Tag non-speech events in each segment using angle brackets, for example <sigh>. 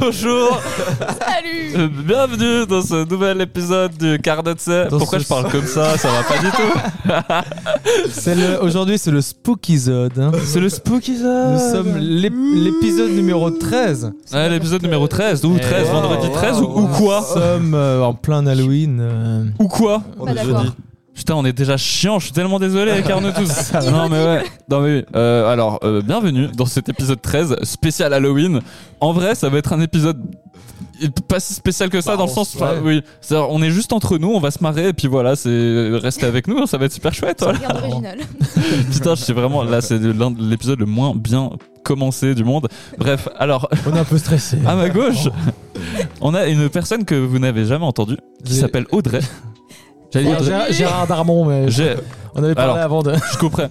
Bonjour, Salut euh, bienvenue dans ce nouvel épisode du Carnotse. Dans Pourquoi ce je parle comme ça Ça va pas du tout. C'est le- Aujourd'hui, c'est le spookisode. hein. C'est le Spookisode. Nous sommes l'ép- l'épisode numéro 13. Ouais, l'épisode numéro 13. Ou 13, Eh, vendredi wow, 13 ou, wow, ou wow. quoi Nous sommes euh, en plein Halloween. euh, Ou quoi Pas d'accord. Putain, on est déjà chiant, je suis tellement <laughs> désolé, Carnot tous. non, mais ouais. Non, mais oui. Euh, alors, euh, bienvenue dans cet épisode 13, spécial Halloween. En vrai, ça va être un épisode pas si spécial que ça, Bah, dans le on sens. se marre. enfin, oui. C'est-à-dire, on est juste entre nous, on va se marrer, et puis voilà, c'est restez avec nous, ça va être super chouette. voilà. Regarde original. Putain, je suis vraiment. Là, c'est l'un de- l'épisode le moins bien commencé du monde. Bref, alors, <laughs> On est un peu stressé. à ma gauche, on a une personne que vous n'avez jamais entendue, qui J'ai- s'appelle Audrey. J'allais dire Gérard- Audrey. Gérard Darmon, mais J'ai- on avait parlé Alors. avant de. Je comprends.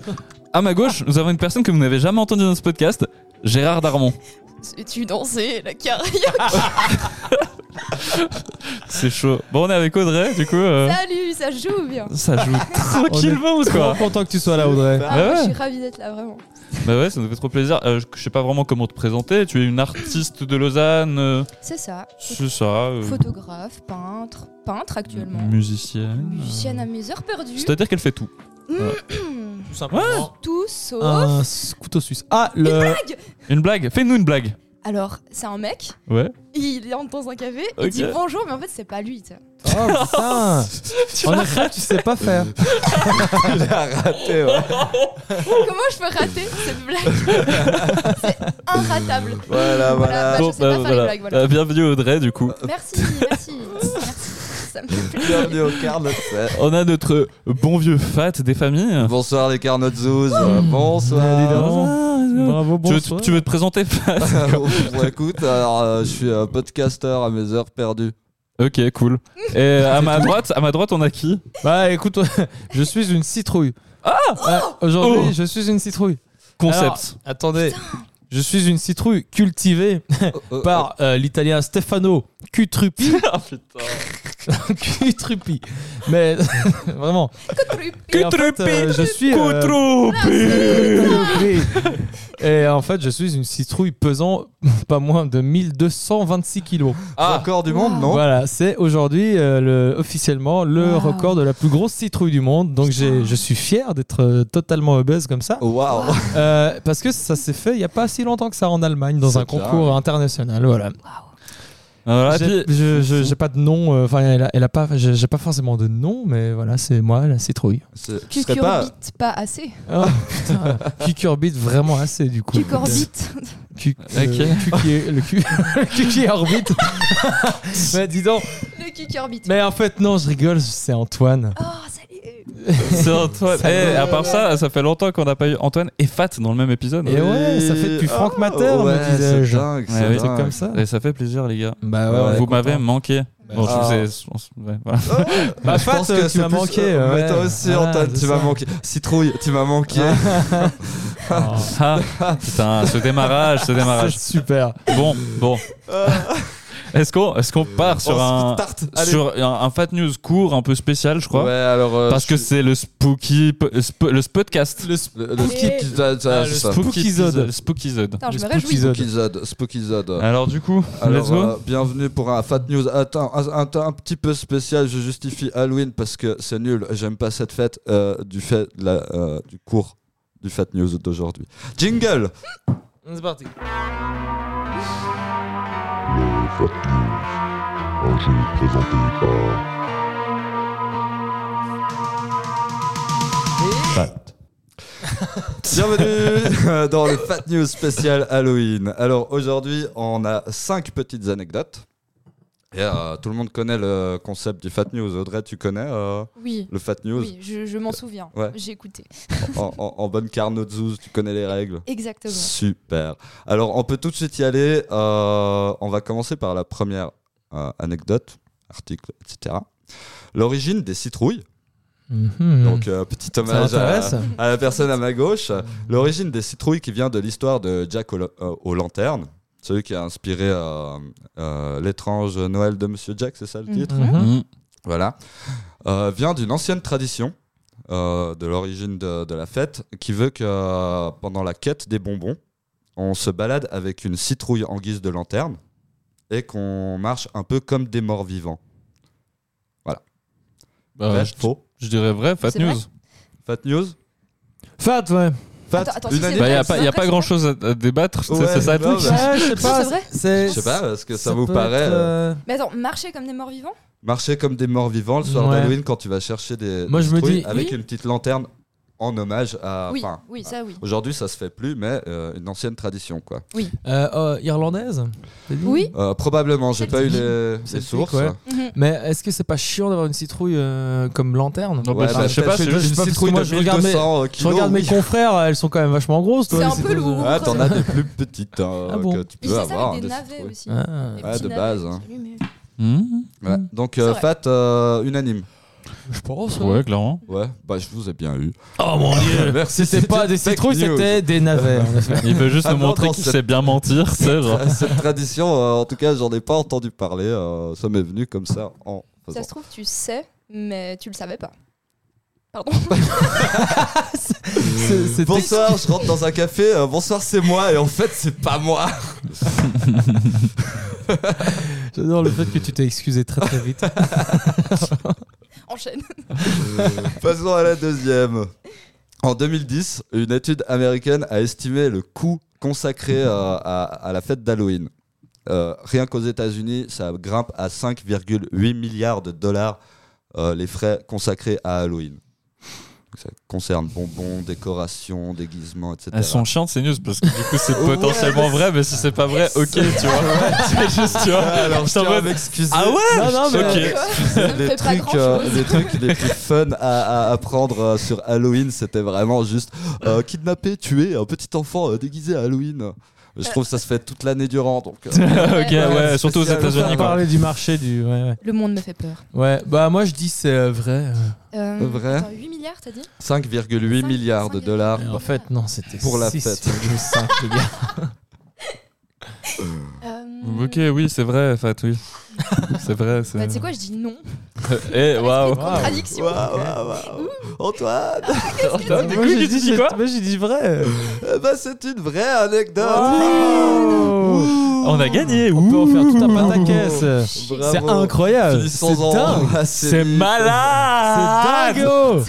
À ma gauche, nous avons une personne que vous n'avez jamais entendue dans ce podcast, Gérard Darmon. Tu dansais la <laughs> carrière C'est chaud. Bon, on est avec Audrey, du coup. euh, Salut, ça joue bien ça joue tranquillement, Trop quoi. content que tu sois là, Audrey. Ah, ouais. Je suis ravie d'être là, vraiment. Bah ouais, ça nous fait trop plaisir. Euh, je- je sais pas vraiment comment te présenter. Tu es une artiste de Lausanne. euh, C'est ça. c'est ça. euh, Photographe, peintre, peintre actuellement. musicienne. Musicienne à mes heures perdues. C'est-à-dire qu'elle fait tout. Hmm, Ouais. Tout sauf. Un s- couteau suisse. Ah, le. Une blague Fais-nous une blague. Alors, c'est un mec, Ouais. il entre dans un café, Ok. il dit bonjour, mais en fait, c'est pas lui. tu sais. <laughs> Oh putain Tu En effet, tu sais pas <laughs> faire. Comment je peux rater cette blague <laughs> C'est inratable. Voilà, voilà. bah, je sais pas faire les blagues, voilà. Euh, bienvenue Audrey, du coup. Merci, merci, merci. Ça me fait plaisir. Bienvenue au Carnot. On a notre bon vieux fat des familles. Bonsoir les Carnot Zouz. Mmh. Allez, Bonsoir. donc. Bravo, Tu veux, bonsoir. tu veux te présenter Fat <laughs> Bon, Euh, écoute, alors euh, je suis un podcasteur à mes heures <laughs> perdues. <laughs> Ok, cool. <laughs> Et à ma droite, à ma droite, on a qui Bah écoute, <laughs> je suis une citrouille. Ah Aujourd'hui, Oh je suis une citrouille. Concept. Attendez, je suis une citrouille cultivée Oh, oh, par euh, l'italien Stefano Cutrupi. <laughs> <laughs> Ah putain. Cutrupi. Mais <laughs> vraiment. Cutrupi. Et en fait, euh, je suis. euh, Cutrupi. <laughs> Et en fait, je suis une citrouille pesant pas moins de 1226 kilos. oh. Ah, Ah, Encore du monde, non Voilà, c'est aujourd'hui euh, le- officiellement le Wow. record de la plus grosse citrouille du monde. Donc j'ai- je suis fier d'être euh, totalement obèse comme ça. Oh, Waouh. Euh, parce que ça s'est fait il n'y a pas si longtemps que ça en Allemagne, dans C'est un clair. concours international. Voilà. Ah, Voilà, j'ai puis, je- je- j'ai pas de nom, euh, enfin, elle, a- elle a pas, j'ai j'ai pas forcément de nom, mais voilà, c'est moi la citrouille. C'est- Tu <laughs> Ce serait pas. corbites pas assez. Oh Ah. <laughs> putain, cucurbite vraiment assez du coup. Tu <laughs> corbites. Cu- Ok. euh, cul qui est- le cul- <laughs> le cul qui <laughs> orbite. mais dis donc, Le cucurbite. mais en fait, non, je rigole, c'est Antoine. Oh, salut. c'est Antoine. Ça Eh, va. à part <laughs> ça, ça fait longtemps qu'on n'a pas eu Antoine et Fat dans le même épisode. Et Eh ouais, ça fait depuis Ah, Franck Mater, ouais, me disais-je. C'est dingue, Ouais, c'est oui. C'est dingue. comme ça. hein. Et ça fait plaisir, les gars. Bah ouais, on est Vous m'avez manqué. Bon, je Ah. vous ai- je pense- ouais, <laughs> voilà. Bah, Je Fat, pense euh, que tu c'est m'as plus- manqué. euh, ouais. Ah, Mais toi aussi, Voilà, Antoine, c'est tu m'as ça. manqué. Citrouille, tu m'as manqué. Ah, <laughs> Oh, Ah, putain, ce démarrage, ce c'est démarrage. super. Bon, bon. Euh. Est-ce qu'on est qu'on part sur On se un tarte, allez. sur un, un fat news court un peu spécial, je crois, Ouais, alors. euh, parce que je- c'est le spooky po- sp- le podcast. Le Le, le Et- ski- ça- Ah, ça- le c'est ça. Spookisode. spookisode. Spookisode. Attends, je me Le réjouis. spookisode. Spookizode, Spookizode. Alors du coup, Euh. Alors, let's go. euh, bienvenue pour un Fat News. Attends, un, un- un petit peu spécial. Je justifie Halloween parce que c'est nul. J'aime pas cette fête euh, du fait de la, euh, du cours du Fat News d'aujourd'hui. Jingle. C'est parti. Fat News, un jeu présenté par Bienvenue <laughs> euh, dans le Fat News spécial Halloween. Alors aujourd'hui, on a cinq petites anecdotes. Et euh, tout le monde connaît le concept du Fat News. Audrey, tu connais euh, Oui. le Fat News Oui, je, je m'en souviens. Ouais. J'ai écouté. en, en- en bonne Carnot Zouz, tu connais les règles Exactement. Super. Alors, on peut tout de suite y aller. Euh, on va commencer par la première euh, anecdote, article, etc. L'origine des citrouilles. Donc, euh, petit Mhm. Hmm. ça hommage à, m'intéresse. à la personne à ma gauche. L'origine des citrouilles qui vient de l'histoire de Jack aux, euh, aux lanternes. Celui qui a inspiré euh, euh, l'étrange Noël de Monsieur Jack, c'est ça le Mhm. titre Mhm. Mhm. voilà, Euh, vient d'une ancienne tradition euh, de l'origine de, de la fête qui veut que euh, pendant la quête des bonbons, on se balade avec une citrouille en guise de lanterne et qu'on marche un peu comme des morts vivants. Bah, Vrai, je, faux. je dirais vrai, Fat C'est News. vrai Fat news Fat, ouais. Fat Attends, attends, Une si c'est année- vrai, Bah, y a c'est pas, y a vrai, pas c'est grand chose à, à débattre, c'est Ouais, c'est ça le non, truc. mais- Ouais, <laughs> je sais C'est pas. vrai bah, Je sais pas, est-ce que ça, vous peut paraît être, euh, euh, Mais attends, marcher comme des morts vivants marcher comme des morts vivants le soir Ouais. d'Halloween quand tu vas chercher des, Moi, des je me citrouilles dis- avec Oui. une petite lanterne en hommage à. Oui, Ah, enfin, oui, ça oui. Aujourd'hui, ça se fait plus, mais euh, une ancienne tradition, quoi. euh, euh, irlandaise t'as dit Oui. Euh, probablement, j'ai pas eu Celtique. les, les Celtique, sources. ouais. Mhm. Mais est-ce que c'est pas chiant d'avoir une citrouille euh, comme lanterne Non, Ouais, bah, bah, je sais pas, je- c'est je- juste je- une parce que citrouille moi, de je regarde mes, 1200 je kilos. regarde mes confrères, elles sont quand même vachement grosses. toi, C'est les un peu citrouilles. lourd. Ah, t'en as des plus petites hein, Ah bon. que tu Ils peux faisaient ça avoir. hein, avec des des navets citrouilles. aussi. Ah. Des Ouais, petits de navets, base, hein. oui, mais- Mhm. Ouais. Donc, euh, C'est fat euh, unanime. Je pense. Ouais, clairement. Ouais, bah je vous ai bien <laughs> eu. Oh mon dieu Merci. C'était pas des Fake citrouilles, news. c'était des navets. en effet. Il veut juste Ah nous non, montrer non, qu'il c'est- sait bien mentir, <laughs> c'est genre. Cette tradition, euh, en tout cas, j'en ai pas entendu parler. euh, ça m'est venu comme ça en faisant. Ça se trouve, tu sais, mais tu le savais pas. Pardon. C'est- c'est- Bonsoir, je rentre dans un café. euh, bonsoir, c'est moi. Et en fait, c'est pas moi. J'adore le fait que tu t'es excusé très très vite. Enchaîne. Passons à la deuxième. En 2010, une étude américaine a estimé le coût consacré euh, à, à la fête d'Halloween. Euh, rien qu'aux États-Unis, ça grimpe à 5,8 milliards de dollars euh, les frais consacrés à Halloween. Donc Ça concerne bonbons, décorations, déguisements, etc. Elles sont chiantes ces news parce que du coup c'est Ouais, potentiellement vrai, mais si c'est pas vrai, ok, tu vois. <laughs> c'est juste, tu vois. Ah, alors, je Putain, tiens à mode- m'excuser. Ah ouais non, non, mais. Ok. <laughs> Ça me les fait pas trucs, euh, grand-chose. les trucs les plus fun à, à- à prendre euh, sur Halloween, c'était vraiment juste euh, kidnapper, tuer un petit enfant euh, déguisé à Halloween. Je trouve que ça se fait toute l'année durant. Donc, <laughs> euh, ok, ouais, Ouais, surtout aux spécial. États-Unis. On quoi. parler du marché du. Ouais, ouais. Le monde me fait peur. ouais, bah moi je dis c'est euh, vrai. Euh, Le vrai attends, 8 milliards, t'as dit 5,8 Cinq- milliards de cinq- dollars. Mais en fait, non, c'était. Pour la 6, fête. virgule cinq, les gars. Euh, Ok, oui, c'est vrai, en fait, <laughs> oui. c'est vrai, c'est. bah, tu sais quoi, je dis non. Eh, waouh. Esprit de Ah, Contradiction. <laughs> Waouh, waouh, waouh. Antoine, <laughs> Antoine, du Moi coup, j'ai tu dit, dis c'est- quoi moi, j'ai dit vrai. eh ben, c'est une vraie anecdote. Wow. On a <laughs> gagné, Ah. On peut en faire tout un pataquès. Shit. Bravo. C'est incroyable. C'est Finissons-en. <laughs> dingue. Ah, C'est nul. malade C'est dingo.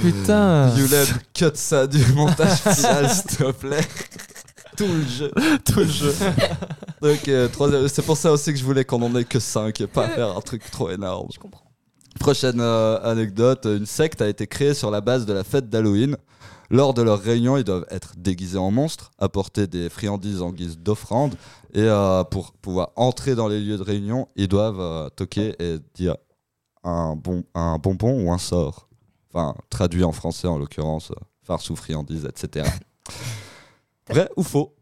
Putain. Yulen, cut ça du montage final, s'il te plaît. <laughs> Tout le jeu. Tout le jeu. Donc, euh, troisième- c'est pour ça aussi que je voulais qu'on en ait que 5 et <laughs> pas faire un truc trop énorme. Je comprends. Prochaine euh, anecdote, une secte a été créée sur la base de la fête d'Halloween. Lors de leur réunion, ils doivent être déguisés en monstres, apporter des friandises en guise d'offrande, et euh, pour pouvoir entrer dans les lieux de réunion, ils doivent euh, toquer et dire un, bon, un bonbon ou un sort. Enfin, traduit en français en l'occurrence, euh, farce ou friandise, etc. <laughs> Vrai ou faux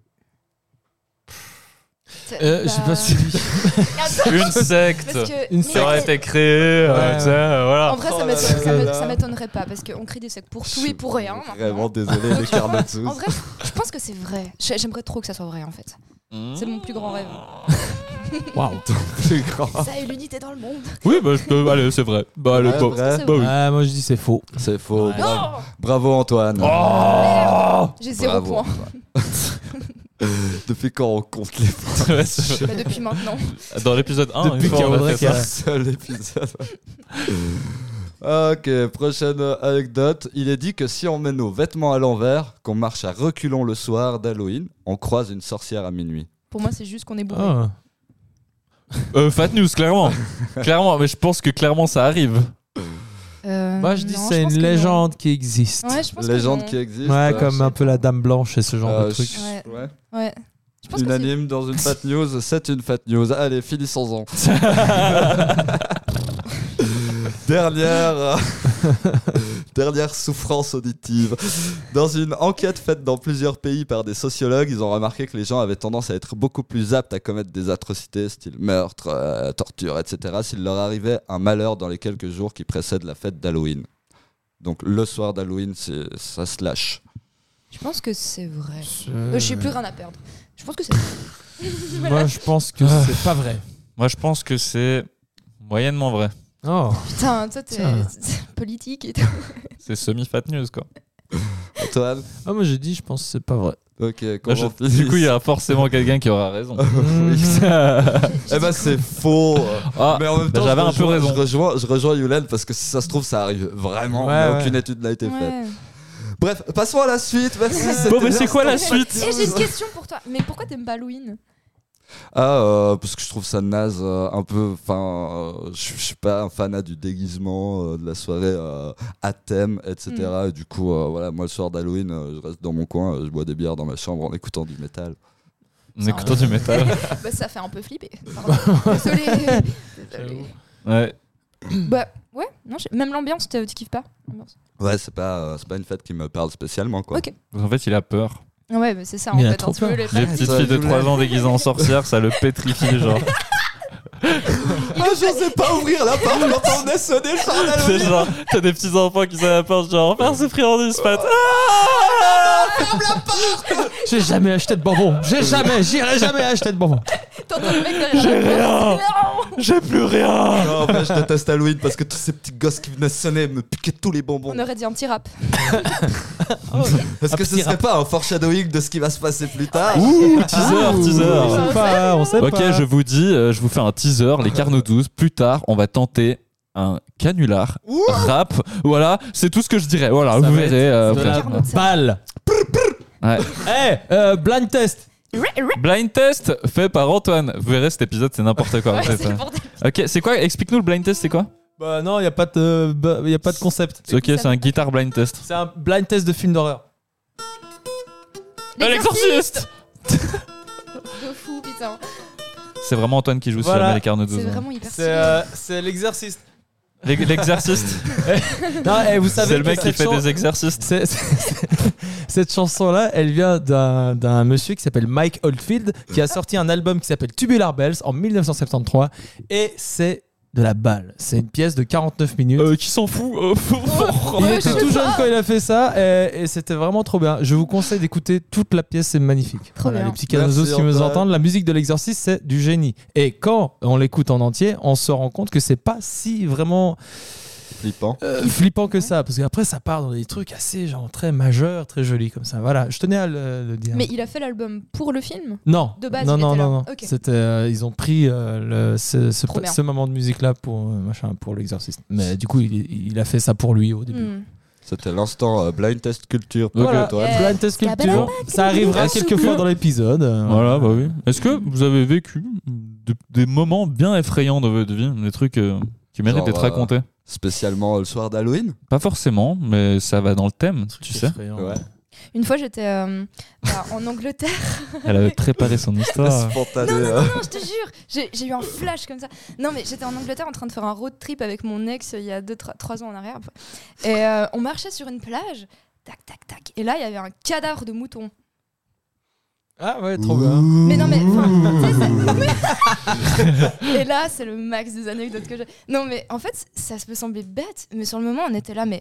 Bah, Euh, J'ai pas suivi. Attends, Une secte parce que- Une mais- qui aurait été créée, euh, Ouais. tu sais, euh, En voilà. vrai, Oh ça là m'étonne- là ça là me- là. ça m'étonnerait pas parce qu'on crée des sacs pour tout et pour rien. maintenant. Vraiment désolé, les Carnotus. En vrai, je pense que c'est vrai. J'ai- J'aimerais trop que ça soit vrai en fait. C'est mon plus grand rêve. Waouh. C'est grand. Oh. Ça et l'unité dans le monde. Oui, bah, je peux- allez, c'est vrai. Bah, allez, Ouais, bon. vrai. Bah, oui. Ah, moi je dis c'est faux. C'est faux. Ouais. Bravo, Bravo, Antoine. Oh. Merde. J'ai zéro Bravo. point. Depuis quand on compte les <laughs> points <laughs> Ouais, c'est vrai. Bah, depuis maintenant. Dans l'épisode 1, Depuis une fois, qu'il y a on a Audrey fait qui ça. a- Un seul épisode. ok, prochaine anecdote. Il est dit que si on met nos vêtements à l'envers, qu'on marche à reculons le soir d'Halloween, on croise une sorcière à minuit. Pour moi, c'est juste qu'on est bourré. Oh. Euh, fat news, clairement. clairement, mais je pense que clairement ça arrive. Euh, Moi je dis non, c'est pense une que non. légende qui existe. Ouais, je pense que Légende non. qui existe. Ouais, euh, comme un peu la dame blanche et ce genre euh, de truc. je- Ouais. ouais. Ouais. Je pense que c'est Unanime dans une fat news, c'est une fat news. <laughs> Allez, finissons-en. dernière, <laughs> euh, dernière souffrance auditive. Dans une enquête faite dans plusieurs pays par des sociologues, ils ont remarqué que les gens avaient tendance à être beaucoup plus aptes à commettre des atrocités, style meurtre, euh, torture, etc., s'il leur arrivait un malheur dans les quelques jours qui précèdent la fête d'Halloween. Donc le soir d'Halloween, c'est- ça se lâche. Je pense que c'est vrai. Euh, je n'ai plus rien à perdre. Je pense que c'est vrai. Moi, je pense que c'est pas vrai. Moi, je pense que c'est moyennement vrai. Oh, Putain, toi, t'es Tiens. t'es <laughs> politique et tout. C'est semi-fat news, quoi. Antoine ah, moi j'ai dit, je pense que c'est pas vrai. Ok, Là, comment je- du coup, il y aura forcément quelqu'un qui aura raison. <laughs> Eh ben c'est faux. Ah, mais en même bah, temps, j'avais je un peu rejoins- raison. Je rejoins, je rejoins Yulen parce que si ça se trouve, ça arrive vraiment. Ouais, mais ouais. Aucune étude n'a été faite. Ouais. Bref, passons à la suite. Merci. Bon, c'était Bon, mais bien, c'est quoi la c'était suite Et j'ai une question pour toi. Mais pourquoi t'aimes pas Halloween Ah, euh, parce que je trouve ça naze euh, un peu. Enfin, euh, je je suis pas un fanat du déguisement, euh, de la soirée euh, à thème, etc. Mm. Et du coup, euh, voilà, moi le soir d'Halloween, euh, je reste dans mon coin, euh, je bois des bières dans ma chambre en écoutant du métal. En écoutant du métal. Bah, ça fait un peu flipper. Pardon. Désolé. Désolé. Ouais. Bah, ouais. Non, je- Même l'ambiance, t'as- tu kiffes pas l'ambiance Ouais, c'est pas, euh, c'est pas une fête qui me parle spécialement, quoi. Ok. En fait, il a peur. Ouais, bah, c'est ça. Il a en fait, trop hein, tu veux, peur. les Les fans, petites Ça, filles de je 3 ans déguisées en sorcières, ça le pétrifie, genre. Un jour, je sais pas ouvrir la porte quand on est sonné le soir C'est d'Halloween. genre, t'as des petits enfants qui sont à la porte, genre, faire ce friandise, Pat. J'ai jamais acheté de bonbons. J'ai jamais, j'irai jamais acheter de bonbons. T'entends le mec derrière la porte. Non J'ai plus rien Non, en vrai, je déteste Halloween parce que tous ces petits gosses qui venaient sonner me piquaient tous les bonbons. On aurait dit un petit rap. Est-ce Un que ce petit serait pas un foreshadowing de ce qui va se passer plus tard Ouh, teaser, Ah, On teaser sait pas, on sait Ok, pas. je vous dis, euh, je vous fais un teaser, les carnaux 12. Plus tard, on va tenter un canular Ouh. rap. Voilà, c'est tout ce que je dirais. Voilà, Ça vous va être verrez. euh, de après. la Carnot de sable. balle. Ouais. Eh, euh, blind test. bah, Blind test fait par Antoine. Vous verrez cet épisode, c'est n'importe quoi. en Ouais, fait. c'est le bordel. Ok, c'est quoi Explique-nous le blind test, c'est quoi Bah non, y a pas de, bah, y a pas de concept. C'est Ok, c'est un guitare blind test. C'est un blind test de film d'horreur. Ah, Bah, L'exorciste De fou, putain. C'est vraiment Antoine qui joue Voilà. sur les carnaux 12. C'est hein. vraiment hyper C'est stylé. euh, c'est l'exercice. L'ex- L'exorciste Non, eh, vous savez C'est le que mec qui cette fait chan- des exercices. c'est- c'est- <laughs> Cette chanson-là, elle vient d'un d'un monsieur qui s'appelle Mike Oldfield, qui a sorti un album qui s'appelle Tubular Bells en 1973, et c'est de la balle. C'est une pièce de 49 minutes. Euh, qui s'en fout Oh, il je était sais tout pas. jeune quand il a fait ça, et, et c'était vraiment trop bien. Je vous conseille d'écouter toute la pièce, c'est magnifique. Trop bien. Les petits canazos Merci, qui nous Antoine. entendent, la musique de l'exorciste, c'est du génie. Et quand on l'écoute en entier, on se rend compte que c'est pas si vraiment Flippant. euh, flippant que ça, parce qu'après ça part dans des trucs assez genre très majeurs, très jolis comme ça. Voilà, je tenais à le, le dire. Mais il a fait l'album pour le film non, de base, non, il non, était là. non, non. Ok. C'était, euh, ils ont pris euh, le- ce, ce- Trop bien. ce moment de musique là pour euh, machin, pour l'exorciste. Mais du coup, il, il a fait ça pour lui au début. Hmm. C'était l'instant euh, blind test culture. Voilà. Eh, Antoine. Yeah. Blind Test La Culture, banane ça arrivera Merci quelquefois beaucoup. dans l'épisode. euh, Voilà, bah oui. Est-ce que vous avez vécu de- des moments bien effrayants dans votre vie Des trucs euh, qui méritent Genre, d'être euh, racontés Spécialement euh, le soir d'Halloween Pas forcément, mais ça va dans le thème, tu sais. effrayant. Ouais. Une fois, j'étais euh, bah, <laughs> en Angleterre. Elle avait préparé son histoire. Spontané. Non, non, euh. non, je te jure, j'ai j'ai eu un flash comme ça. Non, mais j'étais en Angleterre en train de faire un road trip avec mon ex il y a 2-3 ans en arrière. Et euh, on marchait sur une plage, tac, tac, tac. Et là, il y avait un cadavre de mouton. Ah ouais, trop bien. Mais non, mais. enfin, tu sais, ça- non, mais- Et là, c'est le max des anecdotes que j'ai. Non, mais en fait, ça se peut sembler bête, mais sur le moment, on était là, mais.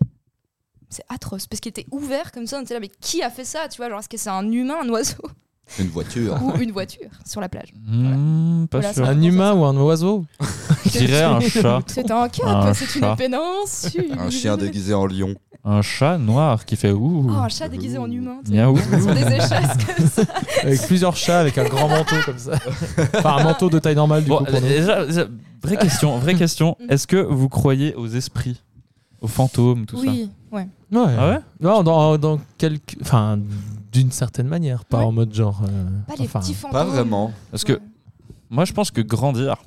C'est atroce, parce qu'il était ouvert comme ça, on était là, mais qui a fait ça Tu vois, genre, est-ce que c'est un humain, un oiseau Une voiture. <laughs> Ou une voiture sur la plage <laughs> Hmm, pas Voilà, sûr. ça- Un humain ou un oiseau Je Ah, dirais un chat. C'est un Un cadre, c'est chat. une péninsule. Un chien déguisé en lion. Un chat noir qui fait ouh. Oh, un chat déguisé en humain, tu <laughs> sais. Miaou. Sur des échasses comme ça. Avec plusieurs chats, avec un grand manteau comme <laughs> ça. Enfin, un manteau de taille normale du Bon, coup. Pour nous. déjà, déjà, vraie question, vraie <laughs> question. Est-ce que vous croyez aux esprits, aux fantômes, tout ça Oui, ouais. Ouais. Ah ouais Non, dans, dans quelque... Enfin, d'une certaine manière, pas Ouais. en mode genre... euh, Pas les enfin, petits fantômes. Pas vraiment. Parce que moi, je pense que grandir,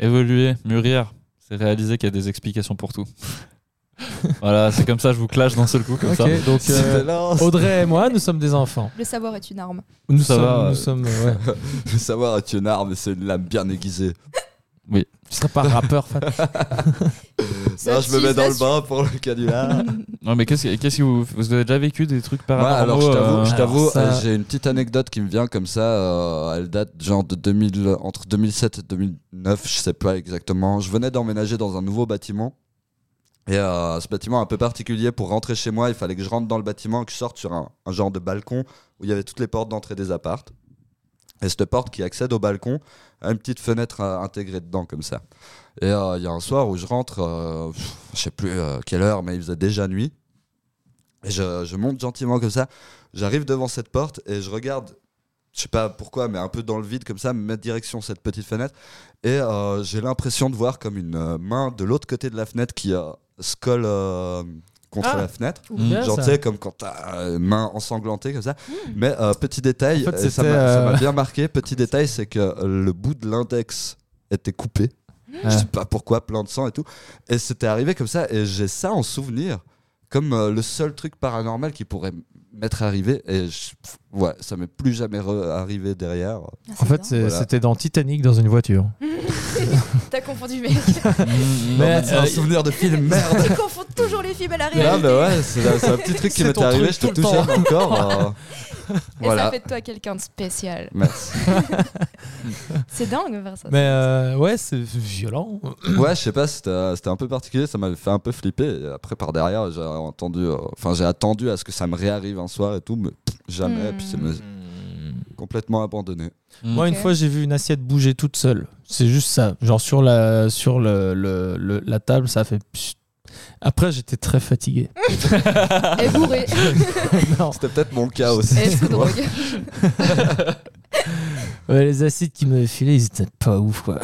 évoluer, mûrir, c'est réaliser qu'il y a des explications pour tout. <laughs> Voilà, c'est comme ça, je vous clash d'un seul coup, comme ça. Ok, donc euh, C'était là, Audrey et moi, nous sommes des enfants. Le savoir est une arme. Nous Ça sommes, va, nous euh. sommes, euh, <laughs> ouais. Le savoir à une arme, c'est une lame bien aiguisée. Tu serais pas rappeur, fan. Là, je me mets dans le bas. bain pour le <laughs> canular. Non, mais qu'est-ce que qu'est-ce que vous, vous avez déjà vécu des trucs Moi, alors, paranormaux euh, je t'avoue, <laughs> je t'avoue, alors ça- euh, j'ai une petite anecdote qui me vient comme ça. euh, elle date genre de 2000, entre 2007 et 2009, je sais pas exactement. Je venais d'emménager dans un nouveau bâtiment. Et euh, ce bâtiment un peu particulier, pour rentrer chez moi, il fallait que je rentre dans le bâtiment, que je sorte sur un, un genre de balcon où il y avait toutes les portes d'entrée des appartes. Et cette porte qui accède au balcon a une petite fenêtre euh, intégrée dedans comme ça. Et euh, il y a un soir où je rentre, euh, pff, je sais plus euh, quelle heure, mais il faisait déjà nuit. Et je, je monte gentiment comme ça. J'arrive devant cette porte et je regarde, je sais pas pourquoi, mais un peu dans le vide comme ça, ma direction cette petite fenêtre. Et euh, j'ai l'impression de voir comme une euh, main de l'autre côté de la fenêtre qui euh, se colle euh, contre Ah. la fenêtre. Mm. Bien, Genre, ça. Hmm. tu sais, comme quand t'as euh, une main ensanglantée comme ça. Mais euh, petit détail, En fait, et ça m'a c'était, euh, ça m'a bien marqué, petit détail, c'est que euh, le bout de l'index était coupé. Je Ah. sais pas pourquoi, plein de sang et tout. Et c'était arrivé comme ça, et j'ai ça en souvenir, comme euh, le seul truc paranormal qui pourrait m- m'être arrivé. Et je- pff, ouais, ça m'est plus jamais re- arrivé derrière. Ah, En fait, c'est- Voilà. c'était dans Titanic dans une <laughs> voiture. t'as confondu, mec. <laughs> mm, Mais, non, C'est un souvenir <laughs> de film, merde tu confonds toujours les films à la Non, réalité. mais ouais, c'est un- c'est un petit truc C'est qui m'est ton arrivé, truc je te tout le <laughs> touchais encore. euh, Et ça fait de toi quelqu'un de spécial. Merci. <laughs> C'est dingue de faire ça. Mais euh, ouais, c'est violent. Ouais, je sais pas, c'était euh, c'était un peu particulier, ça m'avait fait un peu flipper. Et après, par derrière, j'ai entendu, euh, enfin, j'ai attendu à ce que ça me réarrive un soir et tout, mais pff, jamais, Hmm. puis c'est me- Hmm. complètement abandonné. Moi, une Ok. fois, j'ai vu une assiette bouger toute seule. C'est juste ça. Genre sur la, sur le, le- le- la table, ça a fait. pssst. Après, j'étais <laughs> très fatigué. Et bourré. non. C'était peut-être mon cas aussi. Et sous tu vois. drogue. Ouais, les acides qui m'avaient filé, ils étaient pas ouf, <laughs> quoi.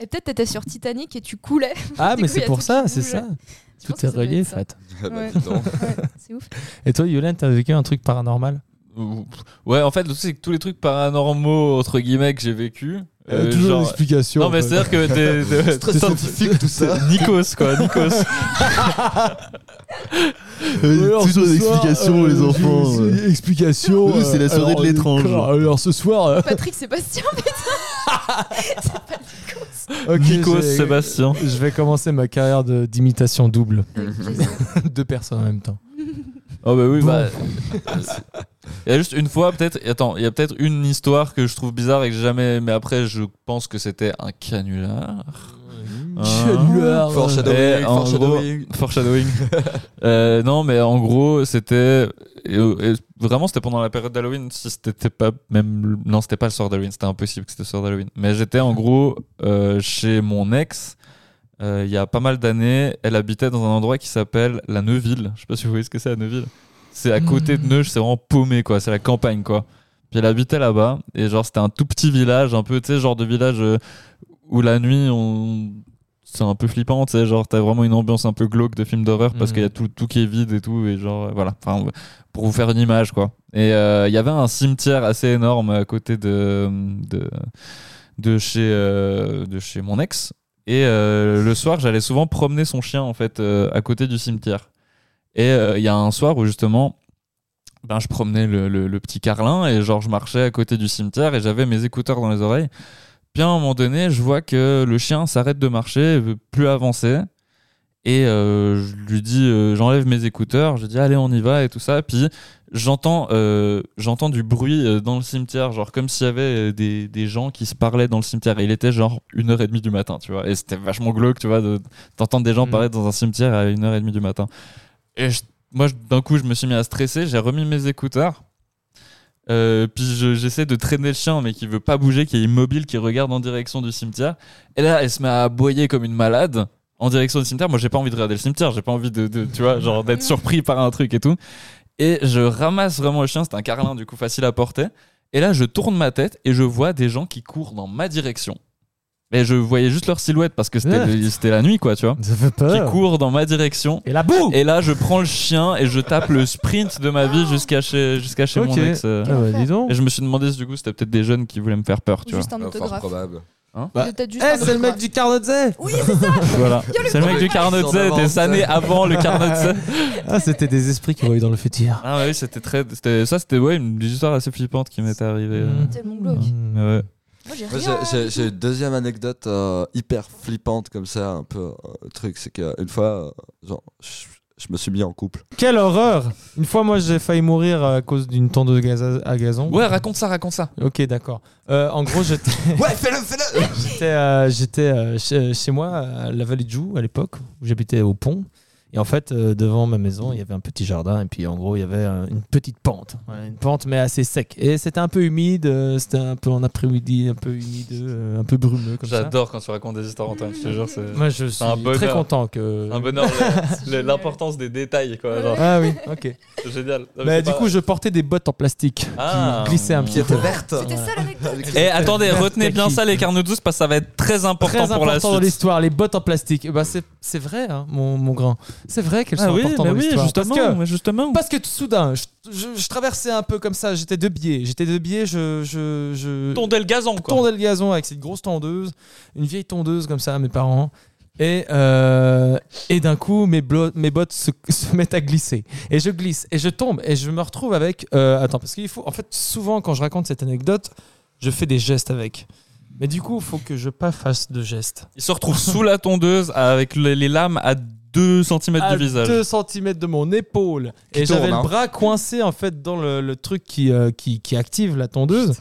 Et peut-être t'étais sur Titanic et tu coulais. Ah, Du mais coup, y c'est a pour tout ça, qui c'est bouge. ça. Je pense Tout que est ça doit relié, être ça. Fat. Eh ben, Ouais. dis donc. Ouais, c'est ouf. Et toi, Yolène, t'as vécu un truc paranormal Ou- Ouais, en fait, le truc, c'est que tous les trucs paranormaux, entre guillemets, que j'ai vécu. euh, genre- explication. Non, mais euh, c'est-à-dire que t'es- t'es très t'es scientifique, tout ça. Nikos, quoi, Nikos. toujours des euh, explications, les enfants. ouais. Explication. euh, Nous, c'est la soirée de l'étrange. Alors ce soir, euh, Patrick Sébastien, ok, Nikos, j'ai- Sébastien. Je vais commencer ma carrière de- d'imitation double. <laughs> avec plaisir. Deux personnes en même temps. Oh bah oui, Bon. bah. Il y a juste une fois, peut-être. Attends, il y a peut-être une histoire que je trouve bizarre et que j'ai jamais. Mais après, je pense que c'était un canular. Hein. Canular. Foreshadowing, Et Eh, en foreshadowing. <laughs> Foreshadowing. Euh, non, mais en gros, c'était et- et vraiment c'était pendant la période d'Halloween. Si c'était pas même le- non, c'était pas le soir d'Halloween. C'était impossible que c'était le soir d'Halloween. Mais j'étais en gros euh, chez mon ex. euh, Il y a pas mal d'années, elle habitait dans un endroit qui s'appelle la Neuville. Je sais pas si vous voyez ce que c'est la Neuville. C'est à côté de Neuge, c'est vraiment paumé quoi, c'est la campagne quoi. Puis elle habitait là-bas et genre c'était un tout petit village, un peu tu sais genre de village euh, où la nuit on c'est un peu flippant, tu sais, genre t'as vraiment une ambiance un peu glauque de film d'horreur parce Mhm. qu'il y a tout, tout qui est vide et tout, et genre euh, voilà, enfin, pour vous faire une image quoi. Et euh, il y avait un cimetière assez énorme à côté de, de, de, chez, euh, de chez mon ex, et euh, le soir j'allais souvent promener son chien en fait euh, à côté du cimetière. Et euh, il y a un soir où justement, ben, je promenais le, le- le petit Carlin et genre je marchais à côté du cimetière et j'avais mes écouteurs dans les oreilles. Puis à un moment donné, je vois que le chien s'arrête de marcher, veut plus avancer. Et euh, je lui dis, euh, j'enlève mes écouteurs, je dis allez on y va et tout ça. Puis j'entends, euh, j'entends du bruit euh, dans le cimetière, genre comme s'il y avait euh, des, des gens qui se parlaient dans le cimetière. Et il était genre 1h30 du matin, tu vois. Et c'était vachement glauque, tu vois, de- d'entendre des gens Mm. parler dans un cimetière à 1h30 du matin. Et je- moi, je- d'un coup, je me suis mis à stresser, j'ai remis mes écouteurs. Euh, puis je- j'essaie de traîner le chien, mais qui veut pas bouger, qui est immobile, qui regarde en direction du cimetière. Et là, elle se met à aboyer comme une malade en direction du cimetière. Moi, j'ai pas envie de regarder le cimetière, j'ai pas envie de, de- tu vois, genre d'être surpris par un truc et tout. Et je ramasse vraiment le chien, c'est un carlin du coup facile à porter. Et là, je tourne ma tête et je vois des gens qui courent dans ma direction. Mais je voyais juste leur silhouette parce que c'était le- c'était la nuit, quoi, tu vois. Ça fait Qui peur. courent dans ma direction. Et la boue Et là, je prends le chien et je tape le sprint de ma vie jusqu'à chez, jusqu'à chez Ok. mon ex. euh. Ah bah, dis donc. Et je me suis demandé si du coup c'était peut-être des jeunes qui voulaient me faire peur, tu vois. Juste un Euh, Fort autographe. probable. Bah, Peut-être juste un Eh, c'est autre, le mec quoi. du Carnotze Oui, c'est ça Voilà. Il y a C'est le mec du Carnot J'en Z, avance. était sané avant le Carnot Z. Ah, c'était des esprits qui voyaient dans le futur. Ah oui, c'était très. c'était- Ça, c'était ouais, une histoire assez flippante qui m'était arrivée. euh. Tellement glauque. <laughs> Mm. Mais ouais. Moi, j'ai Moi, rien. j'ai- J'ai j'ai une deuxième anecdote euh, hyper flippante comme ça, un peu euh, truc, c'est qu'une fois, euh, genre, je, je me suis mis en couple. Quelle horreur Une fois, moi, j'ai failli mourir à cause d'une tondeuse gaz à- à gazon. Ouais, raconte ça, raconte ça. Ok, d'accord. Euh, en gros, j'étais <laughs> Ouais, fais-le, fais-le <laughs> j'étais, euh, j'étais, euh, chez, chez moi à la vallée de Joux à l'époque où j'habitais au pont. Et en fait, euh, devant ma maison, il y avait un petit jardin. Et puis, en gros, il y avait euh, une petite pente. Ouais, une pente, mais assez sec. Et c'était un peu humide. euh, c'était un peu en après-midi, un peu humide, euh, un peu brumeux comme ça. J'adore quand tu racontes des histoires, Antoine, je te jure, c'est Moi, je suis un très bonheur. content que. un bonheur, le- le- génial. l'importance des détails, quoi. genre, Ah oui, ok. c'est génial. Non, mais Bah, c'est du pas- coup, je portais des bottes en plastique Ah. qui glissaient un Qui petit était peu. verte C'était ça l'anecdote <laughs> Eh, attendez, retenez bien ça, les carnets douces, parce que ça va être très important Très important pour la dans suite. l'histoire, les bottes en plastique. Eh ben, c'est c'est vrai, hein, mon, mon grand. C'est vrai Ah qu'elles sont importantes dans l'histoire. Parce que, justement. parce que tout soudain, je, je- je traversais un peu comme ça, j'étais de biais. J'étais de biais, je. je, je Tondez le gazon, quoi. tondais le gazon avec cette grosse tondeuse, une vieille tondeuse comme ça à mes parents. Et, euh, et d'un coup, mes, blo- mes bottes se, <laughs> se mettent à glisser. Et je glisse, et je tombe, et je me retrouve avec. euh, attends, parce qu'il faut. En fait, souvent, quand je raconte cette anecdote, je fais des gestes avec. Mais du coup, il faut que je pas fasse de gestes. Il se retrouve sous la tondeuse avec les, les lames à 2 cm à du visage. 2 cm de mon épaule. Qui et tourne, j'avais hein. le bras coincé en fait dans le, le truc qui, euh, qui, qui active la tondeuse.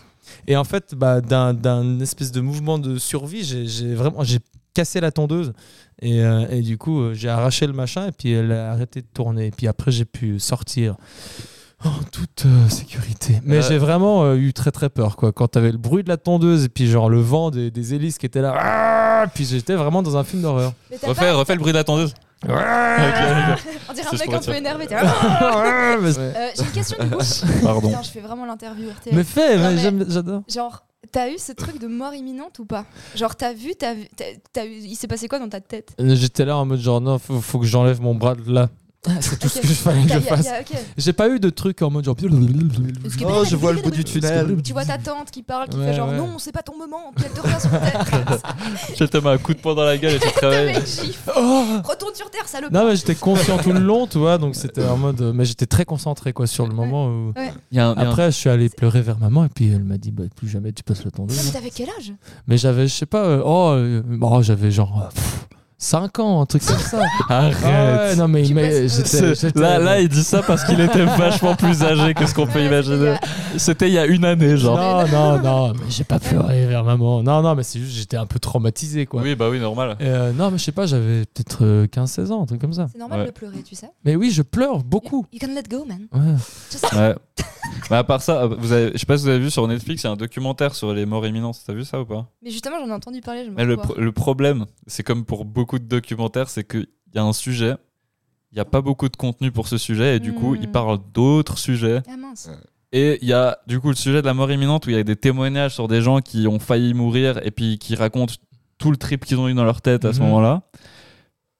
Et en fait, bah, d'un, d'un espèce de mouvement de survie, j'ai, j'ai vraiment j'ai cassé la tondeuse. Et, euh, et du coup, euh, j'ai arraché le machin et puis elle a arrêté de tourner. Et puis après, j'ai pu sortir. En toute euh, sécurité. Mais Euh. j'ai vraiment euh, eu très très peur quoi. Quand t'avais le bruit de la tondeuse et puis genre le vent des, des hélices qui étaient là. Ah puis j'étais vraiment dans un film d'horreur. Mais t'as Refais, pas- refais le bruit de la tondeuse. Ah. Ok, On dirait C'est ce un qu'on mec un peu retire. énervé. t'es là. <laughs> Ouais. Euh, J'ai une question du <laughs> coup. Pardon. Putain, je fais vraiment l'interview RTL. Mais fais, Non, ouais, mais- j'aime- j'adore. Genre, t'as eu ce truc de mort imminente ou pas Genre, t'as vu, t'as vu, t'as- t'as eu- il s'est passé quoi dans ta tête Euh, J'étais là en mode genre non, faut, faut que j'enlève mon bras de là. C'est tout ce Ah, Ok. que je fallait que T'as- je y a- y fasse. a- ok. J'ai pas eu de truc en mode genre. Oh, je vois le bout du tunnel Tu vois ta tante qui parle, qui Ouais, fait genre ouais. non, c'est pas ton moment, puis elle te revient sur ta <laughs> tête. <laughs> Je te mets un coup de poing dans la gueule et tu te réveilles. Mec, gifle. Retourne sur terre, salope. Oh. Non mais j'étais conscient tout le long, tu vois, donc c'était en mode. euh, Mais j'étais très concentré quoi sur le moment où. Il y a un- il y a un- Après, je suis allé pleurer vers maman et puis elle m'a dit bah plus jamais tu passes le temps. Non, mais t'avais quel âge Mais j'avais, je sais pas, euh, oh, euh, oh, j'avais genre 5 ans, un truc <laughs> comme ça. Ah ouais, Arrête. non mais, Tu mais passes- j'étais. C'est- j'étais- Là, là, il dit ça parce qu'il <laughs> était vachement plus âgé que ce qu'on peut Ouais, imaginer. c'était C'était il y a une année, genre. Non, non, non, mais j'ai pas pleuré vers maman. Non, non, mais c'est juste j'étais un peu traumatisé quoi. Oui, bah oui, normal. Euh, non, mais je sais pas, j'avais peut-être euh, 15-16 ans, un truc comme ça. C'est normal Ouais. de pleurer, tu sais. Mais oui, je pleure beaucoup. You can let go, man. Ouais. Ouais. Mais à part ça, vous avez- je sais pas si vous avez vu sur Netflix, il y a un documentaire sur les morts imminentes. T'as vu ça ou pas Mais justement, j'en ai entendu parler. Je me Mais le, pro- le problème, c'est comme pour beaucoup de documentaires, c'est qu'il y a un sujet, il n'y a pas beaucoup de contenu pour ce sujet, et du coup, Hmm. ils parlent d'autres sujets. Ah mince. Et il y a du coup le sujet de la mort imminente où il y a des témoignages sur des gens qui ont failli mourir et puis qui racontent tout le trip qu'ils ont eu dans leur tête à ce Mhm. moment-là.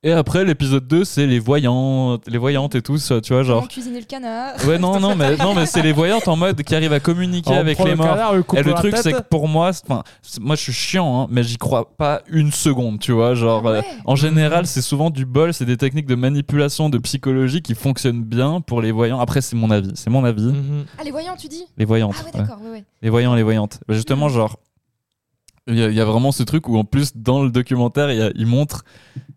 Et après, l'épisode 2, c'est les voyantes, les voyantes et tout, ça, tu vois, Comment genre. cuisiner le canard Ouais, non, non, mais, non, mais c'est les voyantes en mode qui arrivent à communiquer On avec prend les le morts. canard, on coupe Et le la truc, c'est que tête. pour moi, c'est- enfin, c'est- moi je suis chiant, hein, mais j'y crois pas une seconde, tu vois. Genre, Ah ouais. euh, en général, c'est souvent du bol, c'est des techniques de manipulation, de psychologie qui fonctionnent bien pour les voyants. Après, c'est mon avis, c'est mon avis. Mhm. Ah, les voyants, tu dis Les voyantes, Ah ouais, ouais. d'accord, ouais, ouais. les voyants, les voyantes. Bah, justement, Mm. genre, il y, a- il y a vraiment ce truc où en plus, dans le documentaire, il y a- ils montrent.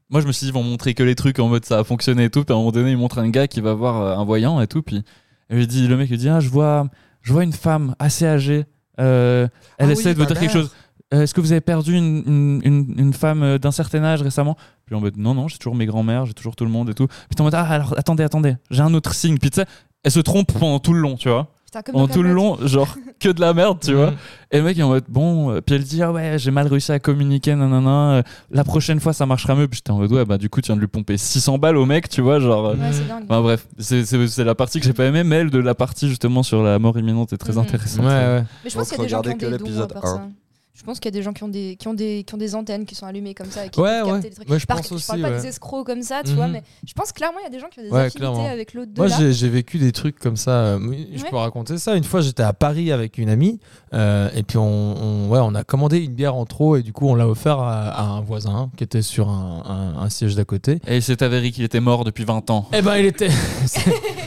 Moi, je me suis dit, ils vont montrer que les trucs en mode ça a fonctionné et tout. Puis à un moment donné, ils montrent un gars qui va voir euh, un voyant et tout. Puis il lui dit, le mec lui dit, ah, je vois, je vois une femme assez âgée. euh, elle Ah essaie oui, de vous ma dire quelque mère. chose. Euh, Est-ce que vous avez perdu une, une- une- une femme euh, d'un certain âge récemment Puis en mode non, non, j'ai toujours mes grands-mères, j'ai toujours tout le monde et tout. Puis t'es en mode ah, alors attendez, attendez, j'ai un autre signe. Puis tu sais, elle se trompe pendant tout le long, tu vois. Putain, comme Pendant dans tout le Camelot. long, genre <laughs> que de la merde, tu vois. Mhm. Et le mec il est en mode bon, euh, puis elle dit ah ouais j'ai mal réussi à communiquer, nanana, euh, la prochaine fois ça marchera mieux. Puis j'étais en mode ouais bah du coup tu viens de lui pomper 600 balles au mec, tu vois, genre. euh, Ouais, c'est dingue. Bah, Enfin bref, c'est- c'est c'est la partie que j'ai pas aimée, mais elle de la partie justement sur la mort imminente est très Mhm. intéressante. Ouais, ouais. Mais je pense Donc, qu'il y a des gens qui ont regardez que des dons à l'épisode part un. ça. je pense qu'il y a des gens qui ont des, qui ont des, qui ont des antennes qui sont allumées comme ça et qui Ouais, peuvent ouais. capter des trucs. Ouais, je Par- pense parle aussi, pas ouais. des escrocs comme ça, tu Mhm. vois, mais je pense clairement il y a des gens qui ont des Ouais, affinités clairement. avec l'autre de Moi, là. j'ai j'ai vécu des trucs comme ça. euh, oui, Je Ouais. peux raconter ça. Une fois, j'étais à Paris avec une amie. euh, et puis, on, on- ouais, on a commandé une bière en trop. Et du coup, on l'a offert à, à un voisin qui était sur un, un- un siège d'à côté. Et il s'est avéré qu'il était mort depuis 20 ans. Eh ben, il était. <laughs>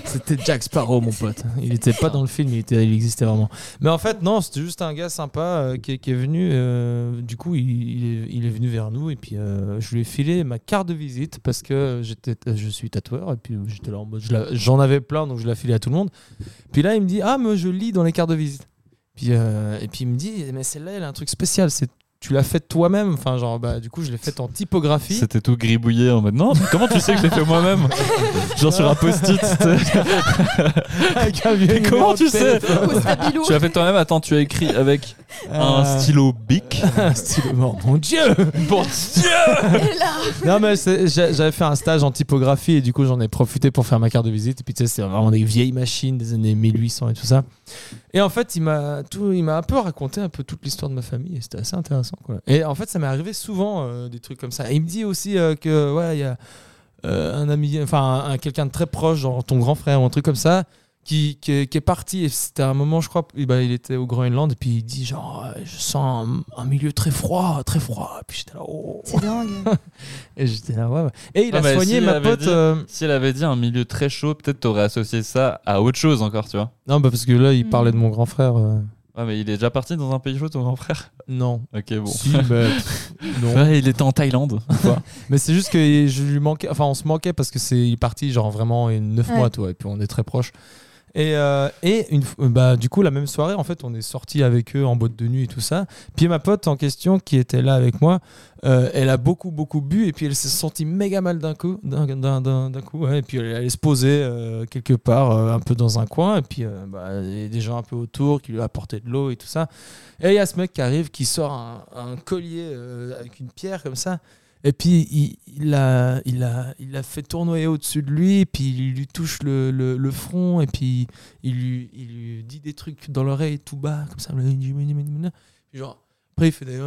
c'était Jack Sparrow, mon pote. Il était pas dans le film, il, était, il existait vraiment. Mais en fait, non, c'était juste un gars sympa euh, qui, est- qui est venu. euh, du coup, il, il est, il est venu vers nous et puis euh, je lui ai filé ma carte de visite parce que j'étais, je suis tatoueur et puis euh, j'étais là en mode. je la- J'en avais plein donc je l'ai filé à tout le monde. Puis là, il me dit Ah, mais je lis dans les cartes de visite. Puis, euh, et puis il me dit Mais celle-là, elle a un truc spécial. C'est tu l'as faite toi-même. Enfin, genre, bah, du coup, je l'ai faite en <laughs> typographie. C'était tout gribouillé en mode non, comment tu sais que j'ai fait moi-même Genre sur un post-it. tu sais. <laughs> <laughs> Avec un vieux Mais numéro comment de tu sais <laughs> téléphone. Au <laughs> stabilo. Tu l'as fait toi-même Attends, tu as écrit avec un Ah. Euh, stylo bic. Un stylo mort, mon dieu <laughs> Bon Et là, Non mais c'est- j'a- j'avais fait un stage en typographie et du coup j'en ai profité pour faire ma carte de visite et puis tu sais c'est vraiment des vieilles machines des années 1800 et tout ça. Et en fait il m'a tout, il m'a un peu raconté un peu toute l'histoire de ma famille et c'était assez intéressant quoi. Et en fait ça m'est arrivé souvent euh, des trucs comme ça. Et il me dit aussi euh, que ouais il y a euh, un ami, enfin un- un- quelqu'un de très proche genre ton grand frère ou un truc comme ça qui, qui, est- qui est parti. Et c'était un moment, je crois, eh ben, il était au Groenland. Et puis il dit genre, euh, je sens un, un milieu très froid, très froid. Et puis j'étais là, oh. c'est dingue. <laughs> Et j'étais là, ouais. ouais. Et il Ah, a mais soigné s'il ma avait pote. dit- euh, Si elle avait dit un milieu très chaud, peut-être t'aurais associé ça à autre chose encore, tu vois. Non, bah, parce que là, il Hmm. parlait de mon grand frère. euh, Ouais, mais il est déjà parti dans un pays chaud, ton grand frère. <laughs> Non. Ok, bon. <laughs> Si, bah, pff, non. Ouais, il était en <laughs> Thaïlande. Mais c'est juste que je lui manquais. Enfin, on se manquait parce que c'est il est parti genre vraiment 9 Ouais. mois, toi. Et puis on est très proches. Et, euh, et une, f- bah, du coup, la même soirée, en fait, on est sorti avec eux en boîte de nuit et tout ça. Puis ma pote en question, qui était là avec moi, euh, elle a beaucoup, beaucoup bu. Et puis elle s'est sentie méga mal d'un coup. D'un, d'un- d'un- d'un coup ouais. Et puis elle allait se poser euh, quelque part, euh, un peu dans un coin. Et puis euh, bah, il y a des gens un peu autour qui lui apportaient de l'eau et tout ça. Et il y a ce mec qui arrive, qui sort un, un collier euh, avec une pierre comme ça. Et puis il, il a, il, a, il a fait tournoyer au-dessus de lui, et puis il lui touche le, le, le front, et puis il lui, il lui dit des trucs dans l'oreille tout bas, comme ça. Puis genre, après il fait des.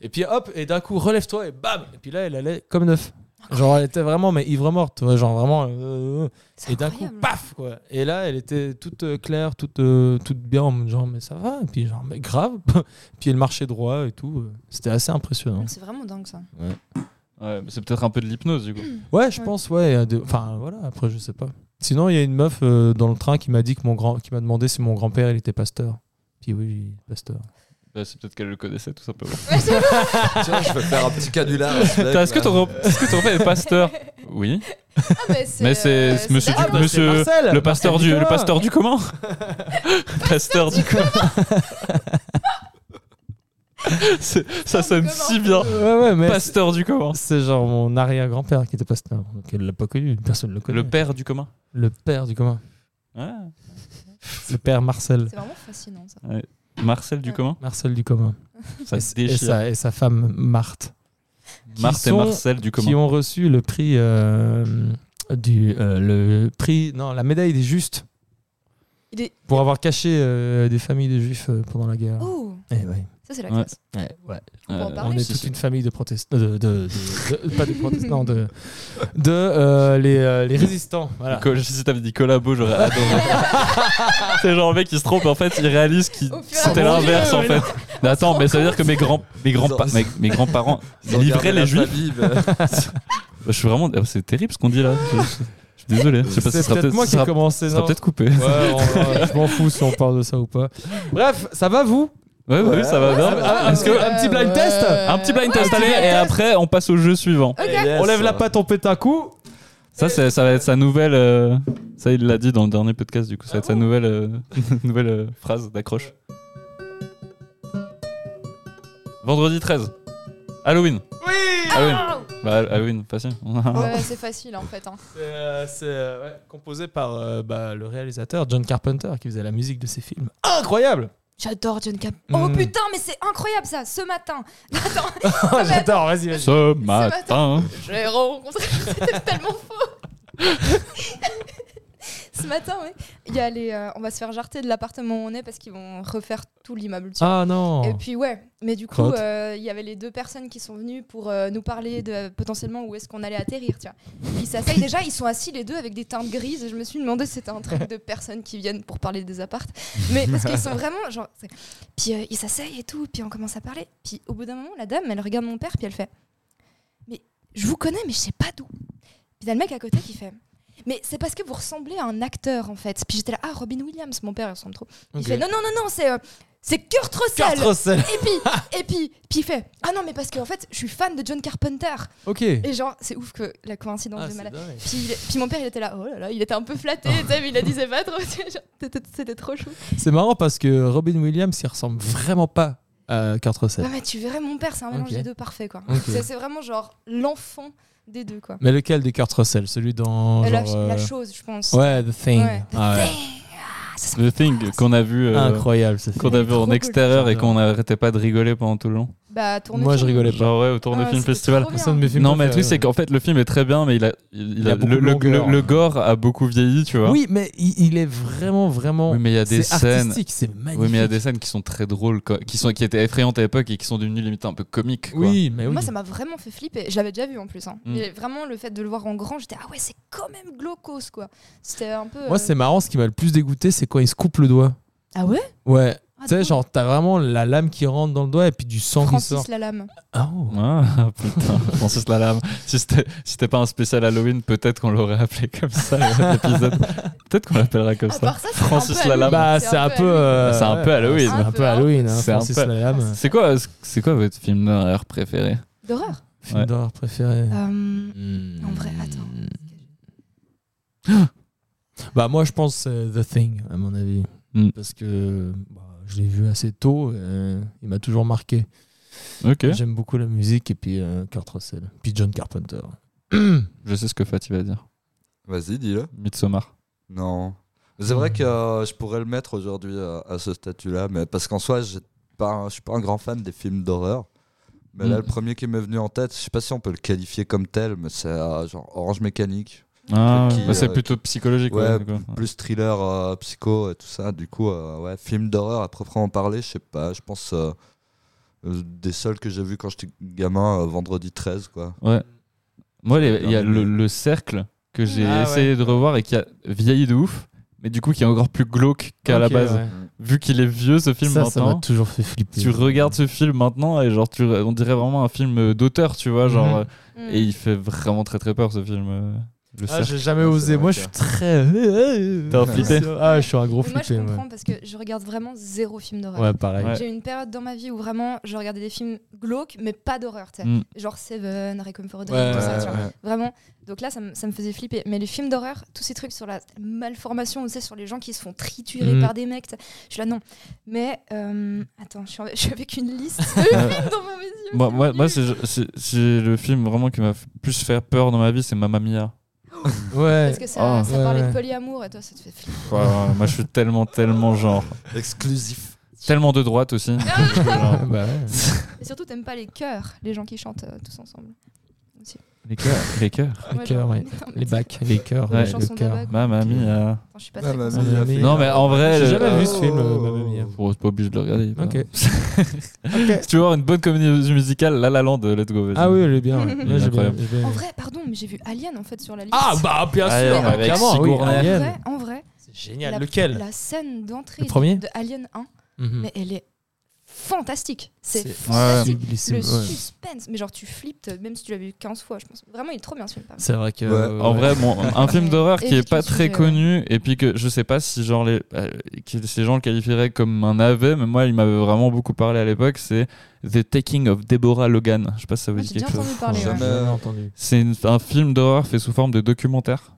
Et puis hop, et d'un coup, relève-toi, et bam Et puis là, elle allait comme neuf. Genre, elle était vraiment, mais ivre-morte, ouais, genre vraiment. euh, C'est et d'un coup, incroyable. paf quoi. Et là, elle était toute euh, claire, toute, euh, toute bien, en mode genre, mais ça va. Et puis, genre, mais grave. <laughs> puis elle marchait droit et tout. euh. C'était assez impressionnant. C'est vraiment dingue <laughs> ça. Ouais, mais c'est peut-être un peu de l'hypnose, du coup. Ouais, je Ouais. pense, ouais. euh, de- Enfin, voilà, après, je sais pas. Sinon, il y a une meuf euh, dans le train qui m'a dit que mon grand, qui m'a demandé si mon grand-père, il était pasteur. Puis oui, il est pasteur. Bah, c'est peut-être qu'elle le connaissait, tout simplement. <laughs> Tiens, je vais faire un petit canular. à ce mec, Attends, Est-ce que là. ton est-ce que ton père est <laughs> pasteur Oui. Mais Ah, bah, c'est Ah, euh, ce monsieur dingue. du- monsieur- Marcel Le pasteur du, le Nicolas pasteur du <laughs> comment Pasteur du comment C'est- Ça sonne Pasteur du si bien. Ouais, ouais, mais. Pasteur du comment C'est genre mon arrière-grand-père qui était pasteur. Donc elle l'a pas connu, personne le connaît. Le père du commun. Le père du commun. Ouais. Le père Marcel. C'est vraiment fascinant ça. Marcel du commun. Marcel du commun. Ça et, se et déchire. sa, et sa femme Marthe, Marthe et sont- Marcel du qui commun. ont reçu le prix euh, du euh, le prix non la médaille des justes Il est. pour avoir caché euh, des familles de juifs euh, pendant la guerre. Oh, Eh ouais. ça c'est la Ouais. classe. Ouais, ouais. on peut en On parler est si, toute si. une famille de protestants, de, de- de- de- pas des protestants, de, de euh, les, euh, les résistants. Voilà. Nico- Si t'avais dit collabo, j'aurais adoré. C'est genre le mec qui se trompe, en fait, il réalise qu'il Au fur et à c'était mesure, l'inverse en mais fait. Mais attends, mais ça veut dire que mes grands, mes grands, Ils ont- mes, mes grands-parents Ils ont gardé livraient la les juifs. famille, mais- Je suis vraiment, ah, c'est terrible ce qu'on dit là. Je, je- je suis désolé. Je sais pas si ça C'est sera peut-être peut-être moi qui ça ai sera- commencé. ça sera non peut-être coupé. Ouais, on- euh, je m'en fous si on parle de ça ou pas. Bref, ça va vous Ouais, bah oui, ça va bien. ça va. Est-ce que- un petit blind test Un petit blind test, allez, et après, on passe au jeu suivant. Yes. On lève la patte, on pète un coup. Ça, c'est- ça va être sa nouvelle. euh, Ça, il l'a dit dans le dernier podcast, du coup, ça va être sa nouvelle, euh, <laughs> nouvelle euh, phrase d'accroche. Vendredi 13. Halloween. Ah Oui Ah. Halloween. Bah, Halloween, facile. Ah Ouais, c'est facile en fait. hein. C'est euh, c'est, euh, ouais, composé par euh, bah, le réalisateur John Carpenter qui faisait la musique de ses films. Incroyable J'adore John Cap. Oh Mm. putain, mais c'est incroyable ça, ce matin. <laughs> Attends, <laughs> J'adore, vas-y, vas-y. Ce matin. matin. je l'ai rencontré, c'était tellement faux. ce matin, oui. Il y a les, euh, on va se faire jarter de l'appartement où on est parce qu'ils vont refaire tout l'immeuble. tu vois. Ah non Et puis ouais, mais du coup, Crotte. euh, il y avait les deux personnes qui sont venues pour euh, nous parler de euh, potentiellement où est-ce qu'on allait atterrir, tu vois. Ils s'asseyent déjà, ils sont assis les deux avec des teintes grises. Et je me suis demandé si c'était un truc de personnes qui viennent pour parler des appartes, mais parce qu'ils sont vraiment genre. c'est- Puis euh, ils s'asseyent et tout, puis on commence à parler. Puis au bout d'un moment, la dame, elle regarde mon père, puis elle fait, mais je vous connais, mais je sais pas d'où. Puis t'as le mec à côté qui fait. Mais c'est parce que vous ressemblez à un acteur en fait. Puis j'étais là, ah Robin Williams, mon père il ressemble trop. Il Ok. fait non non non non c'est euh, c'est Kurt Russell. Kurt Russell. Et Ah. puis, et puis, puis il fait Ah non, mais parce qu'en fait, je suis fan de John Carpenter. Ok. Et genre, c'est ouf que la coïncidence Ah, de c'est malade. dingue. Oh. Puis, il- puis mon père, il était là, oh là là, il était un peu flatté, tu sais, mais il la disait pas trop. tu sais, genre, C'était c'était trop chou. C'est marrant parce que Robin Williams, il ressemble vraiment pas à Kurt Russell. Non, mais tu verrais, mon père, c'est un mélange Ok. des deux parfait, quoi. Ok. C'est c'est vraiment genre l'enfant des deux, quoi. Mais lequel de Kurt Russell Celui dans. Euh, la, genre, la euh, chose, je pense. Ouais, The Thing. Ouais. Ah ouais. The Thing qu'on a vu, euh, Incroyable ce film. qu'on a vu Trop en cool. extérieur et qu'on n'arrêtait pas de rigoler pendant tout le long. Bah, tourne Moi, je rigolais pas. Genre ouais, autour Ah, du film c'était festival. trop bien. C'est un de mes films Non, mais le préférés, truc, c'est qu'en fait, le film est très bien, mais il a, il, Il y a a- beaucoup le, de le- longueur. le- le gore a beaucoup vieilli, tu vois. Oui, mais il, il est vraiment, vraiment. Oui, mais il y a des c'est scènes. artistique, c'est magnifique. Oui, mais il y a des scènes qui sont très drôles, quoi, qui, sont, qui étaient effrayantes à l'époque et qui sont devenues limite un peu comiques. Quoi. Oui, mais oui. Moi, ça m'a vraiment fait flipper. Je l'avais déjà vu en plus. Hein. Mm. Mais vraiment, le fait de le voir en grand, j'étais ah ouais, c'est quand même glaucos quoi. C'était un peu. Moi, euh, c'est marrant. Ce qui m'a le plus dégoûté, c'est quand il se coupe le doigt. Ah ouais Ouais. Ah, tu sais, drôle. genre, t'as vraiment la lame qui rentre dans le doigt et puis du sang qui sort. Francis Lalanne. Ah, oh. Ah putain, <laughs> Francis Lalanne. Si c'était si c'était pas un spécial Halloween, peut-être qu'on l'aurait appelé comme ça euh, <laughs> l'épisode. Peut-être qu'on l'appellera comme À ça. part ça, Ah c'est Francis un peu Lalanne. Halloween. Bah, c'est un peu. euh, C'est un peu Halloween. C'est un peu Halloween, hein, C'est un Francis peu- Lalanne. C'est quoi, c'est quoi votre film d'horreur préféré D'horreur. Film Ouais. d'horreur préféré. Euh, Hmm. en vrai, attends. <gasps> Bah moi je pense euh, The Thing à mon avis Mm. parce que bah, je l'ai vu assez tôt euh, il m'a toujours marqué. Ok. J'aime beaucoup la musique et puis euh, Kurt Russell puis John Carpenter. Je sais ce que Fatih va dire. Vas-y, dis-le. Midsommar. Non. C'est Hmm. vrai que euh, je pourrais le mettre aujourd'hui euh, à ce statut-là, mais parce qu'en soi, j'ai pas un- je suis pas un grand fan des films d'horreur. Mais là, Mm. le premier qui m'est venu en tête, je sais pas si on peut le qualifier comme tel, mais c'est euh, genre Orange Mécanique, Ah, Qui, bah, c'est euh, plutôt psychologique. ouais, ouais, quoi. plus thriller, euh, psycho et tout ça. Du coup, euh, ouais, film d'horreur à proprement parler, je sais pas. Je pense euh, euh, des seuls que j'ai vus quand j'étais gamin, euh, Vendredi 13, quoi. Euh, Ouais. Moi, les- bien il y a le, aimé. le cercle que j'ai Ah ouais. essayé de revoir et qui a vieilli de ouf, mais du coup qui est encore plus glauque qu'à la Ok, base. ouais. Vu qu'il est vieux ce film ça ça m'a maintenant, toujours fait flipper. tu regardes ce film maintenant et genre tu, on dirait vraiment un film euh, d'auteur, tu vois, genre Mhm. euh, Hmm. et il fait vraiment très très peur ce film. euh, le Ah, cercle. j'ai jamais Ouais, osé. c'est vrai Moi que- je suis <laughs> très. T'es un flippé Ah je suis un gros Mais moi, je flippé. ouais. comprends parce que je regarde vraiment zéro film d'horreur. Ouais pareil. Ouais. J'ai eu une période dans ma vie où vraiment je regardais des films glauques, mais pas d'horreur, tu sais. Mm. Genre Seven, Requiem for a Dream, Ouais, tout ça, ouais, tu vois. ouais. Vraiment. Donc là, ça, me- ça me faisait flipper. Mais les films d'horreur, tous ces trucs sur la malformation, tu sais, sur les gens qui se font triturer Mm. par des mecs, tu sais. je suis là, non. Mais euh, attends, je suis, en- je suis avec une liste de <laughs> films dans mes yeux. Moi, moi, nul. moi, c'est c'est- c'est le film vraiment qui m'a f- plus fait peur dans ma vie, c'est Mamma Mia. Ouais. Parce que ça, Ah. ça Ouais, parlait ouais. de polyamour et toi, ça te fait flipper. Ouais, <laughs> ouais, ah, moi, je suis tellement, tellement genre, Exclusif. tellement de droite aussi. Genre, <laughs> Bah, <laughs> ouais. Et surtout, t'aimes pas les chœurs, les gens qui chantent euh, tous ensemble. les cœurs, les cœurs. Les Ouais, cœurs, genre, ouais. non, mais Les bacs, les cœurs, Ouais. ouais, Les chansons le de cœur. bacs. Mamma Mia. attends, Je suis pas Ah, très bah, consciente. mais il a fait- Non, mais en vrai, J'ai le- jamais vu ce film. euh, Oh. Mamma Mia. Bon, c'est pas obligé de le regarder. Ok. pardon. si <laughs> tu veux voir une bonne comédie musicale, La La Land, let's go. vas-y. Ah oui, elle est <laughs> bien. ouais. Il est Ouais, j'ai bien- incroyable. j'ai bien- En vrai, pardon, mais j'ai vu Alien en fait sur la liste. Ah bah bien Ah, sûr, ouais, avec clairement, oui, Sigourney. En Alien. vrai, en vrai, C'est génial. La- Lequel la scène d'entrée Le premier de Alien 1, Mhm. mais elle est fantastique. C'est C'est- fantastique. Sublissime, Le ouais. suspense, mais genre tu flippes, t'as- même si tu l'as vu 15 fois, je pense. Vraiment, il est trop bien ce film. pardon. C'est vrai que. Ouais, euh, En vrai, bon, un <laughs> film d'horreur qui Évite est pas le très sujet, connu et puis que je sais pas si genre les euh, que ces gens le qualifieraient comme un navet, mais moi il m'avait vraiment beaucoup parlé à l'époque. C'est The Taking of Deborah Logan. Je sais pas si ça vous Ah, dit j'ai quelque bien chose. entendu parler. ouais. Jamais. jamais entendu. C'est une- un film d'horreur fait sous forme de documentaire.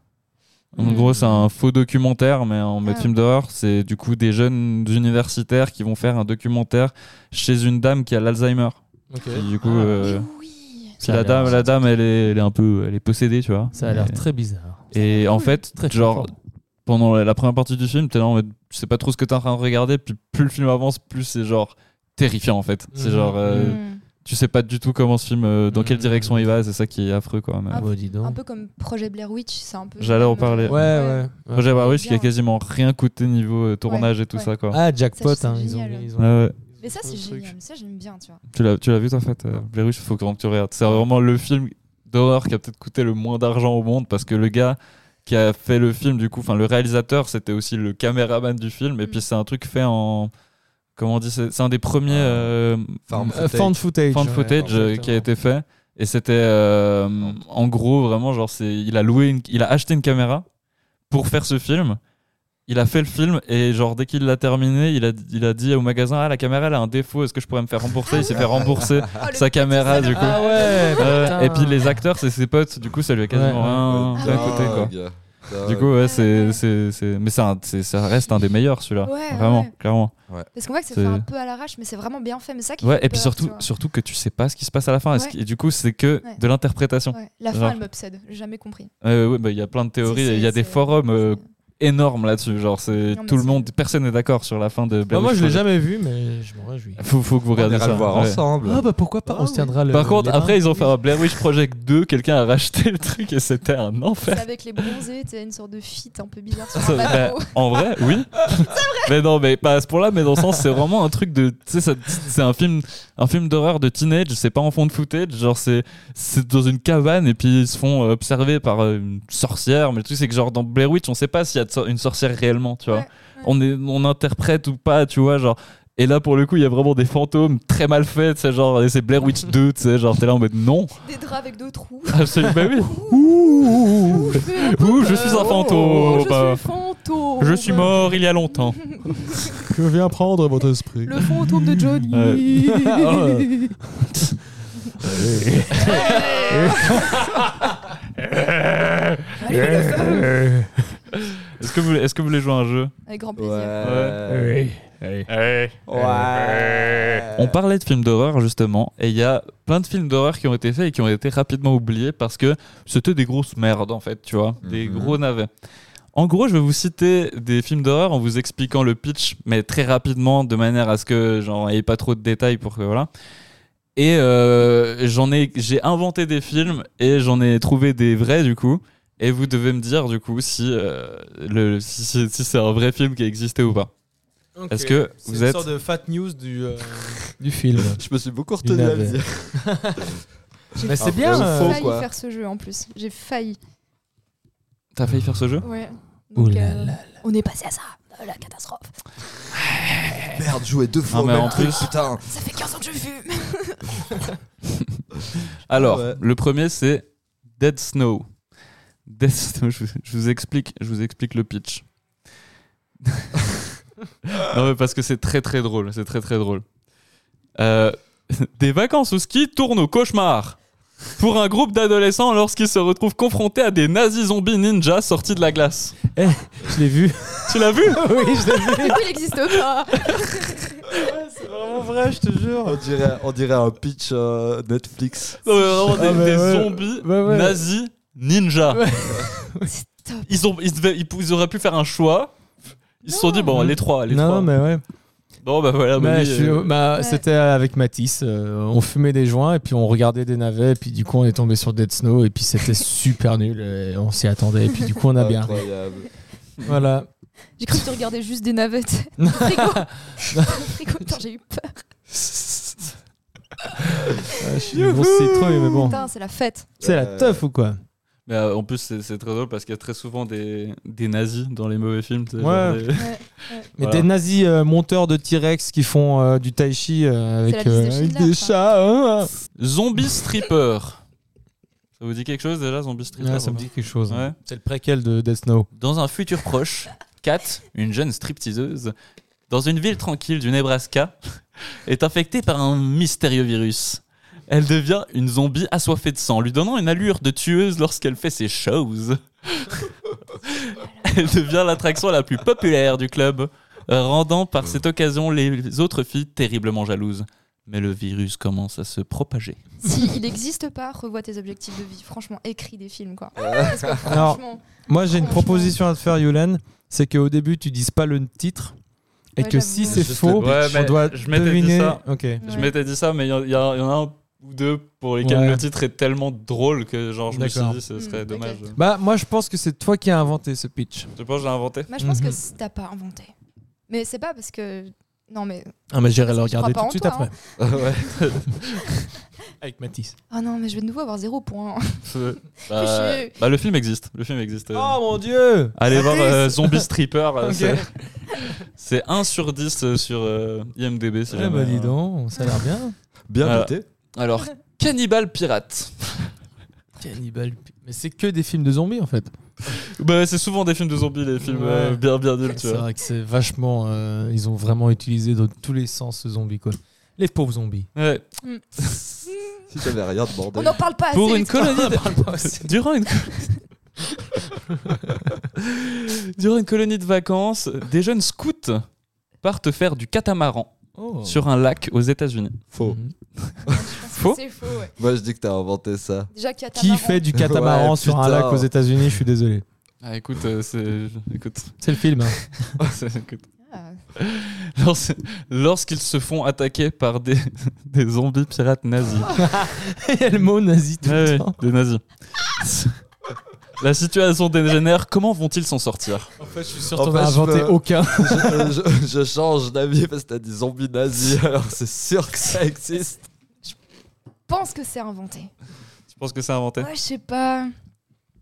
En Mm. gros, c'est un faux documentaire, mais en mode Ah. film d'horreur, c'est du coup des jeunes universitaires qui vont faire un documentaire chez une dame qui a l'Alzheimer. Puis, Du coup, Ah. Ah. euh, Mais oui. Puis la dame, la dame, elle est, elle est un peu, elle est possédée, tu vois. Ça a l'air très bizarre. Et, et en fait, Très genre flippant. pendant la, la première partie du film, t'es là en mode, tu sais pas trop ce Mmh. que t'es en train de regarder, puis plus le film avance, plus c'est genre terrifiant en fait. C'est Mhm. genre, euh, Mm. tu tu sais pas du tout comment ce film, euh, dans quelle Mm. direction il va, c'est ça qui est affreux quoi. mais- Mmh. Ah, Oh, dis donc. Un peu comme Projet Blair Witch, c'est un peu. J'allais en parler. Ouais, ouais. ouais. Roger Barwich qui a Bien. quasiment rien coûté niveau euh, tournage et tout ouais. ça quoi. Ah, jackpot, Ça, hein, c'est ils ont, génial. ils ont- Ouais, ouais. Mais ça, Le c'est truc. génial. Ça, j'aime bien, tu vois. Tu l'as, tu l'as vu toi en fait, euh, Blair Witch, faut vraiment que tu regardes. C'est vraiment le film d'horreur qui a peut-être coûté le moins d'argent au monde parce que le gars qui a fait le film du coup, enfin le réalisateur, c'était aussi le caméraman du film et Mm. puis c'est un truc fait en comment on dit, c'est c'est un des premiers euh, Farm Euh, Fan footage. fan ouais. footage euh, qui a été fait et c'était euh, en gros vraiment genre c'est il a loué une- il a acheté une caméra pour faire ce film il a fait le film et genre dès qu'il l'a terminé il a il a dit au magasin ah la caméra elle a un défaut est-ce que je pourrais me faire rembourser il s'est fait rembourser Oh, <laughs> le sa caméra du coup Ah ouais Euh, putain. et puis les acteurs c'est ses potes du coup ça lui a quasiment Ouais. rien Ah, coûté quoi gars. Ah, du coup ouais c'est c'est c'est- mais c'est un- c'est- ça reste un des meilleurs celui-là Ouais, vraiment ouais. clairement Parce qu'on voit que c'est C'est- fait un peu à l'arrache, mais c'est vraiment bien fait. Mais ça qui Ouais, fait et puis peur, surtout, tu vois. surtout que tu sais pas ce qui se passe à la fin. Et ce Ouais. qui- Et du coup, c'est que Ouais. de l'interprétation. Ouais. La fin, Genre- elle m'obsède. J'ai jamais compris. Euh, ouais, bah, Il y a plein de théories, C'est- et il y a c'est- des forums euh, c'est- énormes là-dessus. Genre, c'est Non, mais tout le c'est- monde, personne n'est d'accord sur la fin de Bah, Ah, Blair moi, Witch je l'ai Project. jamais vu, mais je m'en réjouis. Faut, faut que vous On regardiez ira ça. le voir ouais. ensemble. Ah bah pourquoi pas, Ah on se oui. tiendra le. Par contre, les après, mains. ils ont fait un Blair Witch Project 2. Quelqu'un a racheté le truc et c'était un C'est enfer. avec les bronzés, t'as une sorte de fit un peu <laughs> bizarre sur Ça- un bah, bateau. en vrai, <laughs> oui. mais non, mais pas à ce point-là, mais dans le sens, c'est vraiment un truc de. Tu sais, ça- c'est un film, un film d'horreur de teenage, c'est pas en fond de footage, genre c'est c'est dans une cabane et puis ils se font euh, observer par euh, une sorcière. Mais le truc, c'est que genre dans Blair Witch, on sait pas s'il y a de sor- une sorcière réellement, tu vois. Ouais, ouais. On, est, on interprète ou pas, tu vois, genre. Et là, pour le coup, il y a vraiment des fantômes très mal faits, tu sais, genre, et c'est Blair <laughs> Witch 2, tu sais, genre, t'es là en mode non, Des draps avec deux trous. <laughs> absolument, bah oui. Ouh, ouh, ouh, je suis un fantôme. Oh, je suis fantôme. Je suis mort il y a longtemps. Que vient prendre votre esprit Le fantôme de Johnny. Est-ce que, vous- est-ce que vous voulez jouer à un jeu Avec grand Ouais. plaisir. Ouais. On parlait de films d'horreur justement, et il y a plein de films d'horreur qui ont été faits et qui ont été rapidement oubliés parce que c'était des grosses merdes en fait, tu vois, des Mhm. gros navets. En gros, je vais vous citer des films d'horreur en vous expliquant le pitch, mais très rapidement, de manière à ce que j'en ai pas trop de détails pour que voilà. Et euh, j'en ai, j'ai inventé des films et j'en ai trouvé des vrais du coup. Et vous devez me dire du coup si euh, le si, si- si c'est un vrai film qui existait ou pas. Est-ce que vous êtes- de fat news du, euh, du <laughs> film. Je me suis beaucoup retenu à le navet. dire. Mais c'est Ah, bien. ouais, J'ai euh, faux. failli quoi. faire ce jeu en plus. J'ai failli. T'as failli faire ce jeu Ouais. Donc, Ouh là euh, là. On est passé à ça. Euh, La catastrophe. Merde, jouer deux fois Ah, au mais même en truc, plus- putain. Ça fait 15 ans que je fume. <laughs> Alors, Ouais. le premier, c'est Dead Snow. Dead <laughs> Snow, je vous, je vous explique, je vous explique le pitch. <laughs> non, mais parce que c'est très très drôle, c'est très très drôle. Euh, <laughs> des vacances au ski tournent au cauchemar pour un groupe d'adolescents lorsqu'ils se retrouvent confrontés à des nazis zombies ninjas sortis de la glace. Je l'ai vu. Tu l'as vu <laughs> oui, je l'ai vu. Du coup, il n'existe pas. C'est vraiment vrai, je te jure. On dirait, on dirait un pitch euh, Netflix. Non, mais vraiment des, Ah, bah des ouais. zombies Bah ouais. nazis ninjas. C'est top. Ils, ont, ils, devaient- ils pou- ils auraient pu faire un choix. Ils se sont dit, bon, les trois, les trois. Non, mais ouais. Bon bah voilà, Bah, bah oui, je suis- euh, bah, Ouais. C'était avec Matisse. euh, on fumait des joints et puis on regardait des navets. Et puis du coup, on est tombé sur Dead Snow. Et puis c'était super nul. Et on s'y attendait. Et puis du coup, on a bien. ri. Incroyable. Voilà. J'ai cru que tu regardais juste <laughs> des navettes. Frigo. Frigo. Putain, j'ai eu peur. Ouais, je suis bon, c'est trop, mais bon. Putain, c'est la fête. C'est Euh, Euh, la teuf ou quoi <laughs> Mais euh, en plus c'est c'est très drôle parce qu'il y a très souvent des, des nazis dans les mauvais films. tu sais, genre Ouais. des- Ouais. Mais Voilà. des nazis euh, monteurs de T-Rex qui font euh, du tai chi euh, C'est la avec, liste de euh, avec Schindler, des ça. chats. hein. Zombie Stripper. Ça vous dit quelque chose déjà, Zombie Stripper Ouais, ça me dit quelque chose. hein. Ouais. C'est le préquel de Death Snow. Dans un futur proche, Kat, une jeune stripteaseuse, dans une ville tranquille du Nebraska, <laughs> est infectée par un mystérieux virus. Elle devient une zombie assoiffée de sang, lui donnant une allure de tueuse lorsqu'elle fait ses shows. Elle devient l'attraction la plus populaire du club, rendant par cette occasion les autres filles terriblement jalouses. Mais le virus commence à se propager. Si il n'existe pas, revois tes objectifs de vie. Franchement, écris des films, quoi. Parce que Alors, franchement, Moi, j'ai une proposition à te faire, Yulen. C'est qu'au début, tu dises pas le titre. Et Ouais, que si j'avoue. c'est Juste- faux, Ouais, on mais doit je m'étais dit deviner. ça. Ok. Je Ouais. m'étais dit ça, mais il y, en- il y en- il y en a un ou deux pour lesquels Ouais. le titre est tellement drôle que genre je me suis D'accord. dit ce serait Mm, dommage. ok. Bah, moi, je pense que c'est toi qui as inventé ce pitch. Je pense que je l'ai <laughs> inventé. Moi, je pense Mhm. que c- t'as pas inventé. Mais c'est pas parce que. Non, mais. Ah, mais j'irai le Je regarder crois tout pas hein de suite en toi, après. <laughs> ouais. Avec Mathis. Ah non, mais je vais de nouveau avoir zéro point. Bah, Je- bah, le film existe. Le film existe. euh. Oh mon dieu Allez voir Mathis euh, Zombie Stripper. euh, <laughs> Ok. c'est- C'est 1 sur 10 euh, sur euh, IMDB. Si Eh jamais, bah, dis euh. donc, ça a l'air <laughs> bien. Bien Voilà. noté. <laughs> Alors, Cannibal Pirate. Cannibal. Pi- Mais c'est que des films de zombies en fait. Bah, c'est souvent des films de zombies, les films Ouais. euh, bien bien nuls, tu C'est vois. vrai que c'est vachement. euh, ils ont vraiment utilisé dans tous les sens ce zombie quoi. Les pauvres <laughs> zombies. Ouais. Hmm. <laughs> Si t'avais rien de On bordel. n'en parle pas Pour assez. une <laughs> Ah, colonie de- bah, <laughs> Durant une... <laughs> Durant une colonie de vacances, des jeunes scouts partent faire du catamaran Oh. sur un lac aux États-Unis. Faux. Mhm. Faux C'est faux, ouais. Moi, je dis que t'as inventé ça. <laughs> Déjà, qu'il y a Qui Tamaran. fait du catamaran Ouais, sur un putain. lac aux États-Unis Je suis désolé. Ah, écoute, euh, c'est. <laughs> Écoute. C'est le film. <laughs> hein. C'est- écoute. Ah, Lors- Lorsqu'ils se font attaquer par des, <laughs> des zombies pirates nazis. Il y a le mot nazi tout Ouais, le ouais, temps. des nazis. <laughs> La situation dégénère, comment vont-ils s'en sortir En fait, je suis sûr que t'en as inventé inventé aucun. je, je- je change d'avis parce que t'as dit zombie nazi, <laughs> alors c'est sûr que ça existe. Je pense que c'est inventé. Je pense que c'est inventé. Ouais, je sais pas.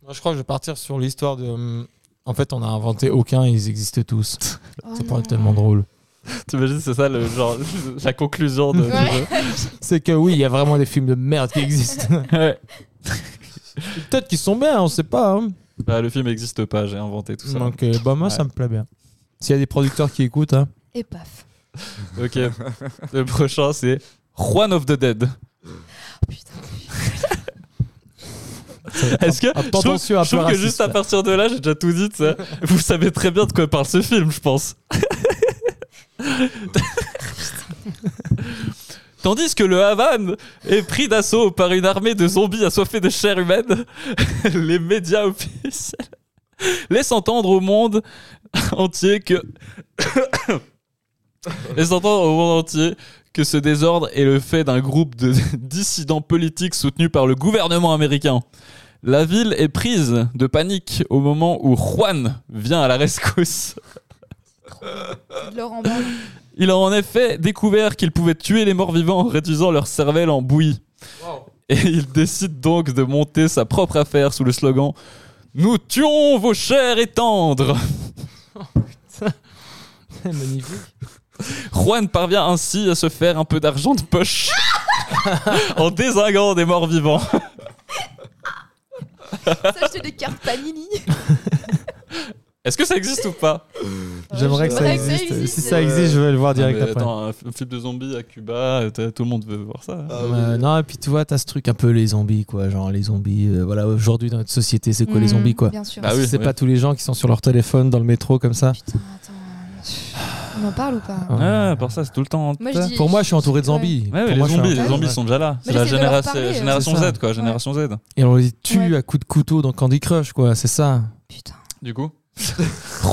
Moi, je crois que je vais partir sur l'histoire de. hum, En fait, on a inventé aucun, ils existent tous. Oh <laughs> Ça non. pourrait être tellement drôle. T'imagines, c'est ça le, genre, <laughs> la conclusion de, du Ouais. C'est que oui, il y a vraiment des films de merde qui <laughs> existent. jeu. Ouais. Peut-être qu'ils sont bien, on sait pas. hein. Bah, le film n'existe pas, j'ai inventé tout ça. Donc, euh, bah, moi, Ouais. ça me plaît bien. S'il y a des producteurs qui écoutent, hein. Et paf. Ok. Le prochain, c'est Juan of the Dead. Oh, putain. ça va <laughs> être Est-ce que. un- Je un trouve, tendancieux, un je trouve peu que raciste, juste à ouais. partir de là, j'ai déjà tout dit, tu sais. Vous savez très bien de quoi parle ce film, je <laughs> pense. Tandis que le Havane est pris d'assaut par une armée de zombies assoiffés de chair humaine, <laughs> les médias officiels laissent entendre au monde entier que. <coughs> laissent entendre au monde entier que ce désordre est le fait d'un groupe de <laughs> dissidents politiques soutenus par le gouvernement américain. La ville est prise de panique au moment où Juan vient à la rescousse. C'est de Laurent Ball. Il a en effet découvert qu'il pouvait tuer les morts-vivants en réduisant leur cervelle en bouillie. Et il décide donc de monter sa propre affaire sous le slogan Nous tuons vos chers et tendres <laughs> Magnifique. Juan parvient ainsi à se faire un peu d'argent de poche <laughs> en désinguant des morts-vivants. S'acheter des cartes Panini. Est-ce que ça existe ou pas <laughs> J'aimerais que ça J'aimerais que ça existe. Si existe. ça existe, je vais le voir Ah, direct Non, Ah, mais après. Attends, un f- film de zombies à Cuba, t'as- tout le monde veut voir ça. Ah Euh, non, et puis tu vois, t'as ce truc un peu les zombies, quoi. Genre les zombies, euh, voilà, aujourd'hui dans notre société, c'est quoi Mm. les zombies, quoi. Bien sûr. Bah Ah oui, c'est ouais. pas tous les gens qui sont sur leur téléphone dans le métro comme ça. Putain, attends. On en parle ou pas Ah. Ah, par ça, c'est tout le temps. Moi, je dis- Pour moi, je suis entouré de Ouais. zombies. Ouais, Pour mais les moi, je suis zombies, un- les zombies sont déjà là. C'est la j'essaie de leur génération, parler, hein. génération c'est ça. Z, quoi. Génération Z. Et on les tue Ouais. à coups de couteau dans Candy Crush, quoi. C'est ça. Putain. Du <laughs> coup,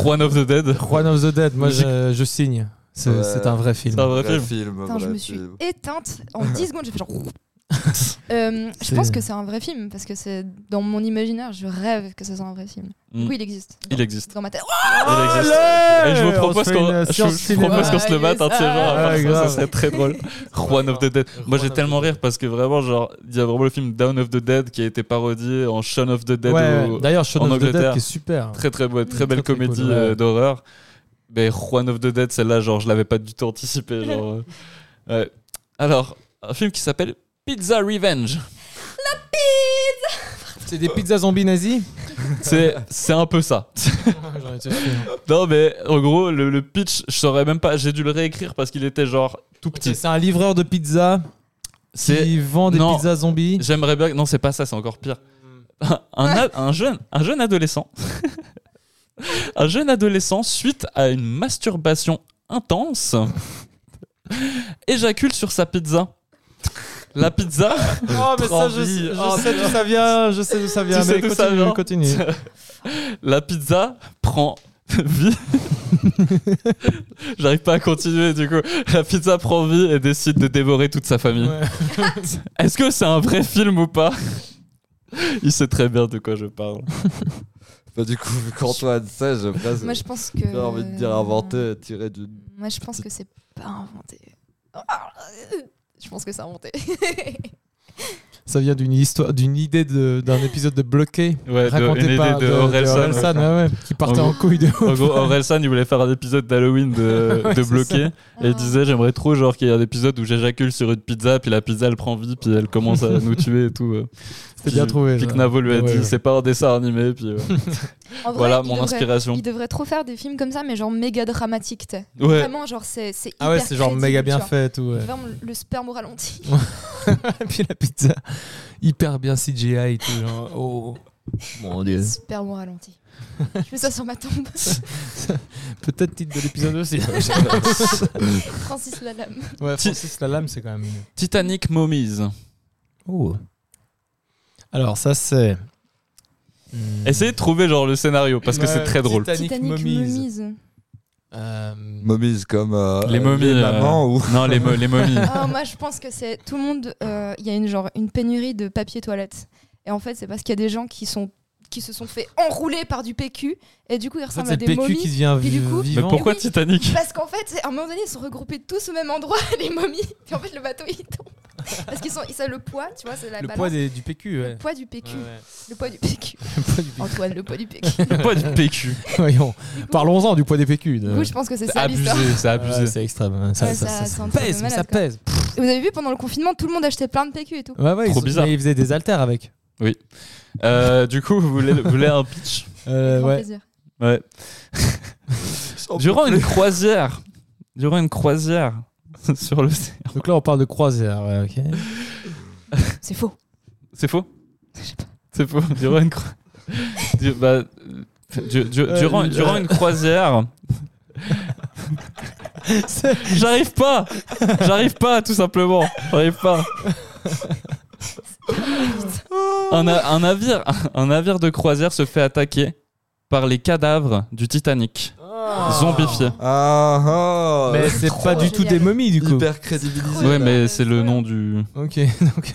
Juan of the Dead. One of the Dead, moi, Mais je, je signe. C'est Ouais. c'est un vrai film. C'est un vrai Vrai film. film, Putain, je vrai me suis film. éteinte <laughs> en 10 secondes. J'ai fait genre. Euh, je C'est- pense que c'est un vrai film parce que c'est dans mon imaginaire, je rêve que ça soit un vrai film. Mm. Oui, il existe. Il existe. Dans ma tête. Il Oh, existe. Allez Et je vous Ah On propose se fait qu'on une euh, je- je science cinéma. propose qu'on se le batte un de Ah, ces jours. à part Ouais, ça, grave. ça serait très <laughs> drôle. Juan of the Dead. Moi, j'ai Juan of tellement the rire parce que vraiment, genre, il y a vraiment le film Down of the Dead qui a été parodié en Shaun of the Dead. Ouais, ou- ouais. D'ailleurs, Shaun en of the Dead Angleterre. qui est super. hein. Très, très, beau- très Très, belle très comédie cool, ouais. euh, d'horreur. Mais Juan of the Dead, celle-là, genre, je l'avais pas du tout anticipé. <laughs> Genre, euh, ouais. Alors, un film qui s'appelle Pizza Revenge. C'est des pizzas zombies <laughs> nazis C'est c'est un peu ça. J'en étais sûr. Non, mais en gros, le, le pitch, je saurais même pas. J'ai dû le réécrire parce qu'il était genre tout Ok, petit. C'est un livreur de pizza C'est. qui vend des Non. pizzas zombies. J'aimerais bien. Non, c'est pas ça, c'est encore pire. Un, a- un jeune, un jeune adolescent. un jeune adolescent, suite à une masturbation intense, éjacule sur sa pizza. La pizza. Oh, mais ça, Trop je, envie. je Oh, sais d'où ça vient, je sais d'où ça vient. Tu sais <laughs> mais d'où continue, ça vient. continue. La pizza prend <laughs> vie. J'arrive pas à continuer, du coup. La pizza prend vie et décide de dévorer toute sa famille. Est-ce que c'est un vrai film ou pas Il sait très bien de quoi je parle. Bah, du coup, vu qu'Antoine sait, j'ai presque Moi, je euh, pense que. j'ai envie de dire inventer, tirer du. Moi, je pense que c'est pas inventé. Je pense que c'est inventé. Ça vient d'une histoire, d'une idée de- d'un épisode de Bloqué. Ouais, de- une Raconté idée par de Orelsan, ouais. Orelsan, ouais, ouais, qui partait En en couille de En ouf. gros, Orelsan, il voulait faire un épisode d'Halloween de, <laughs> Ouais, de c'est bloqué. Et Ah. il disait J'aimerais trop genre qu'il y ait un épisode où j'éjacule sur une pizza, puis la pizza elle prend vie, puis elle commence <laughs> à nous tuer et tout. euh. C'était bien Puis- trouvé. Puis ça. que Navo lui a Ouais, dit ouais. C'est pas un dessin animé, puis euh, En vrai, voilà il mon devrait- inspiration. Il devrait trop faire des films comme ça, mais genre méga dramatiques. t'sais. Ouais, Vraiment, genre, c'est. c'est Ah ouais, hyper c'est genre crédible, méga bien tu vois. fait et <laughs> tout. ouais. Vraiment, le sperme au ralenti. Et puis la pizza, hyper bien CGI et tout. genre, oh. Mon dieu. sperme au ralenti. Je mets ça sur ma <laughs> tombe. Peut-être titre de l'épisode aussi. Francis Lalanne. <laughs> ouais, Francis Lalanne, c'est quand même. Titanic Mummies. Oh. Alors, ça, c'est. hmm, Essayez de trouver genre le scénario parce que Ouais, c'est très drôle. Titanic, Mummies. Euh, Momies comme. euh, Les momies. euh, mamans ou. Non, les, mo- les momies. Ah, moi, je pense que c'est tout le monde. euh, Il y a une genre une pénurie de papier toilette. Et en fait, c'est parce qu'il y a des gens qui sont qui se sont fait enrouler par du PQ et du coup ils en fait, ressemblent c'est à le des PQ momies. qui devient Et du vi- coup- Mais vivant. pourquoi Oui. Titanic <laughs> Parce qu'en fait, c'est- à un moment donné, ils sont regroupés tous au même endroit, <laughs> les momies. Puis en fait, le bateau, il tombe. Parce qu'ils sont, ils savent le poids, tu vois, c'est la Le balance. poids des- du PQ, ouais. Le poids du PQ. Ouais, ouais. Le poids du PQ. <laughs> Le poids du PQ. Antoine, le poids du <laughs> PQ. Pas du PQ. Voyons. Du coup- Parlons-en du poids des PQ. de- Du coup, je pense que c'est C'est ça l'histoire. abusé, c'est Ouais, abusé. c'est extrême. hein. Ça, Ouais, ça- ça- ça- c'est ça un truc de pèse, mais ça malade, quoi. pèse. Vous avez vu, pendant le confinement, tout le monde achetait plein de PQ et tout. Ouais, ouais, Trop ils- bizarre. mais Ils faisaient des haltères avec. Euh, du coup, vous voulez, vous voulez un pitch Euh, Grand ouais. plaisir. Ouais. Durant une croisière. Durant une croisière <laughs> sur le. Donc là, on parle de croisière. ouais, ok. C'est faux. C'est faux Je sais pas. C'est faux. <laughs> Durant une croisière. durant, Euh, durant euh. une croisière. <laughs> C'est- J'arrive pas J'arrive pas, tout simplement. J'arrive pas. Un, a- un navire, un navire de croisière se fait attaquer par les cadavres du Titanic, zombifiés. Ah ah Mais <laughs> c'est Trop pas du tout des génial. momies, du coup. Hyper crédibilisé. Ouais, Ouais, bah, mais c'est le voilà. nom du. Ok, <laughs> donc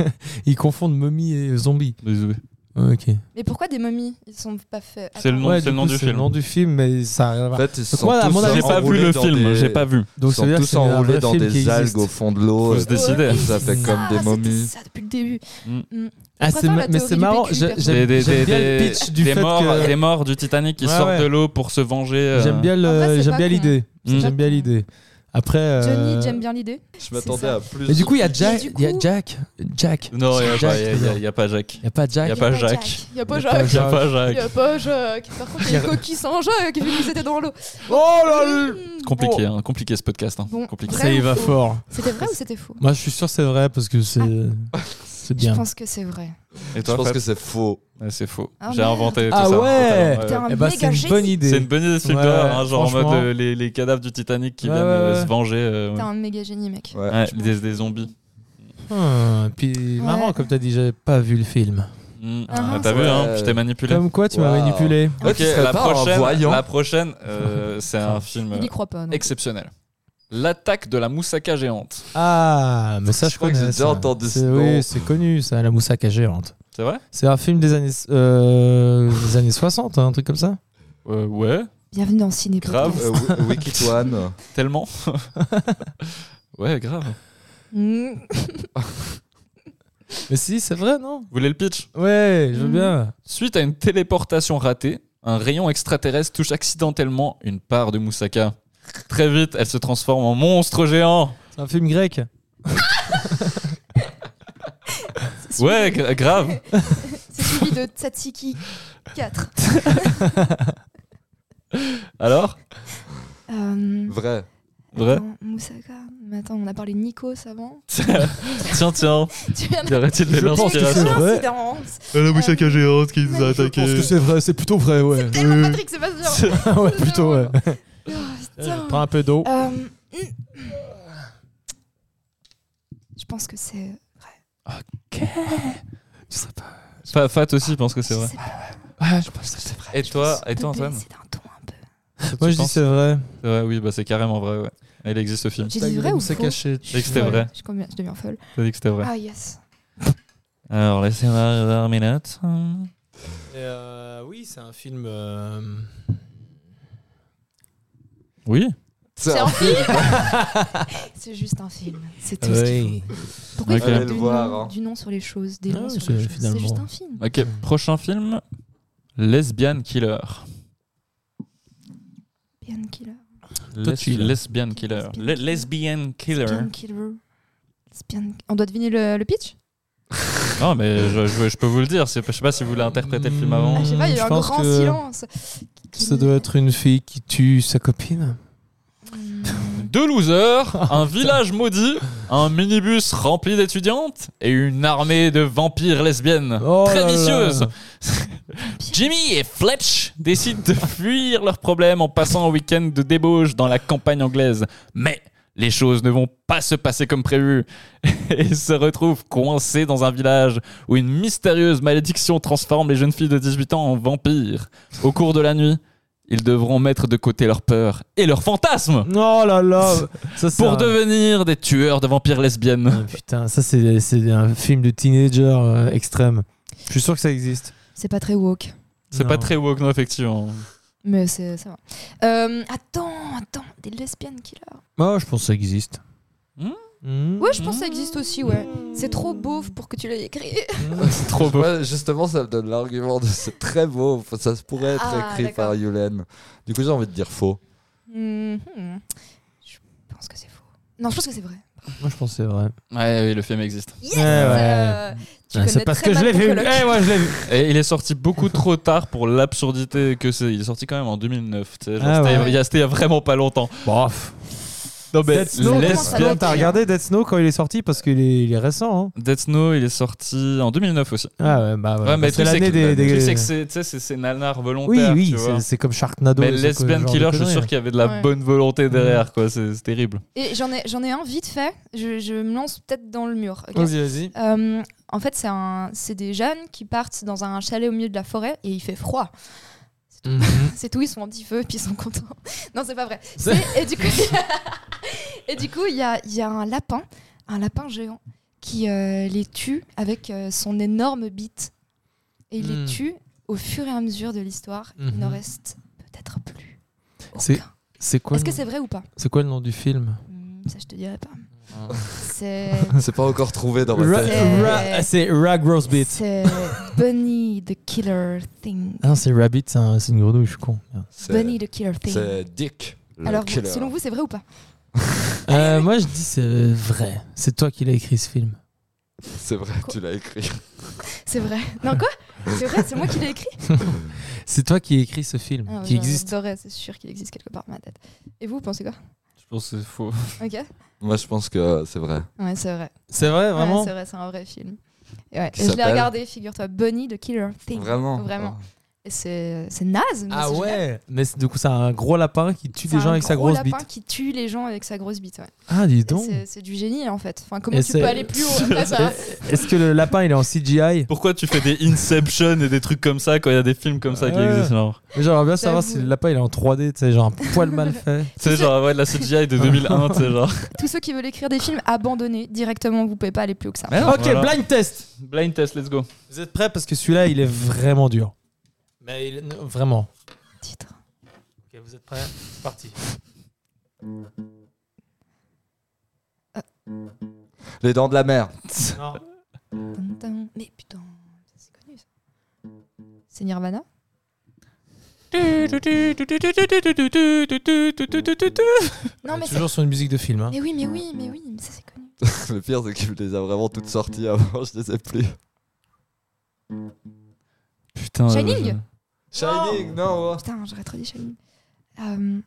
ils confondent momies et zombies. Désolé. Ok. Mais pourquoi des momies Ils sont pas faits. C'est le nom, c'est le nom coup, du c'est le film. nom du film, mais ça a rien à En voir. fait, ils se Donc sont moi, à tous mon avis, J'ai pas vu le enroulés dans film, des- j'ai pas vu. Ils Donc ça sont veut dire que tous c'est un enroulés vrai dans film qui des algues existe. au fond de l'eau. Faut se décider. Ça fait comme des momies. ça depuis le début. Mm. Ah, préfère c'est ma- la mais théorie c'est du marrant, PQ, j'ai- perso. Des, j'aime des- j'aime des- bien le pitch du des fait morts, que... des morts du Titanic qui Ouais, sortent ouais. de l'eau pour se venger. euh, J'aime bien En vrai, le- c'est j'aime pas bien con. l'idée. Mm. J'aime bien l'idée. Après. euh, Johnny, j'aime bien l'idée. Je m'attendais ça. à plus. Mais du coup, il y a de- Jack. du Il y a coup- Jack. Jack. Non, il Jack, n'y a, pas Jacques. Il y a pas Il n'y a pas Jacques. Il y a pas Jack. Y a pas Jacques. Il n'y a pas Il y a Jacques. pas Jacques. Par contre, il y a une coquille sans Jacques vu qu'ils étaient dans l'eau. Oh Mmh. Compliqué, hein, compliqué ce podcast. hein, Bon, compliqué. vrai ou faux fort. C'était vrai ou c'était faux Moi, je suis sûr que c'est vrai parce que c'est. C'est Ah. Je bien. pense que c'est vrai. Et Je toi, pense Fab que c'est faux. Ouais, C'est faux. Ah, J'ai merde. inventé tout Ah ça. ouais. totalement, T'es un Eh ben, c'est méga une génie. bonne idée. C'est une bonne idée ce film Ouais, d'horreur, hein, genre en mode franchement. euh, les, les cadavres du Titanic qui Ouais, viennent ouais, euh, ouais. se venger. euh, ouais. T'es un méga génie, mec. Ouais. Ouais, des, des zombies. Ah, puis Ouais. marrant, comme t'as dit, j'avais pas vu le film. Mm. Ah, Ah, mince. T'as vu, hein, Ouais. je t'ai manipulé. Comme quoi, tu m'as Waouh. manipulé. Ouais, Ok, tu serais la pas un prochaine, voyant. la prochaine <laughs> euh, c'est un film Il euh, y croit pas. non. exceptionnel. L'attaque de la moussaka géante. Ah, mais ça, Je je, crois que connais. j'ai déjà ça. entendu ce C'est- nom. Oui, c'est connu, ça, la moussaka géante. C'est vrai C'est un film des années, euh, des années 60, hein, un truc comme ça Euh, Ouais, Bienvenue dans Ciné. Grave. Podcast. Euh, Wi- Wicked One. tellement. <laughs> ouais, grave. Mmh. Mais si, c'est vrai, non Vous voulez le pitch Ouais, je veux Mhm. bien. Suite à une téléportation ratée, un rayon extraterrestre touche accidentellement une part de moussaka. Très vite, elle se transforme en monstre géant. C'est un film grec. Ouais, gra- grave. C'est celui de Tsatsiki 4. Alors Euh, Vrai. Vrai attends, Moussaka. Mais attends, on a parlé de Nikos avant. <laughs> <laughs> Tiens, tiens. Tu viens de Y aurait-il de Je pense que c'est l'inspiration vrai. Coïncidence. la moussaka géante qui nous a c'est vrai, c'est plutôt vrai, ouais. Tellement Patrick Sébastien. <laughs> ouais, plutôt, ouais. Oh, putain. Prends un peu d'eau. Euh, mm. Je pense que c'est. Fa- Fat aussi pense que c'est je vrai. sais pas, Ouais, je pense que c'est vrai. Et toi, et peut-être, toi Antoine C'est un ton un peu. ça, Moi tu je dis penses c'est vrai. C'est vrai, oui, bah c'est carrément vrai, ouais. Elle existe ce film. J'ai dit vrai ou faux C'est caché. J'ai dit que c'était vrai. Je, suis combien- je deviens folle. T'as dit que c'était vrai. Ah yes. Ah. Alors, laissez-moi voir mes notes. euh, oui, c'est un film. euh, <laughs> Oui. C'est un film C'est juste un film. C'est Ah tout ce qu'il faut. Pourquoi il Ok. faut Allez mettre le du, voir, nom, hein. du nom sur les choses, des Non, noms sur Ah c'est- les choses C'est finalement. juste un film. Ok, prochain film Lesbian Killer. Bien Killer. Les- chill. lesbian Killer. Le- lesbian Killer. Bien Killer. C'est bien- On doit deviner le, le pitch Non, mais je, je- je peux vous le dire. c'est- Je sais pas si vous voulez interpréter le film avant. ah, Je sais pas, il y a eu Hmm, je un pense grand que silence. Ça doit être une fille qui tue sa copine. Hmm. Deux losers, <laughs> un village maudit, un minibus rempli d'étudiantes et une armée de vampires lesbiennes Oh très là là. vicieuses. Jimmy et Fletch décident de fuir leurs problèmes en passant un week-end de débauche dans la campagne anglaise. Mais les choses ne vont pas se passer comme prévu <laughs> et ils se retrouvent coincés dans un village où une mystérieuse malédiction transforme les jeunes filles de 18 ans en vampires. Au cours de la nuit, ils devront mettre de côté leur peur et leurs fantasmes Oh là là. <laughs> Ça, c'est pour un- devenir des tueurs de vampires lesbiennes. Ah, putain, ça c'est c'est un film de teenager euh, extrême. Je suis sûr que ça existe. C'est pas très woke, C'est Non. pas très woke, non, effectivement. mais c'est- ça va. Euh, attends, attends, des lesbiennes killers. Moi, je pense que ça existe. Hmm Hmm. Ouais, je pense que ça existe aussi, ouais. C'est trop beauf pour que tu l'aies écrit. <laughs> C'est trop beau. Ouais, justement, ça me donne l'argument de c'est très beau, Enfin, ça se pourrait être Ah, écrit par d'accord. Yulen. Du coup, j'ai envie de dire faux. Mhm. Je pense que c'est faux. Non, je pense que c'est vrai. Moi, je pense que c'est vrai. Ouais, oui, le film existe. Yes Ouais, ouais. Euh, tu Ah, connais c'est parce très que je mal l'ai ton vu. colloque. Eh, ouais, je l'ai vu. Et il est sorti beaucoup trop tard pour l'absurdité que c'est. Il est sorti quand même en 2009. tu sais, genre, Ah c'était ouais. il y a- c'était il y a vraiment pas longtemps. Bof. Non, mais Dead Snow, Dead Lesbian- Snow, t'as regardé Dead Snow quand il est sorti parce qu'il est, il est récent. Hein. Dead Snow, il est sorti en 2009 aussi. Ah ouais, bah voilà. Ouais, mais le c'est truc, c'est l'année que- des. le truc, c'est des... que c'est- tu sais, c'est c'est nanar Oui, volontaire. oui, tu vois. c'est- c'est comme Sharknado. Mais et ce Lesbian genre de hein. Killer, je suis conneries. sûr qu'il y avait de la Ouais. bonne volonté derrière, quoi. C'est c'est terrible. Et j'en ai, j'en ai un vite fait. Je, je me lance peut-être dans le mur. ok Vas-y, vas-y. Euh, en fait, c'est un- c'est des jeunes qui partent dans un chalet au milieu de la forêt et il fait froid. C'est tout, ils sont en petit feu puis ils sont contents. <laughs> Non, c'est pas vrai. C'est- Et du coup, <laughs> et du coup, il y a, il y a un lapin, un lapin géant, qui euh, les tue avec euh, son énorme bite. Et il Mm. les tue au fur et à mesure de l'histoire. Il Mhm. n'en reste peut-être plus. C'est- aucun. C'est quoi, Est-ce que le- c'est vrai ou pas c'est quoi le nom du film Hmm, Ça, je te dirai pas. <laughs> C'est C'est pas encore trouvé dans ma Ra- tête. C'est- Ra- C'est Rag Rose Beat. c'est Bunny the Killer Thing. Ah non, c'est Rabbit, c'est un- c'est une grenouille, je suis con. Merde. C'est Bunny the Killer Thing. c'est Dick. <laughs> Le Alors, vous- killer. selon vous, c'est vrai ou pas Ah Euh, moi, je dis c'est vrai. C'est toi qui l'as écrit ce film. C'est vrai, tu l'as écrit. C'est vrai. Non, quoi C'est vrai, c'est moi qui l'ai écrit C'est toi qui as écrit ce film, Ah, qui j'en existe. adorais, c'est sûr qu'il existe quelque part dans ma tête. Et vous, vous pensez <laughs> quoi Je pense que c'est faux. Ok Moi, je pense que euh, c'est vrai. Ouais, c'est vrai. C'est vrai, Ouais, vraiment Ah, c'est vrai, c'est un vrai film. Et ouais, Qui et je l'ai s'appelle regardé, figure-toi, Bunny the Killer Thing. Vraiment. Vraiment. Et c'est c'est naze, mais Ah c'est génial. ouais Mais c'est- du coup, c'est un gros lapin qui tue C'est des gens un avec sa gros grosse lapin bite. qui tue les gens avec sa grosse bite. ouais. Ah, dis Et donc c'est- C'est du génie en fait. Enfin, comment Et tu c'est- peux aller plus <laughs> haut après ça Est-ce que le lapin, il est en CGI <laughs> Pourquoi tu fais des Inception et des trucs comme ça quand il y a des films comme ça qui Ouais. existent genre J'aimerais bien savoir si J'avoue. le lapin, il est en 3D, tu sais, genre un poil mal <laughs> fait. Tu sais, genre, ouais, de la CGI de 2001, tu sais, genre. Tous ceux qui veulent écrire des films, abandonnez directement, vous pouvez pas aller plus haut que ça. ok, Voilà. blind test Blind test, let's go. Vous êtes prêts Parce que celui-là, il est vraiment dur. Mais il... non, vraiment. Titre. Ok, vous êtes prêts C'est <laughs> parti. Les dents de la mer. <laughs> Non. Dun, dun. Mais putain, ça, c'est connu ça. C'est Nirvana Non mais c'est... Ah, Toujours sur une musique de film. Hein. Mais oui, mais oui, mais oui, mais ça c'est connu. Le pire, c'est qu'il les a vraiment toutes sorties avant, <laughs> je les ai plus. Putain. Shining euh, Shining, non, ouais. Putain, j'aurais trop dit Shining. Euh,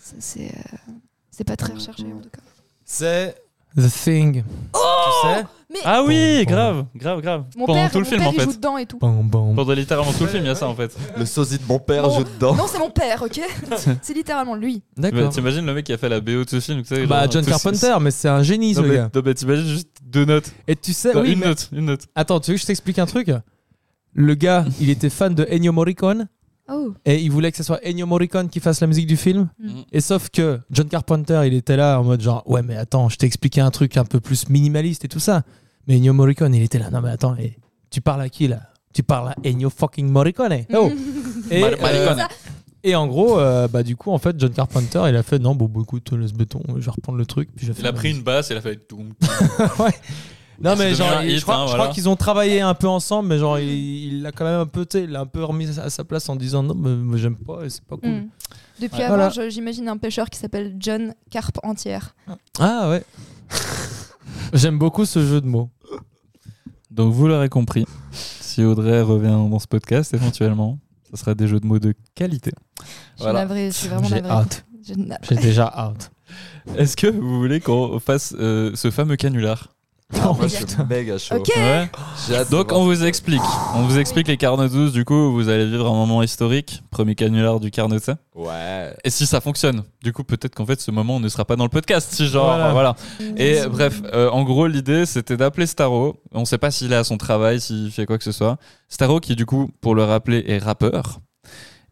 ça, c'est... euh, C'est pas très recherché en tout cas. C'est The Thing. tu sais Mais Ah oui, Bon, grave, grave, grave. mon Pendant père, tout le mon film, père, en il joue fait. dedans et tout. Bam, bam, Pendant littéralement tout le film, il y a ça, en fait. Le sosie de mon père Bon. joue dedans. Non, c'est mon père, ok <laughs> C'est littéralement lui. Bah, D'accord. T'imagines le mec qui a fait la BO de ce film, tu sais. Bah, genre, John tout- Carpenter, mais c'est un génie, ce Non, mais, gars. non, mais t'imagines juste deux notes. Et tu sais, Enfin, oui, une mais- note, une note. Attends, tu veux que je t'explique un truc Le gars, il était fan de Ennio Morricone. Oh. Et il voulait que ce soit Ennio Morricone qui fasse la musique du film. Mm. Et sauf que John Carpenter, il était là en mode genre, ouais, mais attends, je t'ai expliqué un truc un peu plus minimaliste et tout ça. Mais Ennio Morricone, il était là, non, mais attends, et tu parles à qui là Tu parles à Ennio fucking Morricone. Mm. <laughs> Oh. et, euh, Mar- Morricone. et en gros, euh, bah, du coup, en fait, John Carpenter, il a fait, non, bon, bah, écoute, laisse béton, je vais reprendre le truc. Puis je vais Il faire a la pris une basse et il a fait Doum. non C'est mais devenu genre, un il- hit, je crois, hein, je voilà. crois qu'ils ont travaillé un peu ensemble, mais Mm. genre il il l'a quand même un peu, tu sais, il l'a un peu remis à sa place en disant non, mais, mais j'aime pas, et c'est pas cool. Mm. Depuis Ouais. avant, Voilà. je- j'imagine un pêcheur qui s'appelle John Carpe entière. Ah ouais. <laughs> j'aime beaucoup ce jeu de mots. Donc vous l'aurez compris, si Audrey revient dans ce podcast éventuellement, ça sera des jeux de mots de qualité. Je suis Voilà. navrée, c'est vraiment J'ai navrée. hâte. Je suis navrée. J'ai déjà <laughs> out. Est-ce que vous voulez qu'on fasse euh, ce fameux canular Ah, <laughs> moi, Oh, je suis putain. méga chaud. Ok. Ouais. J'ai hâte de Donc voir on vous ça. explique, on vous explique les carnets 12, du coup vous allez vivre un moment historique, premier canular du carnet ça. Ouais. Et si ça fonctionne, du coup peut-être qu'en fait ce moment on ne sera pas dans le podcast, si genre Voilà. voilà. Et bref, euh, en gros, l'idée c'était d'appeler Staro. On sait pas s'il est à son travail, s'il fait quoi que ce soit. Staro, qui du coup, pour le rappeler, est rappeur.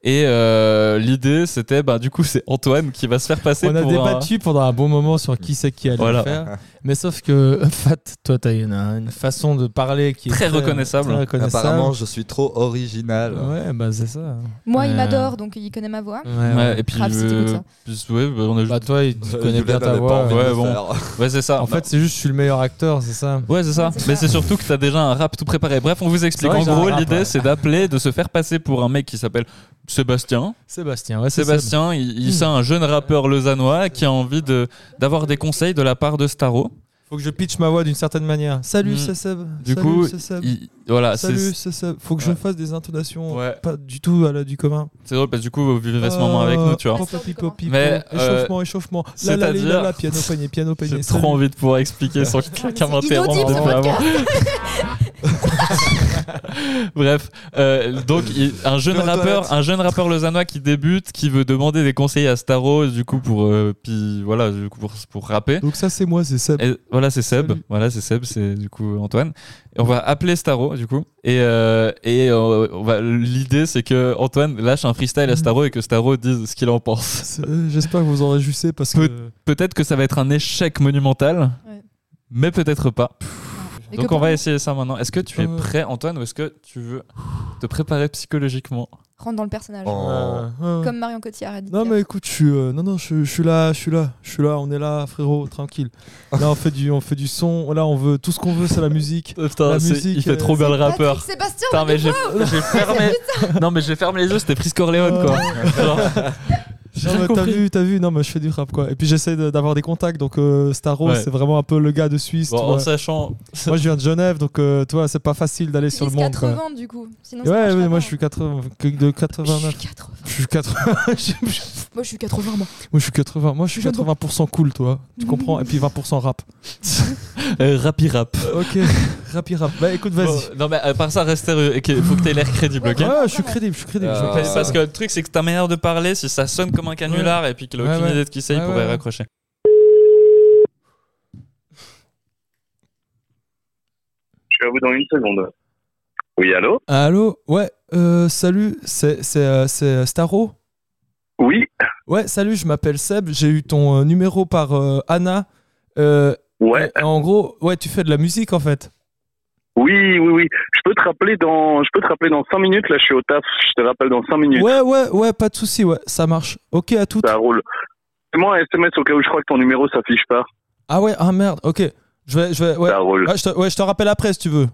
Et euh, l'idée c'était, bah, du coup, c'est Antoine qui va se faire passer On a pour. un- débattu pendant un bon moment sur qui c'est qui allait Voilà. le faire, mais sauf que euh, Fat, toi t'as une, euh, une façon de parler qui est Très reconnaissable. très reconnaissable. Apparemment, je suis trop original. Ouais, bah c'est ça. Moi, il Euh, m'adore, donc il connaît ma voix. Ouais, Ouais, ouais. et puis, euh, Grave, si t'écoutes ça. puis, ouais, bah, on a Bah toi, il- tu Euh, connais Julian bien ta avait pas voix. envie ouais. de le bon. faire. Ouais, c'est ça. Bah, En fait, c'est juste je suis le meilleur acteur, c'est ça. Ouais, c'est ça. Ouais, c'est Mais ça. c'est surtout que t'as déjà un rap tout préparé. Bref, on vous explique. en vrai que j'ai un gros, rap, l'idée ouais. c'est d'appeler, de se faire passer pour un mec qui s'appelle Sébastien. Sébastien, ouais, Ah, c'est Seb. Sébastien, il, il- c'est un jeune rappeur lausannois qui a envie de d'avoir des conseils de la part de Staro. Faut que je pitch ma voix d'une certaine manière. Salut, Mm. c'est Seb. Du Salut, coup, c'est Seb. Il- voilà, c'est Salut, c'est Seb. Faut que je Ouais. fasse des intonations Ouais. pas du tout à la du commun. C'est drôle parce que du coup, vous vivez ce moment Euh, avec nous, tu vois. pop, pop, pip, pop, pip, Mais, euh, pop. échauffement, échauffement. La la la c'est-à-dire- la la, piano peiné, piano <laughs> J'ai peiné. trop Salut. envie de pouvoir expliquer sans que mais quelqu'un c'est m'interrompe. inaudible, ce vraiment. Bref, euh, donc il- un jeune Fais aux rappeur, toilettes. un jeune rappeur lausannois qui débute, qui veut demander des conseils à Staro, du coup pour euh, puis voilà, du coup pour, pour rapper. Donc ça, c'est moi, c'est Seb. Et voilà, c'est Seb. Salut. Voilà, c'est Seb, c'est du coup Antoine. Et on va appeler Staro, du coup. Et, euh, et euh, on va- l'idée, c'est que Antoine lâche un freestyle Mm. à Staro et que Staro dise ce qu'il en pense. C'est- euh, J'espère que vous en réjouissez parce que. euh, Peut-être que ça va être un échec monumental, Ouais. mais peut-être pas. Et Donc que on va pour- essayer ça maintenant. Est-ce que tu es Euh. prêt, Antoine, ou est-ce que tu veux te préparer psychologiquement Rentre dans le personnage. Oh. Euh, euh, Comme Marion Cotillard a dit. Non mais écoute, je suis euh, non non, je, je suis là, je suis là, je suis là, on est là, frérot, tranquille. Là on fait du on fait du son, là on veut tout ce qu'on veut, c'est la musique. Putain, La c'est- musique, il fait euh, trop bien le rappeur. Sébastien, Putain, mais j'ai <laughs> j'ai fermé. Non, mais j'ai fermé les yeux, c'était Frisco Corleone, quoi. Genre, <laughs> j'ai Non, rien mais t'as compris. vu, t'as vu, non mais je fais du rap quoi. Et puis j'essaie de- d'avoir des contacts, donc euh, Starro Ouais. c'est vraiment un peu le gars de Suisse. Bon, tu en vois. sachant Moi je viens de Genève, donc euh, toi c'est pas facile d'aller sur le monde. quoi. 80 du coup. Sinon, ça Ouais, marche ouais, pas, moi hein. je suis 80, que- de Je 89. suis 80. Je suis 80. <laughs> je- je- Moi, je suis 80. Moi. Moi je suis 80. Moi je suis 80% cool, toi. Tu comprends Et puis 20% rap. euh, rapi rap. ok, <laughs> rap, rap. Bah écoute, vas-y. Bon, non, mais à part ça, reste sérieux. et que- Faut que t'aies l'air crédible, ok Ouais. Ouais, je suis crédible, je suis crédible. Euh, Parce parce que le truc, c'est que ta manière de parler, si ça sonne comme un canular et puis qu'il a Ouais, aucune ouais. idée de qui c'est, il Ouais, pourrait ouais. raccrocher. Je suis à vous dans une seconde. Oui, allô Allô Ouais, euh, salut, c'est c'est, euh, c'est Starro Oui, Ouais, salut, je m'appelle Seb, j'ai eu ton euh, numéro par euh, Anna. Euh, ouais, et En gros, ouais, tu fais de la musique en fait. oui, oui, oui. Je peux te rappeler dans, je peux te rappeler dans 5 minutes. Là, je suis au taf. Je te rappelle dans 5 minutes. Ouais, ouais, ouais, pas de souci, ouais, ça marche. Ok, à tout. Ça roule. Fais-moi un SMS au cas où je crois que ton numéro s'affiche pas. Ah ouais, ah merde, ok. Je vais, je vais, ouais. Ça roule. Ah, je te, ouais, je te rappelle après si tu veux.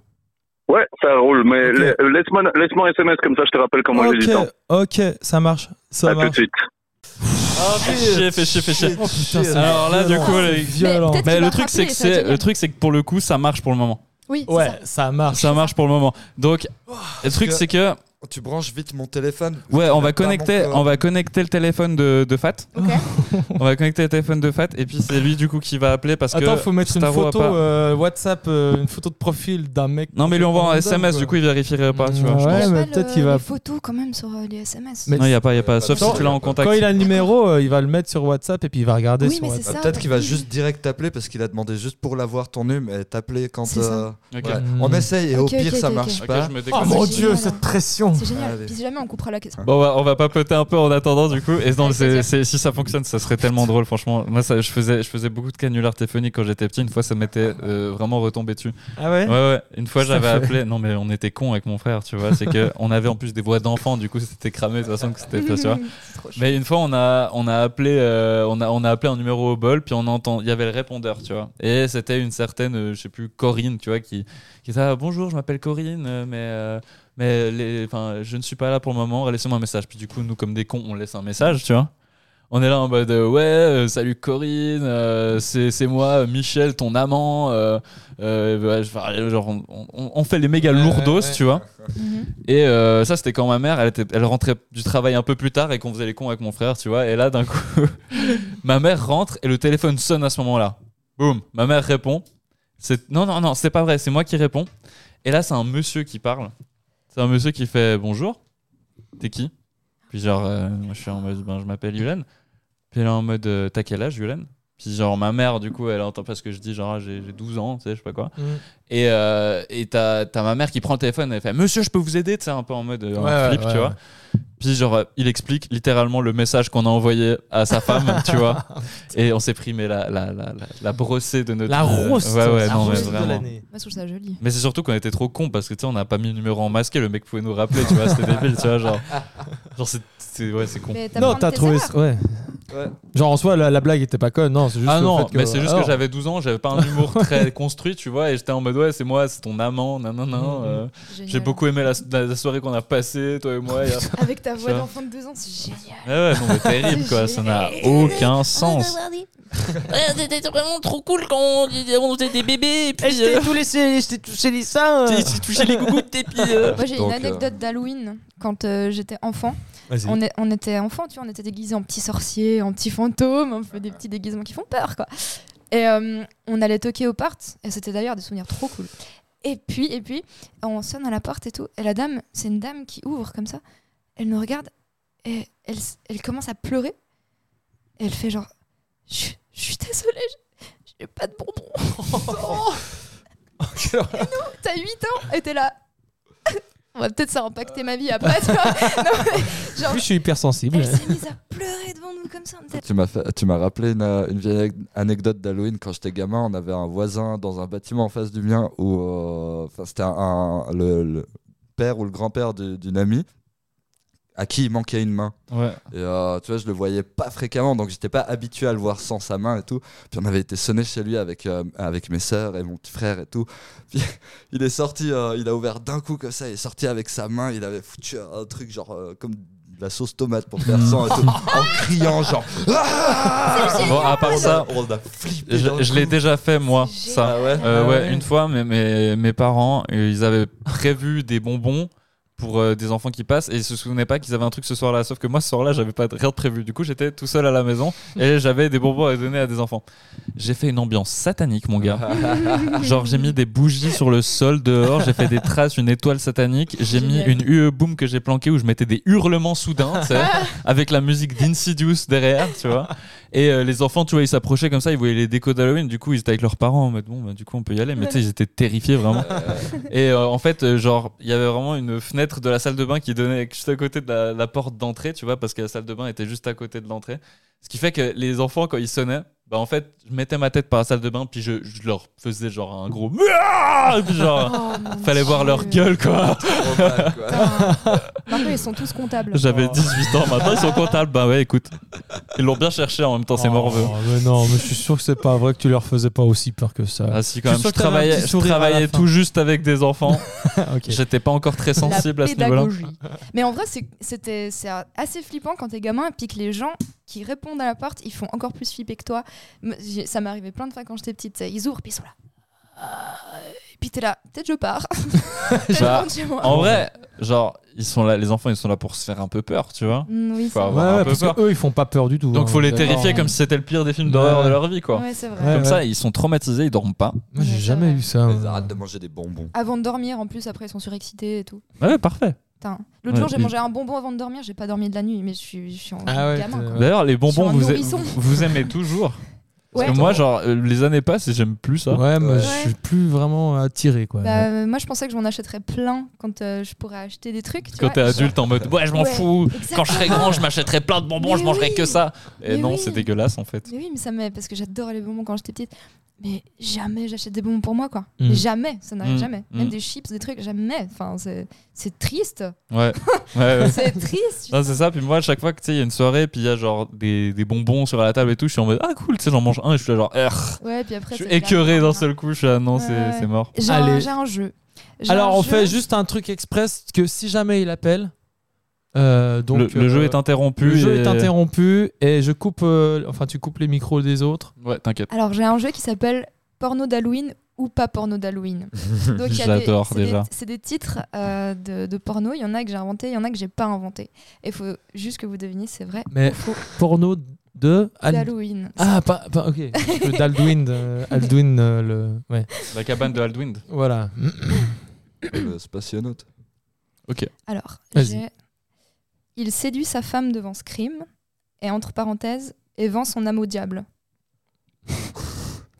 Ouais, ça roule. Mais Ok. la- laisse-moi, laisse-moi un SMS comme ça. Je te rappelle comment j'ai ok, du temps. ok, ça marche, ça À tout de marche. suite. Ah, fais chier, fais chier, fais chier. Oh putain, c'est Alors là, du violent, coup, c'est les- violent. Mais peut-être- Mais Ah, Tu le vas truc, c'est rappeler, que ça va c'est être le truc, c'est que pour le coup, ça marche pour le moment. Oui, c'est Ouais, ça. Ah, ça Oh, marche. Ça marche pour le moment. Donc, le truc, que- c'est que Tu branches vite mon téléphone. ouais, on va Pas mon connecter, corps. on va connecter le téléphone de, de Fat. Ok. On va connecter le téléphone de Fat, et puis c'est lui du coup qui va appeler parce Attends, que faut mettre une Staro a photo pas- euh, WhatsApp, euh, une photo de profil d'un mec. Non, mais lui on voit en Random, SMS, quoi. du coup il vérifierait pas, tu vois. Ouais, Il y a mais pas peut-être le- qu'il va- les photos quand même sur euh, les SMS. Mais- Non, il y a pas, il y a pas. Sauf si Attends, tu l'as en contact. Quand il a le numéro, euh, il va le mettre sur WhatsApp et puis il va regarder Oui, sur mais c'est WhatsApp. ça. Ah, Peut-être qu'il va oui. juste direct t'appeler parce qu'il a demandé juste pour l'avoir ton numéro et t'appeler quand. C'est ça. euh, Ok. ouais. Mm. On essaye et Ok, au ok, pire ça ok, marche Ok, pas. je me Oh déconnecte. mon Génial. dieu, cette pression question. C'est Ah, génial. Allez. Puis si jamais on coupera la question. Bon, on va- on va papoter un peu en attendant, du coup. Et non, Avec c'est- plaisir. c'est- si ça fonctionne, ça serait tellement drôle, franchement. Moi, ça, je, faisais, je faisais beaucoup de canulars téléphoniques quand j'étais petit. Une fois, ça m'était euh, vraiment retombé dessus. Ah ouais Ouais, ouais. Une fois, Ça j'avais fait- appelé. Non, mais on était cons avec mon frère, tu vois. C'est que on avait en plus des voix d'enfants, du coup, c'était cramé de toute façon que <laughs> c'était, tu vois. C'est trop chou. Mais une fois, on a, on a appelé, euh, on a, on a appelé un numéro au bol, puis on entend, il y avait le répondeur, tu vois. Et c'était une certaine, euh, je sais plus, Corinne, tu vois, qui, qui disait Ah, bonjour, je m'appelle Corinne, euh, mais, euh, mais les, enfin, je ne suis pas là pour le moment. Laissez-moi un message. Puis du coup, nous, comme des cons, on laisse un message, tu vois. On est là en mode euh, ouais euh, salut Corinne euh, c'est c'est moi euh, Michel ton amant euh, euh, ouais, je- genre on, on- on fait les méga Ouais, lourdos ouais, ouais. tu vois Mhm. et euh, ça, c'était quand ma mère, elle, était- elle rentrait du travail un peu plus tard et qu'on faisait les cons avec mon frère, tu vois. Et là, d'un coup, <laughs> ma mère rentre et le téléphone sonne à ce moment-là. Boum. Ma mère répond. C'est non, non, non, c'est pas vrai. C'est moi qui réponds. Et là, c'est un monsieur qui parle. C'est un monsieur qui fait bonjour. T'es qui Puis genre, euh, moi, je suis en mode, ben, je m'appelle Yulen. Puis elle est en mode, euh, t'as quel âge, Yulen Puis genre, ma mère, du coup, elle entend pas ce que je dis. Genre, Ah, j'ai j'ai 12 ans, tu sais, je sais pas quoi. Mmh. Et euh, et t'as t'as ma mère qui prend le téléphone et elle fait Monsieur, je peux vous aider Tu sais, un peu en mode euh, Ouais, un flip, ouais, tu ouais. vois. Puis, genre, euh, il explique littéralement le message qu'on a envoyé à sa <laughs> femme, tu vois. Et on s'est pris, mais la, la, la, la, la brossée de notre. La roast, Ouais, ouais, la non, mais roast de vraiment. l'année. Moi, je trouve ça joli. Mais c'est surtout qu'on était trop cons parce que, tu sais, on n'a pas mis le numéro en masqué, le mec pouvait nous rappeler, tu vois, <laughs> c'était débile, tu vois, genre. Genre, c'est- c'est. Ouais, c'est con. Mais Non, t'apprends t'as tes trouvé. erreurs. Ouais. Ouais. Genre en soi, la, la blague était pas conne. Non, c'est juste Ah le non, fait que- mais c'est juste Alors, que j'avais 12 ans, j'avais pas un humour très <laughs> construit, tu vois, et j'étais en mode, ouais, c'est moi, c'est ton amant, euh. non, non, non. Mhm. J'ai Génial. beaucoup aimé la, la- la soirée qu'on a passée, toi et moi. et- Avec ta voix Ça. d'enfant de 2 ans, c'est génial. <laughs> Ouais, ouais, non, mais terrible, quoi. Ça <laughs> n'a aucun Ah, sens. Ouais, C'était vraiment trop cool quand on, on était des bébés et puis Eh, Je t'ai tout laissé, je t'ai touché les bah, seins. euh. touché les gougoutes et puis euh, Moi, j'ai une Donc, euh, anecdote d'Halloween quand euh, j'étais enfant. On, est- on était enfant, tu vois, on était déguisés en petits sorciers, en petits fantômes, un peu des petits déguisements qui font peur, quoi. Et euh, on allait toquer aux portes, et c'était d'ailleurs des souvenirs trop cool. Et puis, et puis, on sonne à la porte et tout, et la dame, c'est une dame qui ouvre comme ça, elle nous regarde, et elle, s- elle commence à pleurer, et elle fait genre, je je suis désolée, j'ai- j'ai pas de bonbons. Oh, T'as 8 ans, et t'es là. <laughs> on va peut-être ça impacter ma vie après, tu vois. <laughs> Non, mais En genre, plus, je suis hypersensible. <laughs> elle s'est mise à pleurer devant nous comme ça. on était Tu m'as fait- tu m'as rappelé une, euh, une vieille anecdote d'Halloween quand j'étais gamin. On avait un voisin dans un bâtiment en face du mien où euh, enfin, c'était un, un- le, le père ou le grand-père du- d'une amie à qui il manquait une main. Ouais. Et euh, tu vois, je le voyais pas fréquemment, donc j'étais pas habitué à le voir sans sa main et tout. Puis on avait été sonné chez lui avec, euh, avec mes sœurs et mon petit frère et tout. Puis <laughs> il est sorti, euh, il a ouvert d'un coup comme ça, il est sorti avec sa main, il avait foutu un truc genre euh, comme de la sauce tomate pour faire sang et tout, en criant genre. Ah Bon, à part ça, on a flippé. d'un je, je l'ai coup. déjà fait, moi, C'est ça. Ah ouais Euh, Ah ouais, ouais. une fois, mes, mes, mes parents, euh, ils avaient prévu des bonbons pour euh, des enfants qui passent et ils se souvenaient pas qu'ils avaient un truc ce soir-là. Sauf que moi, ce soir-là, j'avais pas de- rien de prévu. Du coup, j'étais tout seul à la maison et j'avais des bonbons à donner à des enfants. J'ai fait une ambiance satanique, mon gars. Ah, <laughs> Genre, j'ai mis des bougies sur le sol dehors, j'ai fait des traces, une étoile satanique, j'ai mis Génial. une UE boom que j'ai planquée où je mettais des hurlements soudains, tu sais, avec la musique d'Insidious derrière, tu vois. Et euh, les enfants, tu vois, ils s'approchaient comme ça, ils voyaient les décos d'Halloween, du coup, ils étaient avec leurs parents en mode bon, bah, du coup, on peut y aller, mais tu sais, ils étaient terrifiés vraiment. Et euh, en fait, euh, genre, il y avait vraiment une fenêtre de la salle de bain qui donnait juste à côté de la, la porte d'entrée, tu vois, parce que la salle de bain était juste à côté de l'entrée. Ce qui fait que les enfants, quand ils sonnaient, bah en fait, je mettais ma tête par la salle de bain, puis je, je leur faisais genre un gros. <laughs> Miaou Et puis genre, Oh, mon <laughs> fallait voir Dieu. leur gueule, <laughs> quoi. Trop mal, <laughs> quoi. Ah. Putain. Maintenant, ils sont tous comptables. J'avais 18 ans, maintenant ils sont comptables. Bah ouais, écoute. Ils l'ont bien cherché en même temps, c'est Oh. morveux. mais non, mais je suis sûr que c'est pas vrai que tu leur faisais pas aussi peur que ça. Ah si, quand Je même, suis je sûr que t'avais un travaillais, petit je sourire à la travaillais fin. tout juste avec des enfants. <laughs> ok. J'étais pas encore très La sensible à ce niveau-là. pédagogie. Mais en vrai, c'est- c'était c'est assez flippant quand t'es gamin et puis que les gens qui répondent à la porte, ils font encore plus flipper que toi. Me- j'ai- Ça m'est arrivé plein de fois quand j'étais petite. Ils ouvrent, puis ils sont là. Euh, Et puis t'es là, peut-être <laughs> je pars. peut-être je Bah, rentre chez moi. En vrai, genre, ils sont là, les enfants, ils sont là pour se faire un peu peur, tu vois. Mm, oui, faut c'est avoir- vrai. un Ouais, ouais, peu parce peur. que eux, ils font pas peur du tout. Donc hein, faut les d'accord. terrifier comme si c'était le pire des films d'horreur Ouais. de leur vie, quoi. Ouais, c'est vrai. Ouais. Comme ça, ils sont traumatisés, ils dorment pas. Moi, j'ai Ouais, jamais c'est eu ça. hein. Mais Arrête de manger <laughs> des bonbons. Avant de dormir, en plus, après, ils sont surexcités et tout. Ouais, parfait. Putain. L'autre Ouais, jour, j'ai il- mangé un bonbon avant de dormir, j'ai pas dormi de la nuit, mais je suis, je suis en Ah ouais, gamin. euh, t'es- quoi. D'ailleurs, les bonbons, Sur un vous, a- nourrisson. vous- vous aimez toujours. Parce que Ouais. moi, genre, euh, les années passent et j'aime plus ça. Ouais, moi, Ouais. je suis plus vraiment attiré, quoi. Bah, euh, moi, je pensais que j'en achèterais plein quand euh, je pourrais acheter des trucs. Tu Quand vois. t'es adulte en mode ouais, je m'en Ouais, fous, quand je serai exactement. grand, je m'achèterai plein de bonbons, Mais je mangerai oui. que ça. Et Mais non, oui. c'est dégueulasse en fait. Mais oui, mais ça m'est parce que j'adorais les bonbons quand j'étais petite. Mais jamais j'achète des bonbons pour moi, quoi. Mm. Jamais, ça n'arrive Mm. jamais. Même Mm. des chips, des trucs, jamais. Enfin, c'est c'est triste. <laughs> Ouais, ouais, ouais. C'est triste. Non, c'est ça, puis moi, à chaque fois que tu sais, il y a une soirée, puis il y a genre des, des bonbons sur la table et tout, je suis en mode ah cool, tu sais, j'en mange un et je suis là, genre, Urgh. Ouais, puis <laughs> après. je suis c'est de la écœuré d'un merde. seul coup, je suis là, non, c'est Ouais, ouais. c'est mort. J'ai un, Allez. j'ai un jeu. J'ai Alors, un on jeu. fait juste un truc express que si jamais il appelle. euh, donc, le, le euh, jeu est interrompu. Le jeu et- est interrompu et je coupe. euh, enfin, tu coupes les micros des autres. Ouais, t'inquiète. Alors, j'ai un jeu qui s'appelle Porno d'Halloween ou pas porno d'Halloween. Donc, il y a des- J'adore, c'est des- déjà. C'est des titres euh, de, de porno. Il y en a que j'ai inventé, il y en a que j'ai pas inventé. Et il faut juste que vous deviniez, c'est vrai Mais ou faux. porno de. Al- D'Halloween. Ah, pas. pas- ok. Le D'Aldwin. euh, Aldwin, euh, le. Ouais. La cabane de Haldwind. Voilà. Le spationaute. Alors, Vas-y. j'ai- il séduit sa femme devant Scream et entre parenthèses, et vend son âme au diable.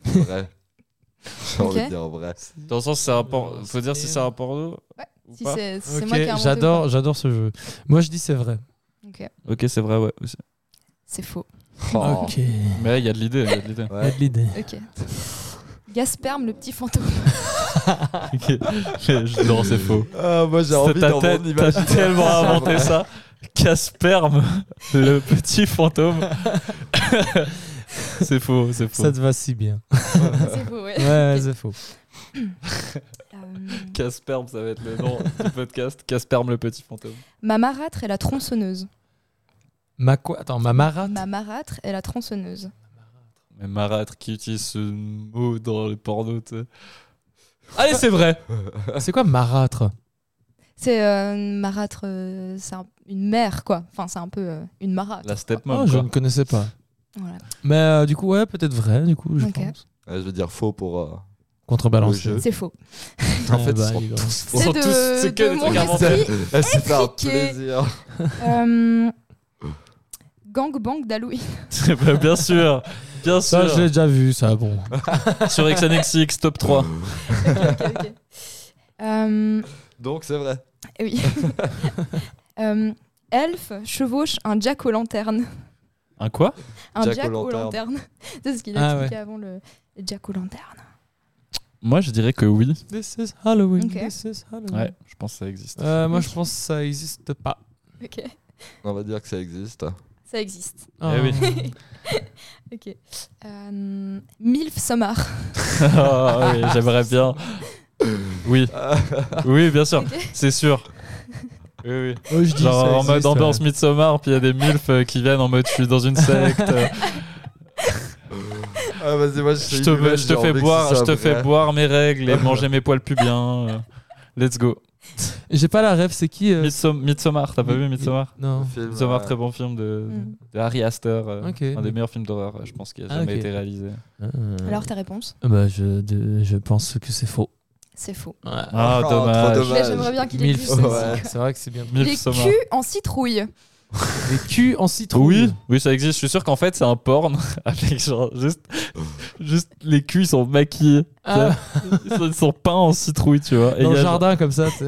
Vrai. J'ai Ok. envie de dire vrai. Dans le sens, c'est un por- faut dire si c'est un porno. Ouais, ou Si pas. c'est si c'est Ok, moi qui ai inventé ou j'adore, j'adore ce jeu. Moi, je dis c'est vrai. pas. Ok, Ok, c'est vrai, ouais. aussi. c'est faux. Oh. Ok. Il Mais il y a de l'idée, il y a de l'idée. y a Ouais. de l'idée. <laughs> Ok. Gasperme, le petit fantôme. Ok. <laughs> non, c'est faux. Ah, moi j'ai envie T'as d'en tête- mon t'as imaginaire. <laughs> tellement inventé <laughs> ça. Casperme, <laughs> le petit fantôme. c'est faux, c'est faux. Ça te va <laughs> si bien. c'est faux, ouais. Ouais, ouais, c'est faux. Euh, Casperme, ça va être le nom du podcast. Casperme, le petit fantôme. Ma marâtre est la tronçonneuse. Ma quoi Attends, ma marate Ma marâtre est la tronçonneuse. Mais marâtre qui utilise ce mot dans le porno, tu sais. Allez, c'est vrai. C'est quoi marâtre C'est euh, une marâtre, euh, c'est un- une mère, quoi. Enfin, c'est un peu euh, une marâtre. La stepmom, Oh, Je quoi. ne connaissais pas. Voilà. Mais euh, du coup, ouais, peut-être vrai, du coup, je Ok. pense. Ouais, je veux dire faux pour. euh, Contrebalance. Le jeu. C'est <laughs> faux. En fait, bah, ils sont dis donc. tous. On C'est sent de, tous- c'est que de des mon trucs inventés. esprit. <laughs> Eh, C'est fait un Expliquer. plaisir. Euh, Gangbang <laughs> d'Halloween. Bah, <laughs> bien sûr. Bien Ça, sûr. je l'ai déjà vu, ça, <laughs> bon. Sur XNXX, top 3. Euh, Donc c'est vrai. eh <laughs> oui. Euh, elf chevauche un jack aux lanternes. Un quoi Un Jack jack, aux aux lanternes. lanternes. <laughs> C'est ce qu'il a Ah expliqué avant le le jack aux lanternes. Moi, je dirais que oui. This is Halloween. Ok. This is Halloween. Ouais, je pense que ça existe. Euh, moi, je pense que ça n'existe pas. Ok, On va dire que ça existe. ça existe. ah. Eh <laughs> oui. <laughs> <laughs> Ok. Euh, Milf Sommar. Ah oui, j'aimerais bien. Oui. Oui, bien sûr. C'est sûr. Oui, oui. Oh, je dis Genre ça en existe, mode ambiance ouais. Midsommar, puis il y a des MILF euh, qui viennent en mode je suis dans une <laughs> secte, euh, <laughs> Ah, vas-y, moi je je te, je te fais boire, je te fais boire mes règles et manger mes poils pubiens. euh, Let's go. J'ai pas la rêve, c'est qui euh, Midsom- Midsommar, t'as pas vu Midsommar Non. Midsommar, très bon film de, Mm. de Harry Astor, euh, Ok. un des meilleurs films d'horreur, euh, je pense, qui a Ah, jamais ok. été réalisé. Euh, Alors ta réponse bah, je, de- je pense que c'est faux. C'est faux. Ouais. Ah, Oh, trop dommage. dommage. Mais j'aimerais bien qu'il Milf, existe. fois, aussi. ouais. C'est vrai que c'est bien. Milf Les Sommar. culs en citrouille. Des culs en citron. Oui, oui, ça existe. Je suis sûr qu'en fait, c'est un porn <laughs> avec genre juste, juste les culs ils sont maquillés. Ah. Ils, sont, ils sont peints en citrouille, tu vois. Et il Dans y le a- jardin, comme ça. t'es-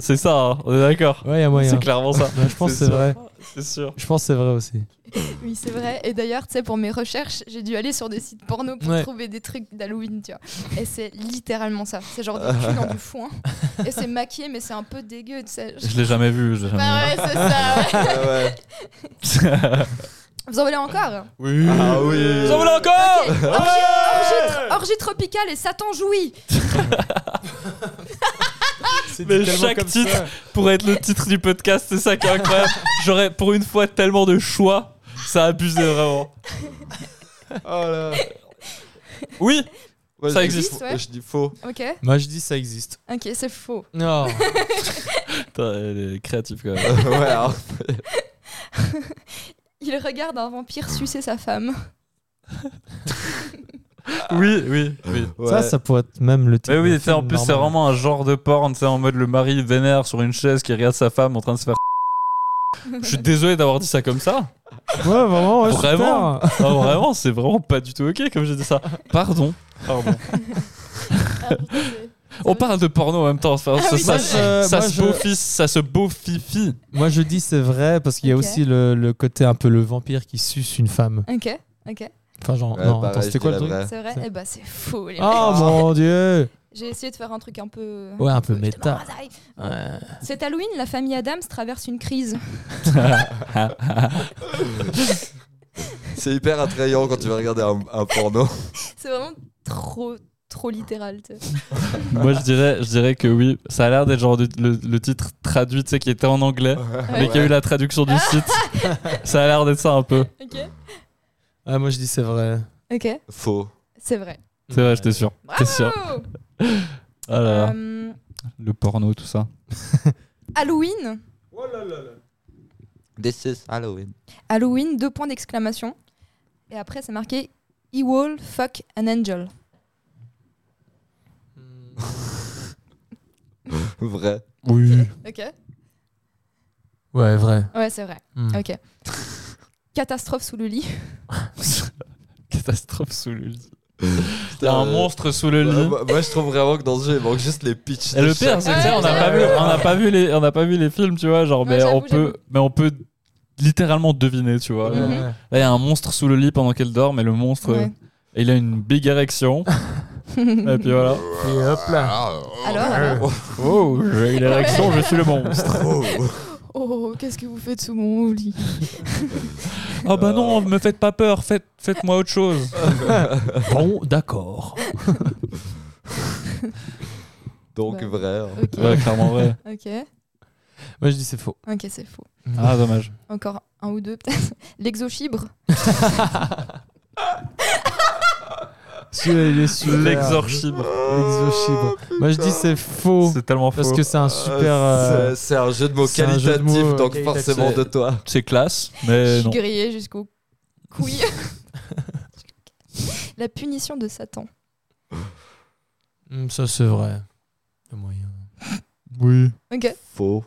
C'est ça, hein, on est d'accord. <laughs> Ouais, il y a moyen. C'est clairement ça. Ouais, je pense que c'est sûr, vrai. C'est sûr. Je pense que c'est vrai aussi. Oui, c'est vrai. Et d'ailleurs, tu sais, pour mes recherches, j'ai dû aller sur des sites porno pour Ouais. trouver des trucs d'Halloween, tu vois. Et c'est littéralement ça. C'est genre <laughs> des culs dans du foin. Et c'est maquillé, mais c'est un peu dégueu, tu sais. Je l'ai jamais vu. je l'ai jamais Bah ouais, c'est ça. ouais. <laughs> ouais. vu. Vous en voulez encore <laughs> oui. Ah oui. Vous en voulez encore Ok. Orgie, orgie tro- orgie tropicale et Satan jouit. Mais chaque titre pourrait être le titre du podcast, c'est ça qui est incroyable. J'aurais pour une fois tellement de choix, ça abusait vraiment. Oh là. Oui, Ouais, Ça je dis existe, faux- ouais. Je <laughs> dis faux. <laughs> Ok, Moi, je dis ça existe. ok, c'est faux. Non. Putain, elle est créative quand même. ouais, alors, Il regarde un vampire sucer sa femme. Oui, oui, oui. ouais. Ça, ça pourrait être même le titre. Mais oui, d'un tu sais, en film plus, Euh, c'est normal. vraiment un genre de porn, c'est en mode le mari <laughs> vénère sur une chaise qui regarde sa femme en train de se faire. Je suis désolé d'avoir dit ça comme ça. Ouais, vraiment, ouais, Vraiment super. Ah, Vraiment, c'est vraiment pas du tout ok comme j'ai dit ça. Pardon. Pardon. On parle de porno en même temps. Enfin, ça, oui, ça, c'est vrai. ça Ah Moi, se je- beaufisse, ça se <laughs> beaufifie. Moi, je dis c'est vrai parce qu'il y a Ok. aussi le, le côté un peu le vampire qui suce une femme. Ok, ok, Enfin, genre, Ouais, Oh, non, pareil, attends, c'était je quoi le dis truc la vraie. c'est vrai. Eh bah, c'est faux. les mecs. Oh mon dieu J'ai essayé de faire un truc un peu. Ouais, un peu Je te méta. demande, arrive. Ouais. Cet Halloween, la famille Adams traverse une crise. C'est hyper attrayant quand tu vas regarder un, <laughs> un porno. <laughs> C'est vraiment trop, trop littéral. tu sais. Moi, je dirais, je dirais que oui. Ça a l'air d'être genre du- le, le titre traduit, tu sais, qui était en anglais, mais qui a eu la traduction Ah. du site. <laughs> ça a l'air d'être ça un peu. Ok. Ah, moi, je dis c'est vrai. Ok, Faux. c'est vrai. C'est vrai, j'étais sûr. T'es sûr. Oh Ah là là. Euh, Le porno, tout ça. Halloween. This is Halloween. Halloween, deux points d'exclamation. Et après, c'est marqué He will fuck an angel. Vrai. Oui. Ok. Ouais, vrai. Ouais, c'est vrai. Hmm. <laughs> Ok. Catastrophe sous le lit. <laughs> Catastrophe sous le lit. Il y a un monstre sous le Euh, lit. moi, moi, je trouve vraiment que dans ce jeu, il manque juste les pitchs. Et de le pire, chaque- c'est que tu sais, on n'a Ouais, pas vu, j'avoue. on n'a pas vu les, on n'a pas vu les films, tu vois, genre, Ouais, mais on j'avoue, peut, mais on peut littéralement deviner, tu vois. Mhm. Ouais. Là, il y a un monstre sous le lit pendant qu'elle dort, mais le monstre, Ouais. euh, il a une big <laughs> érection. et puis voilà. Et hop là. Alors, alors Oh, j'ai une érection, je suis le monstre. Oh, qu'est-ce que vous faites sous mon lit Oh bah non, me faites pas peur, faites, faites-moi autre chose. Bon, d'accord. Donc Ouais. vrai. hein. Ok, Ouais, clairement vrai. ok. Moi, je dis c'est faux. Ok, c'est faux. Ah, dommage. Encore un ou deux, peut-être. <laughs> L'exochibre. Celui-là, il est super. L'exorcisme. Oh, L'exorcibre. Moi, je dis c'est faux. C'est tellement faux. Parce que c'est un Euh, super. euh, c'est- c'est un jeu de mots c'est un jeu qualitatif, de mots, euh, donc qualitatif. forcément de toi. c'est classe, mais Je Euh, non. suis grillée jusqu'au couille. <laughs> La punition de Satan. hmm, Ça, c'est vrai. Le moyen. Oui. <laughs> Ok, Faux.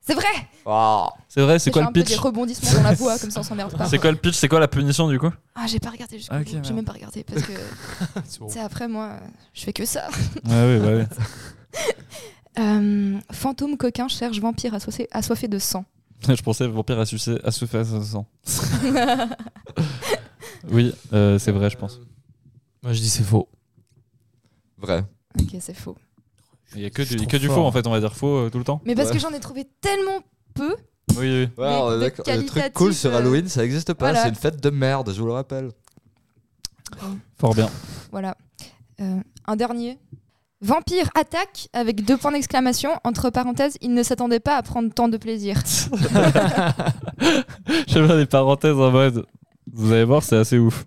c'est vrai Ah, C'est vrai, c'est J'ai quoi un le peu des pitch rebondissements dans la voix, comme ça on s'emmerde pas. <laughs> C'est quoi le pitch C'est quoi la punition du coup Ah, j'ai pas regardé jusqu'au Ok, bout. J'ai merde. même pas regardé parce que, tu sais, après moi, euh, je fais que <laughs> ça. <laughs> Ouais, oui, bah oui. Euh, fantôme coquin cherche vampire assoiffé, assoiffé de <laughs> sang. <laughs> Je pensais vampire à sucer, à souffler à 500. oui, euh, c'est vrai, je pense. Moi, je dis c'est faux. Vrai. Ok, c'est faux. Il y a que Je du, trouve que du fort. faux en fait, on va dire faux euh, tout le temps. Mais parce Ouais. que j'en ai trouvé tellement peu. Oui, oui. Ouais, Mais on est de d'accord. Le truc qualitatif, cool sur euh, Halloween, ça n'existe pas. voilà. C'est une fête de merde, je vous le rappelle. Fort <laughs> bien. Voilà. Euh, un dernier. Vampire attaque avec deux points d'exclamation. Entre parenthèses, il ne s'attendait pas à prendre tant de plaisir. <laughs> J'aime bien les parenthèses en mode. Vous allez voir, c'est assez ouf.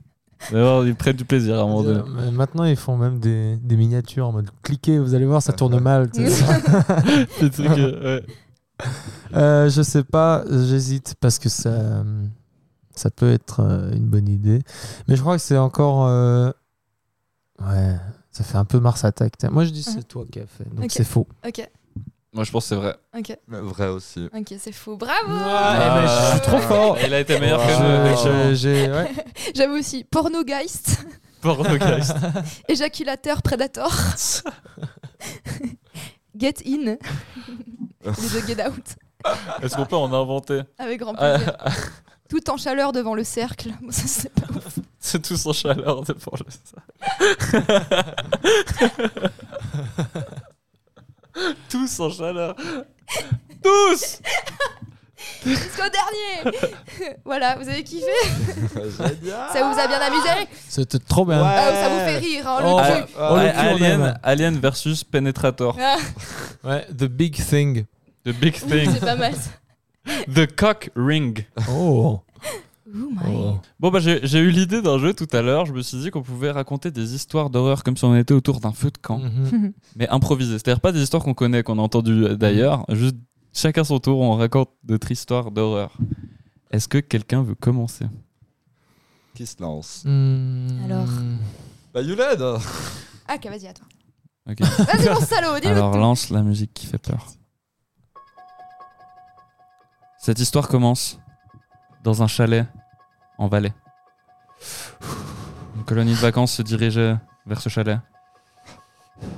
Vous allez voir, ils prennent du plaisir à un moment donné. Mais Maintenant, ils font même des, des miniatures en mode cliquez, vous allez voir, ça tourne mal. tu sais. <laughs> Les trucs, euh, ouais. Euh, je sais pas, j'hésite parce que ça, euh, ça peut être euh, une bonne idée. Mais je crois que c'est encore. euh, Ouais, ça fait un peu Mars Attack. t'sais. Moi, je dis c'est toi qui as fait, donc Ah. Ok. c'est faux. ok, Moi je pense que c'est vrai. ok, Euh, Vrai <laughs> aussi. ok, c'est faux. Bravo eh, mais je suis trop fort! Il a été meilleur Wow. que <laughs> Je- je. <laughs> J'avoue aussi, pornogeist, Pornogeist. <laughs> éjaculateur, prédator. Get <laughs> in. Les deux get out. Est-ce qu'on peut en inventer Avec grand Ah, plaisir. Tout en chaleur devant le cercle. <laughs> Bon, ça, c'est pas ouf. C'est tous en chaleur de pour le <laughs> Tous en chaleur. Tous Jusqu'au <laughs> dernier Voilà, vous avez kiffé Euh, Génial. Ah. Ça vous a bien amusé C'était trop bien. Ouais. Ah, Ça vous fait rire, hein, le Oh. truc Oh, le Ah, cul, on aime. Alien, Alien versus Penetrator. Ah, Ouais, The Big Thing. The big oui, thing. <laughs> C'est pas mal. ça. The cock ring. Oh! Oh my. Oh. Bon, bah, j'ai j'ai eu l'idée d'un jeu tout à l'heure. Je me suis dit qu'on pouvait raconter des histoires d'horreur comme si on était autour d'un feu de camp, Mhm. mais improvisées. C'est-à-dire pas des histoires qu'on connaît, qu'on a entendues d'ailleurs. Mm. Juste chacun son tour, on raconte notre histoire d'horreur. Est-ce que quelqu'un veut commencer Qui se lance Hmm. <laughs> Alors. Bah, Yuled <laughs> hein. Ah, ok, vas-y, <laughs> à toi. Ok. Vas-y, mon salaud, <laughs> dis-le Alors tout. lance la musique qui fait peur. Cette histoire commence dans un chalet en vallée. Une colonie de vacances se dirigeait vers ce chalet.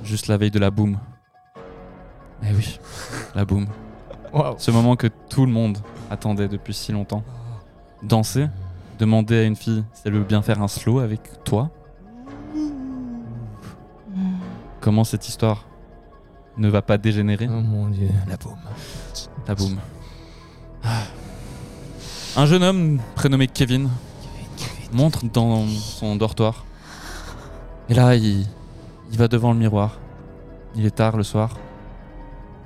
Juste la veille de la boum. Eh oui, la boum. Waouh. Ce moment que tout le monde attendait depuis si longtemps. Danser, demander à une fille si elle veut bien faire un slow avec toi. Comment cette histoire ne va pas dégénérer Oh mon dieu. La paume. La boum. Un jeune homme prénommé Kevin montre dans son dortoir. Et là, il, il va devant le miroir. Il est tard le soir.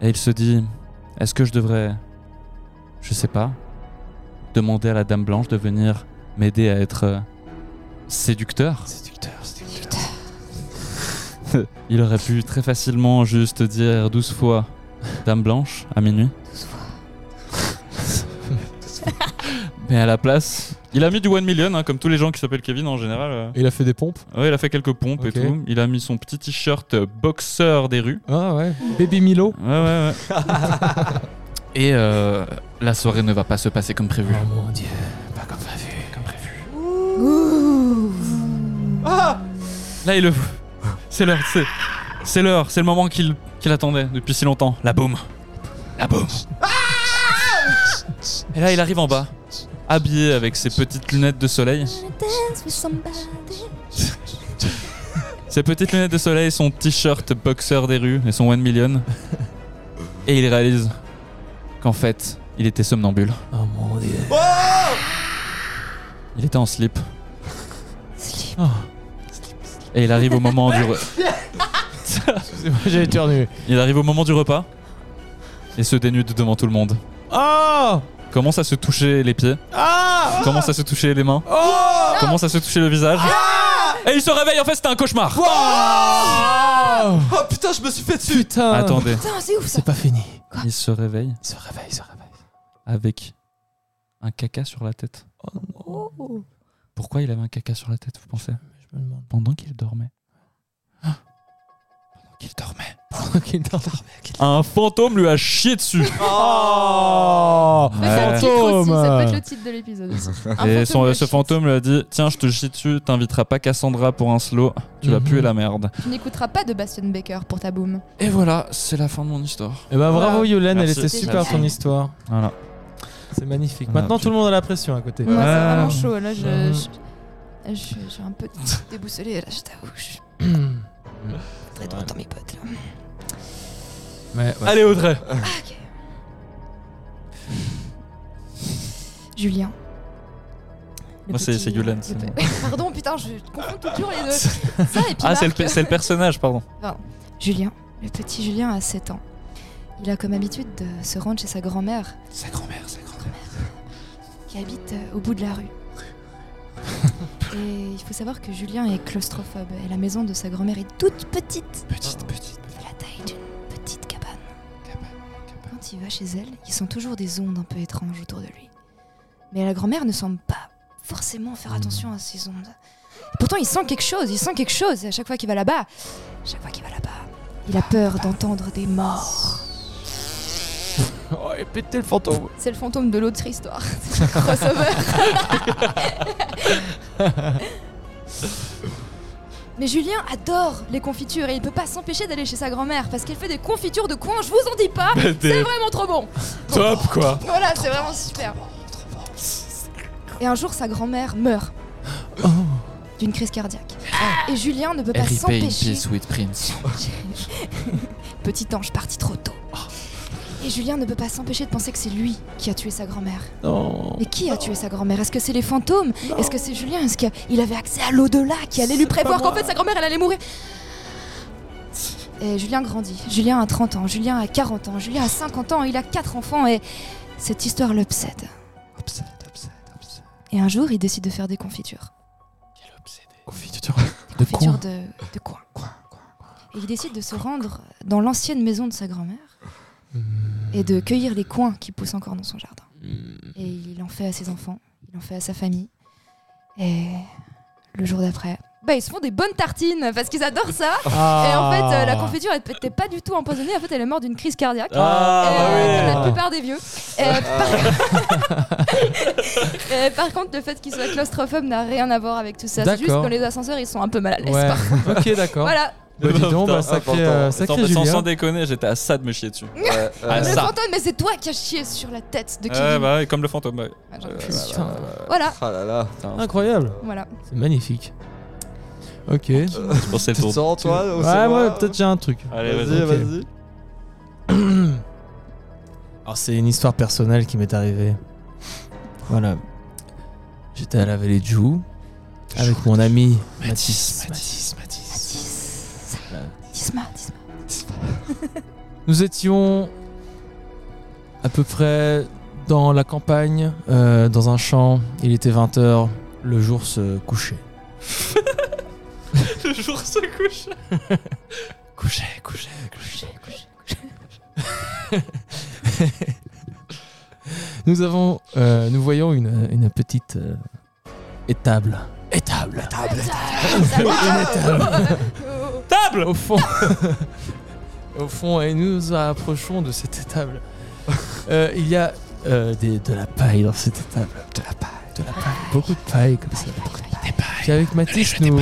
Et il se dit Est-ce que je devrais. Je sais pas. Demander à la Dame Blanche de venir m'aider à être euh, séducteur Séducteur, séducteur. Il aurait pu très facilement juste dire 12 fois Dame Blanche à minuit. <laughs> Mais à la place, il a mis du one million, hein, comme tous les gens qui s'appellent Kevin en général. euh. Il a fait des pompes Ouais, il a fait quelques pompes Ok. et tout. Il a mis son petit t-shirt euh, boxeur des rues. Ah ouais. Baby Milo. Ouais, ouais, ouais. <laughs> et euh, la soirée ne va pas se passer comme prévu. Oh mon dieu. Pas comme prévu. Comme prévu. Ah Là, il le. C'est l'heure, c'est. C'est l'heure, c'est le moment qu'il qu'il attendait depuis si longtemps. La boum. La boum. Et là, il arrive en bas, habillé avec ses petites lunettes de soleil. Ses petites lunettes de soleil, son t-shirt boxeur des rues et son one million. Et il réalise qu'en fait, il était somnambule. Oh mon <laughs> dieu. Il était en slip. Oh. Et il arrive au moment du. re- Excusez-moi, j'ai éternué. Il arrive au moment du repas et se dénude devant tout le monde. Oh Commence à se toucher les pieds, Ah commence à se toucher les mains, Oh commence à se toucher le visage. Et il se réveille, en fait, c'était un cauchemar. Oh Oh putain, je me suis fait dessus Putain Attendez, Putain, c'est ouf ça. C'est pas fini. il se réveille Il se réveille, il se réveille. avec un caca sur la tête. Oh, oh. Pourquoi il avait un caca sur la tête, vous pensez Je me demande. Pendant qu'il dormait. Ah. Pendant qu'il dormait. <laughs> qu'il dort. Un fantôme lui a chié dessus. Oh Ouais, c'est un titre aussi, ça peut être Fantôme le titre <laughs> de l'épisode aussi. Un Et son- de ce shit. fantôme lui a dit Tiens, je te chie dessus, t'inviteras pas Cassandra pour un slow, tu vas Mhm. puer la merde. Tu n'écouteras pas de Bastian Baker pour ta boum. Et voilà, c'est la fin de mon histoire. Eh ben bravo Yolène, elle Merci. était super Merci. ton histoire. Voilà. C'est magnifique. Ah, Maintenant putain. tout le monde a la pression à côté. Moi, c'est Ah Ouais. vraiment chaud. Là, je. Ouais. je- je suis- J'ai un peu <laughs> déboussolé, là, je t'avoue. <coughs> Je voudrais être Ouais. dans mes potes, là. Ouais, ouais. Allez, Audrey Julien. Le Moi, c'est- petit- c'est Yulen, le c'est pe- moi. <laughs> Pardon, putain, je confonds toujours les deux. Ça, et puis Ah, c'est le, Marc. pe- c'est le personnage, pardon. Julien, le petit Julien a 7 ans. Il a comme habitude de se rendre chez sa grand-mère, Sa grand-mère, sa grand-mère. qui habite euh, au bout de la <laughs> rue. Et il faut savoir que Julien est claustrophobe et la maison de sa grand-mère est toute petite, Petite, petite. la taille d'une petite cabane. Quand il va chez elle, ils sont toujours des ondes un peu étranges autour de lui. Mais la grand-mère ne semble pas forcément Hmm. faire attention à ces ondes. Et pourtant, il sent quelque chose, il sent quelque chose. Et à chaque fois qu'il va là-bas, à chaque fois qu'il va là-bas, il a peur d'entendre des morts. Oh, et pétez le fantôme. C'est le fantôme de l'autre histoire. <laughs> C'est le crossover. Mais Julien adore les confitures et il peut pas s'empêcher d'aller chez sa grand-mère parce qu'elle fait des confitures de coin, je vous en dis pas, c'est vraiment trop bon. Top, quoi Voilà, c'est vraiment super. Et un jour, sa grand-mère meurt Oh. d'une crise cardiaque. Et Julien ne peut pas R.I.P. in s'empêcher. peace with Prince. Petit ange parti trop tôt. Et Julien ne peut pas s'empêcher de penser que c'est lui qui a tué sa grand-mère. Non. Mais qui a tué sa grand-mère Est-ce que c'est les fantômes Est-ce que c'est Julien Est-ce qu'il avait accès à l'au-delà qui allait lui prévoir qu'en fait sa grand-mère elle allait mourir Et Julien grandit. Julien a 30 ans, Julien a 40 ans, Julien a 50 ans, il a 4 enfants et cette histoire l'obsède. Obsède, obsède, obsède. Et un jour, il décide de faire des confitures. Confiture. De Confitures quoi de, de coin. Et il décide de se rendre dans l'ancienne maison de sa grand-mère et Hmm. de cueillir les coins qui poussent encore dans son jardin. Et il en fait à ses enfants, il en fait à sa famille. Et le jour d'après, bah, ils se font des bonnes tartines parce qu'ils adorent ça. Ah. Et en fait, euh, la confiture elle n'était pas du tout empoisonnée. En fait, elle est morte d'une crise cardiaque. Ah, Euh, bah oui. comme la plupart des vieux. Euh, par... <laughs> Euh, par contre, le fait qu'ils soient claustrophobes n'a rien à voir avec tout ça. C'est juste D'accord. dans les ascenseurs, ils sont un peu mal à l'aise. Ouais. par contre. ok, d'accord. Voilà, Bah, dis donc, bah, Putain, sacré, important. euh, Sans, sacré sans- sans Julien. déconner, j'étais à ça de me chier dessus. Ouais, ouais. Ah, le ça. fantôme, mais c'est toi qui as chié sur la tête de Kevin. Ouais, bah, ouais, comme le fantôme. ouais. Ah, j'en peux plus. Putain, Voilà, Ah là là. Incroyable. voilà. C'est magnifique. Ok. Ouais, Je pensais le Tu te tour. sens, toi ou c'est ouais, moi peut-être j'ai un truc. Allez, vas-y. Vas-y, ok. vas-y. Alors c'est une histoire personnelle qui m'est arrivée. Voilà. J'étais à la vallée de Joux avec mon ami Mathis. Mathis, Mathis. Disma, Disma, Disma. Nous étions à peu près dans la campagne, euh, dans un champ. Il était 20h, le jour se couchait. <laughs> Le jour se couche. <laughs> Couché, couché, couché, couché, nous avons, euh, nous voyons une, une petite euh, étable. Étable. Ah, bah. Oh. Table Au fond. <laughs> Au fond, et nous nous approchons de cette étable. Euh, il y a euh, des- de la paille dans cette étable. De la paille. De la paille. Beaucoup de paille comme ça. Puis avec Mathis, nous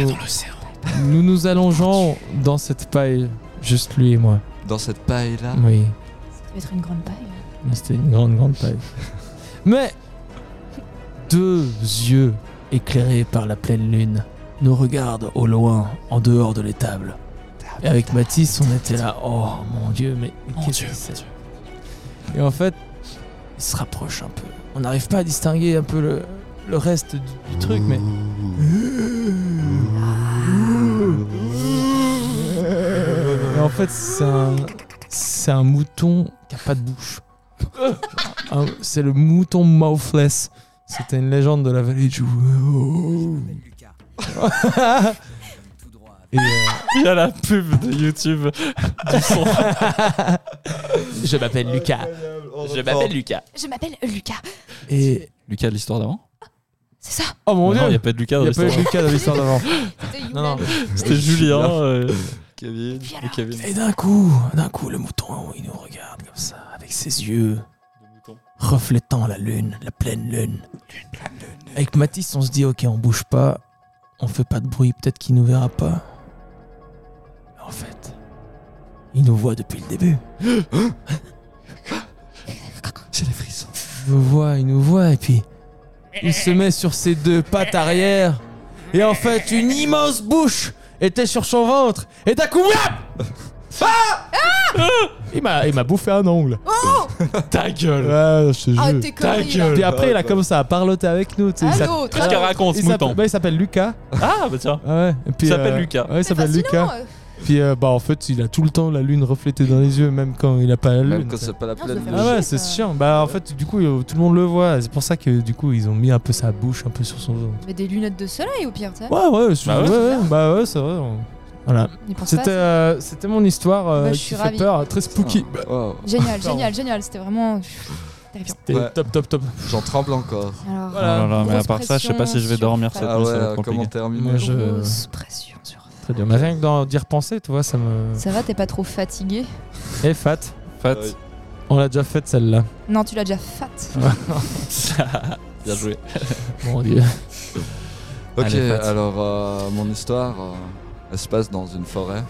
nous, nous allongeons dans cette paille. Juste lui et moi. Dans cette paille-là. Oui. Ça doit être une grande paille. Mais C'était une grande, grande paille. Mais deux yeux éclairés par la pleine lune nous regardent au loin, en dehors de l'étable. Et avec Matisse, on était là. Oh mon dieu, mais qu'est-ce que c'est Et en fait, il se rapproche un peu. On n'arrive pas à distinguer un peu le, le reste du, du truc, mais. Et en fait, c'est un, c'est un mouton qui a pas de bouche. Un- Ah, C'est le mouton mouthless. C'était une légende de la vallée du. <laughs> Et, euh, Il y a la pub de YouTube du son. <laughs> je m'appelle Lucas. Je m'appelle lui. Je m'appelle Lucas, Et Lucas de l'histoire d'avant c'est ça oh mon Non, il n'y a dieu, pas de Lucas il dans n'y a pas eu l'histoire. Lucas dans l'histoire d'avant. C'était Ah, Non, non. Youlan. C'était Julien. euh, Kevin. Puis et alors <laughs> Kevin. <laughs> Et d'un coup, d'un coup, le mouton, oh, il nous regarde comme ça, avec ses yeux reflétant la lune, la pleine lune. Avec Matisse, on se dit ok, on bouge pas, on fait pas de bruit, peut-être qu'il nous verra pas. Mais en fait, il nous voit depuis le début. J'ai les frissons. Il nous voit, il nous voit, et puis il <laughs> se met sur ses deux pattes arrière. Et en fait, une immense bouche était sur son ventre. Et d'un coup, wap Ah il m'a, il m'a bouffé un ongle. <laughs> Ta gueule. Ouais, je te jure. Oh Ah, t'es Ta connerie, là. gueule. Puis après, il a commencé à parloter avec nous. tu sais, il s'appelle- Allô, Qu'est-ce qu'elle raconte, ce il s'appelle, mouton bah, il s'appelle Lucas. Ah, bah tiens. Ah ouais. Et puis, Il s'appelle euh, Lucas. ouais, il s'appelle fascinant, Lucas. euh. Puis euh, bah en fait, il a tout le temps la lune reflétée dans les yeux, même quand il a pas la lune. Même quand tu sais. c'est pas la Non, pleine ça fait lune. Ah ouais, Chier, c'est ça. chiant. Bah en fait, du coup, euh, tout le monde le voit. C'est pour ça que du coup, ils ont mis un peu sa bouche un peu sur son ventre. Mais des lunettes de soleil au pire, tu sais. Ouais, ouais, je- Bah ouais, ouais. ouais, bah ouais, c'est vrai. on- On Voilà. y pense pas, C'était, euh, c'était mon histoire euh, Bah, je qui suis fait ravie. peur, très spooky. Wow. c'est- Génial, génial, génial. C'était vraiment terrifiant. C'était Ouais. top, top, top. J'en tremble encore. Alors, Voilà. Oh là là, mais à grosse part ça, je sais pas si je vais pression dormir sur- cette Ah nuit, ça va ouais, être comment compliqué. terminer Moi, je- Grosse pression sur. Très bien. Mais rien que d'en- d'y repenser, tu vois, ça me. Ça va, t'es pas trop fatigué Eh, Fat, Fat. Ouais. on l'a déjà faite celle-là. Non, tu l'as déjà fat. Bien joué. Mon dieu. Ok, Allez, Pat. alors euh, mon histoire, euh, elle se passe dans une forêt.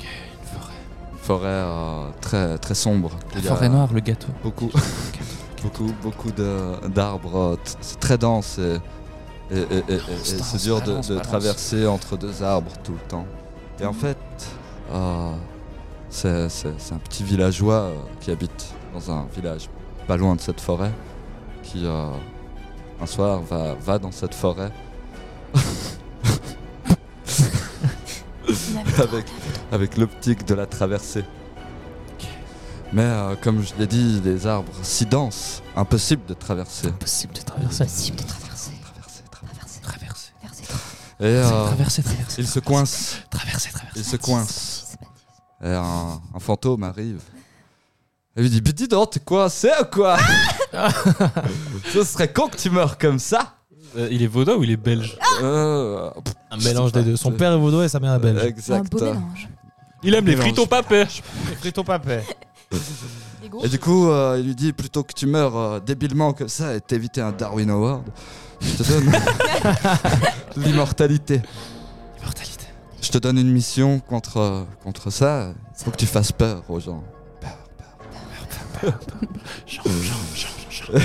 Une forêt euh, très, très sombre. Il y a noire, le gâteau. Beaucoup, <laughs> beaucoup, beaucoup de- d'arbres. euh, t- C'est très dense et, et- et- et- et- et c'est Mmh. dur de, de traverser entre deux arbres tout le temps. Et en fait, euh, c'est c'est- c'est un petit villageois euh, qui habite dans un village pas loin de cette forêt qui, euh, un soir, va, va dans cette forêt On avait trop- <laughs> avec, avec l'optique de la traversée. Mais euh, comme je l'ai dit, les arbres si denses, impossible de traverser. Impossible de traverser. Impossible de traverser. Traverser, traverser. Traverser. Traverser, Traverser. Et euh, traverser, traverser. il se coince, Traverser, traverser. il se coince. Et un, un fantôme arrive. Et lui dit, <laughs> mais dis donc, t'es coincé ou quoi Ce serait con que tu meurs comme ça Euh, il est vaudois ou il est belge Euh, pff, Un mélange des deux. Ah. Son père est vaudois et sa mère est belge. Un Exact. beau mélange. Il aime les Mélange. fritons papés. Frito papé. Et gros, Et du coup, euh, il lui dit plutôt que tu meurs euh, débilement comme ça et t'éviter un Darwin Award, je te donne l'immortalité. Mortalité. Je te donne une mission contre, euh, contre ça. Il faut que tu fasses peur aux gens. Euh, Peur, peur, peur, peur, peur, peur.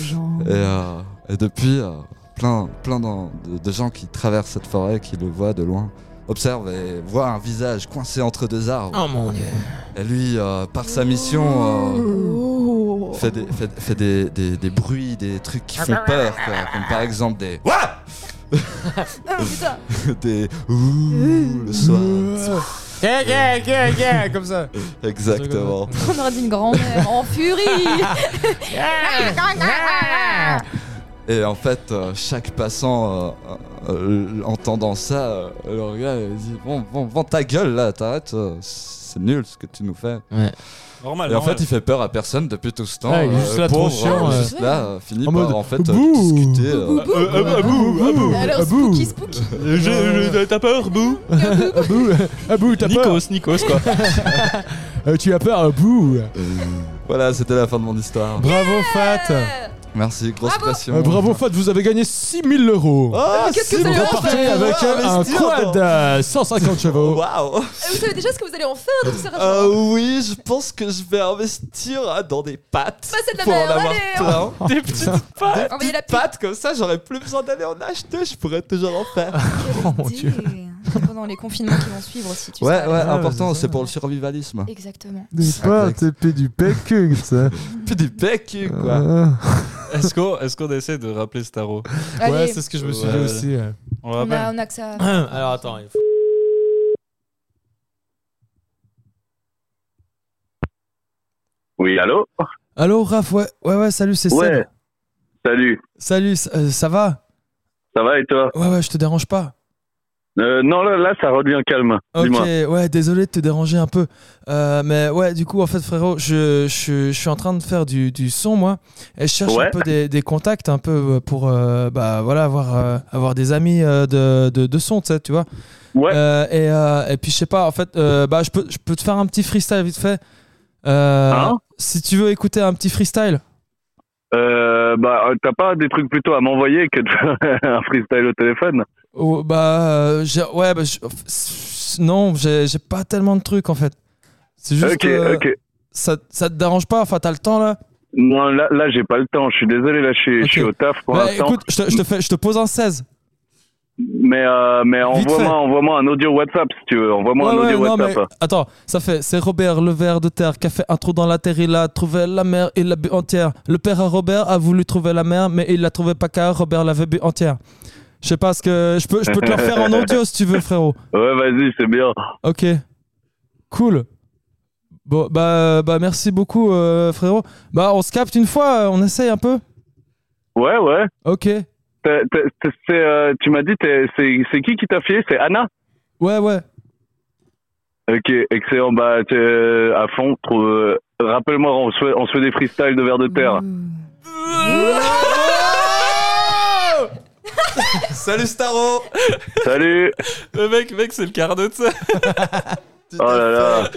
Jean. Et, euh, et depuis, euh, plein, plein d'en- de, de gens qui traversent cette forêt, qui le voient de loin, observent et voient un visage coincé entre deux arbres. Oh mon dieu. Et lui, euh, par sa mission, euh, Oh. fait des, fait, fait des, des, des bruits, des trucs qui font peur, quoi. comme par exemple des Ouah Ah, putain. des ouh le <laughs> soir. Yeah, yeah, yeah, yeah, eh, comme ça. Exactement. On aurait dit une grand-mère en furie. <laughs> Euh, Et en fait, euh, chaque passant euh, euh, euh, entendant ça, euh, le regarde et dit bon, bon, vends ta gueule là, t'arrêtes, euh, c'est nul ce que tu nous fais. Normal. Et en fait, il fait peur à personne depuis tout ce temps. Ah, Ouais, il est juste là, trop pauvre, chiant, euh, euh. juste là, euh, finit En par mode, en fait euh, Bouh. discuter. euh, Alors, spooky, spooky. T'as peur, Bou Abou, <laughs> Abou, t'as peur Nikos, Nikos, quoi. Euh, Tu as peur, Abou. voilà, c'était la fin de mon histoire. Bravo Fat. Euh, Merci, grosse Bravo. pression. Euh, bravo Fat, vous avez gagné 6000 Oh, euros. Ah, Mais qu'est-ce que c'est ça bon. veut Vous Bravo, repartez Fat. avec Ah, un investir dans- quad à 150 chevaux. Waouh Vous savez déjà ce que vous allez en faire de tout ça Euh, Rachel oui, je pense que je vais investir hein, dans des pâtes. Bah, c'est de la pour en merde, avoir allez, hein. Oh, plein. Des petites Envoyez la Pâtes comme ça, j'aurais plus besoin d'aller en acheter, je pourrais toujours en faire. Oh mon dieu. Pendant les confinements qui vont suivre aussi, tu Ouais, sais. ouais, important, important, c'est c'est pour le survivalisme. Exactement. Des pâtes et puis du pécule, ça. Plus des pecs, quoi. <laughs> Ah. Est-ce qu'on est-ce qu'on essaie de rappeler ce tarot Ouais, Allez, c'est ce que je me suis Ouais. dit aussi. euh ouais. On le on rappelle a, on a que ça. Alors attends, il faut- Oui, allô Allô Raph, ouais, ouais, ouais, salut, c'est Ouais. Seb. Salut, Salut, c- euh, ça va ça va et toi Ouais, ouais, je te dérange pas. Euh, Non, là, là, ça redevient calme. Ok, Dis-moi. ouais, désolé de te déranger un peu. Euh, mais ouais, du coup, en fait, frérot, je, je, je suis en train de faire du, du son, moi. Et je cherche Ouais. un peu des, des contacts, un peu euh, pour euh, bah, voilà, avoir, euh, avoir des amis euh, de, de, de son, tu sais, tu vois. Ouais. Euh, et, euh, et puis, je sais pas, en fait, euh, bah, je, peux, je peux te faire un petit freestyle vite fait. Euh, Hein si tu veux écouter un petit freestyle. Euh, bah, euh, t'as pas des trucs plutôt à m'envoyer que de faire <laughs> un freestyle au téléphone Oh, bah, euh, j'ai- ouais, bah, je- pff, non, j'ai j'ai pas tellement de trucs en fait. C'est juste euh, Ok, que ok. ça, ça te dérange pas, enfin, t'as le temps là. Non, là, là j'ai pas le temps. Je suis désolé, là, je suis, je Ok. suis au taf pour Bah, l'instant. écoute, je te, je te fais, je te pose un 16. Mais, euh, mais fait. envoie-moi envoie un audio WhatsApp si tu veux. Envoie-moi Ouais, un ouais, audio non, WhatsApp. mais- Attends, ça fait, c'est Robert, le ver de terre, qui a fait un trou dans la terre, il a trouvé la mer, il l'a bu entière. Le père à Robert a voulu trouver la mer, mais il l'a trouvé pas car Robert l'avait bu entière. Je sais pas ce que. Je peux, je peux te le refaire <laughs> en audio si tu veux, frérot. Ouais, vas-y, c'est bien. Ok. Cool. Bon, bah, bah merci beaucoup, euh, frérot. Bah, on se capte une fois, euh, on essaye un peu. Ouais, ouais. Ok. T'as- t'as- t'as- c'est, euh, tu m'as dit, t'es- c'est c'est qui qui t'a fié C'est Anna Ouais, ouais. Ok, excellent. Bah, t'es, euh, à fond. Trouve, euh, Rappelle-moi, on se fait, on se fait des freestyles de verre de terre. Mmh. <laughs> Salut Staro Salut Le mec, mec, c'est le quart de ça. <laughs> Tu Oh t'es là là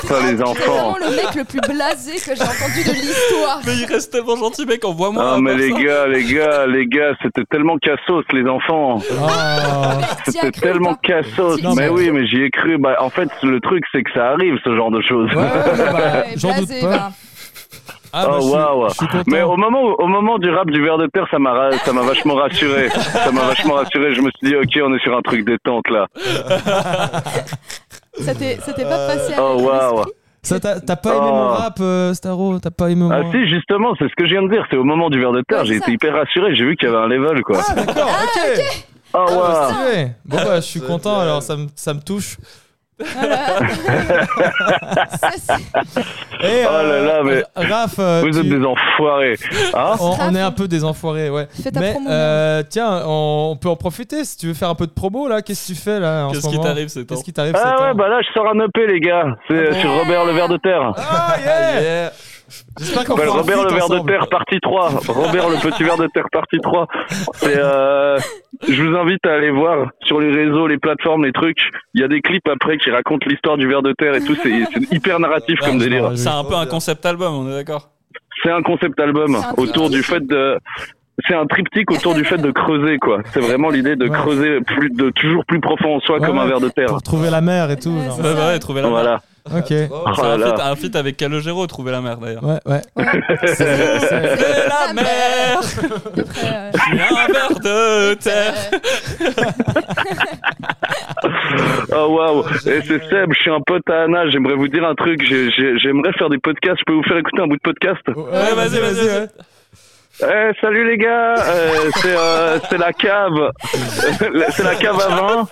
Putain, les C'est enfants vraiment le mec le plus blasé que j'ai entendu de l'histoire. Mais il reste tellement gentil, mec. Envoie-moi. Ah, un mais par les ça. gars, les gars, les gars, c'était tellement cassos, les enfants T'y as C'était cru ou tellement pas cassos Non, Mais mais- oui, mais j'y ai cru. Bah, en fait, le truc, c'est que ça arrive, ce genre de choses. Ouais, <laughs> ouais, bah, Ah Ouais, j'en doute blasé, pas. bah. Ah, Oh, bah, je suis- waouh. je suis content. Mais au moment, au moment du rap du verre de terre, ça m'a ra- ça m'a vachement rassuré. ça m'a vachement rassuré. Je me suis dit, ok, on est sur un truc détente là. Ça t'est ça t'est pas passé à Oh waouh. Ça, t'as t'as pas aimé Oh. mon rap, euh, Staro T'as pas aimé mon Ah rap si, justement, c'est ce que je viens de dire. C'est au moment du verre de terre, Ouais, j'ai c'est été ça. hyper rassuré. J'ai vu qu'il y avait un level quoi. Ah, d'accord, ok. Ah, Oh waouh. Ouais. Bon, bah, je suis content, alors ça me ça me touche. <laughs> Ça, c'est- Et, Oh là là, mais- Raph, euh, Vous tu- êtes des enfoirés. Hein on, on est un peu des enfoirés, ouais. Fais ta mais promo, euh, tiens, on, on peut en profiter si tu veux faire un peu de promo là. Qu'est-ce que tu fais là en Qu'est-ce ce qui moment t'arrive ces temps Qu'est-ce qui t'arrive Ah ces ouais, temps bah là, je sors un EP les gars. C'est Ah bon sur Robert le verre de terre. Ah yeah, Yeah. J'espère qu'on Bah, fera un Robert feat le verre de ensemble. terre partie 3. Robert le petit verre de terre partie 3. Et, euh, je vous invite à aller voir sur les réseaux, les plateformes, les trucs. Il y a des clips après qui racontent l'histoire du verre de terre et tout. C'est c'est hyper narratif comme délire. C'est un peu un concept album, on est d'accord C'est un concept album C'est un autour du fait de... C'est un triptyque autour du fait de creuser, quoi. C'est vraiment l'idée de Ouais. creuser plus, de toujours plus profond en soi Ouais, comme un ouais. verre de terre. Pour trouver la mer et tout. Ouais, genre. c'est ça. Ouais, ouais, trouver la merde. Voilà. Ok. Oh C'est là un feat- là. un feat avec Calogero, trouver la merde <laughs> d'ailleurs. Ouais, ouais. Trouver la mer, Après, euh, il y a un verre de terre. euh, Oh waouh, Eh, c'est euh, Seb, je suis un pote à Anna, j'aimerais vous dire un truc, J'ai- j'ai- j'aimerais faire des podcasts, je peux vous faire écouter un bout de podcast Ouais, vas-y, vas-y, vas-y. Eh, salut les gars, Euh, c'est euh, c'est la cave, <laughs> c'est la cave à vin,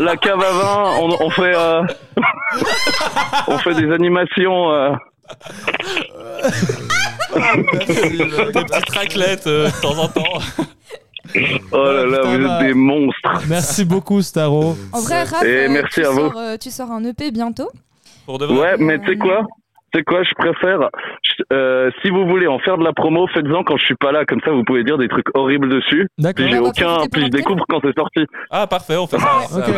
la cave à vin, on, on fait euh, <laughs> on fait des animations, euh. <laughs> Des petites raclettes euh, de temps en temps. oh là là, Putain, vous bah. êtes des monstres, Merci beaucoup, Staro. En vrai, Raph, Et euh, merci tu à vous. sors, euh, tu sors un EP bientôt. Pour de vrai. ouais, mais tu sais quoi c'est quoi, je préfère, je- euh, si vous voulez en faire de la promo, faites-en quand je suis pas là, comme ça vous pouvez dire des trucs horribles dessus, D'accord. puis j'ai Ouais, bah, aucun, profitez puis pendant que je t'es là. découvre quand c'est sorti. Ah, parfait, on fait ça. Ok,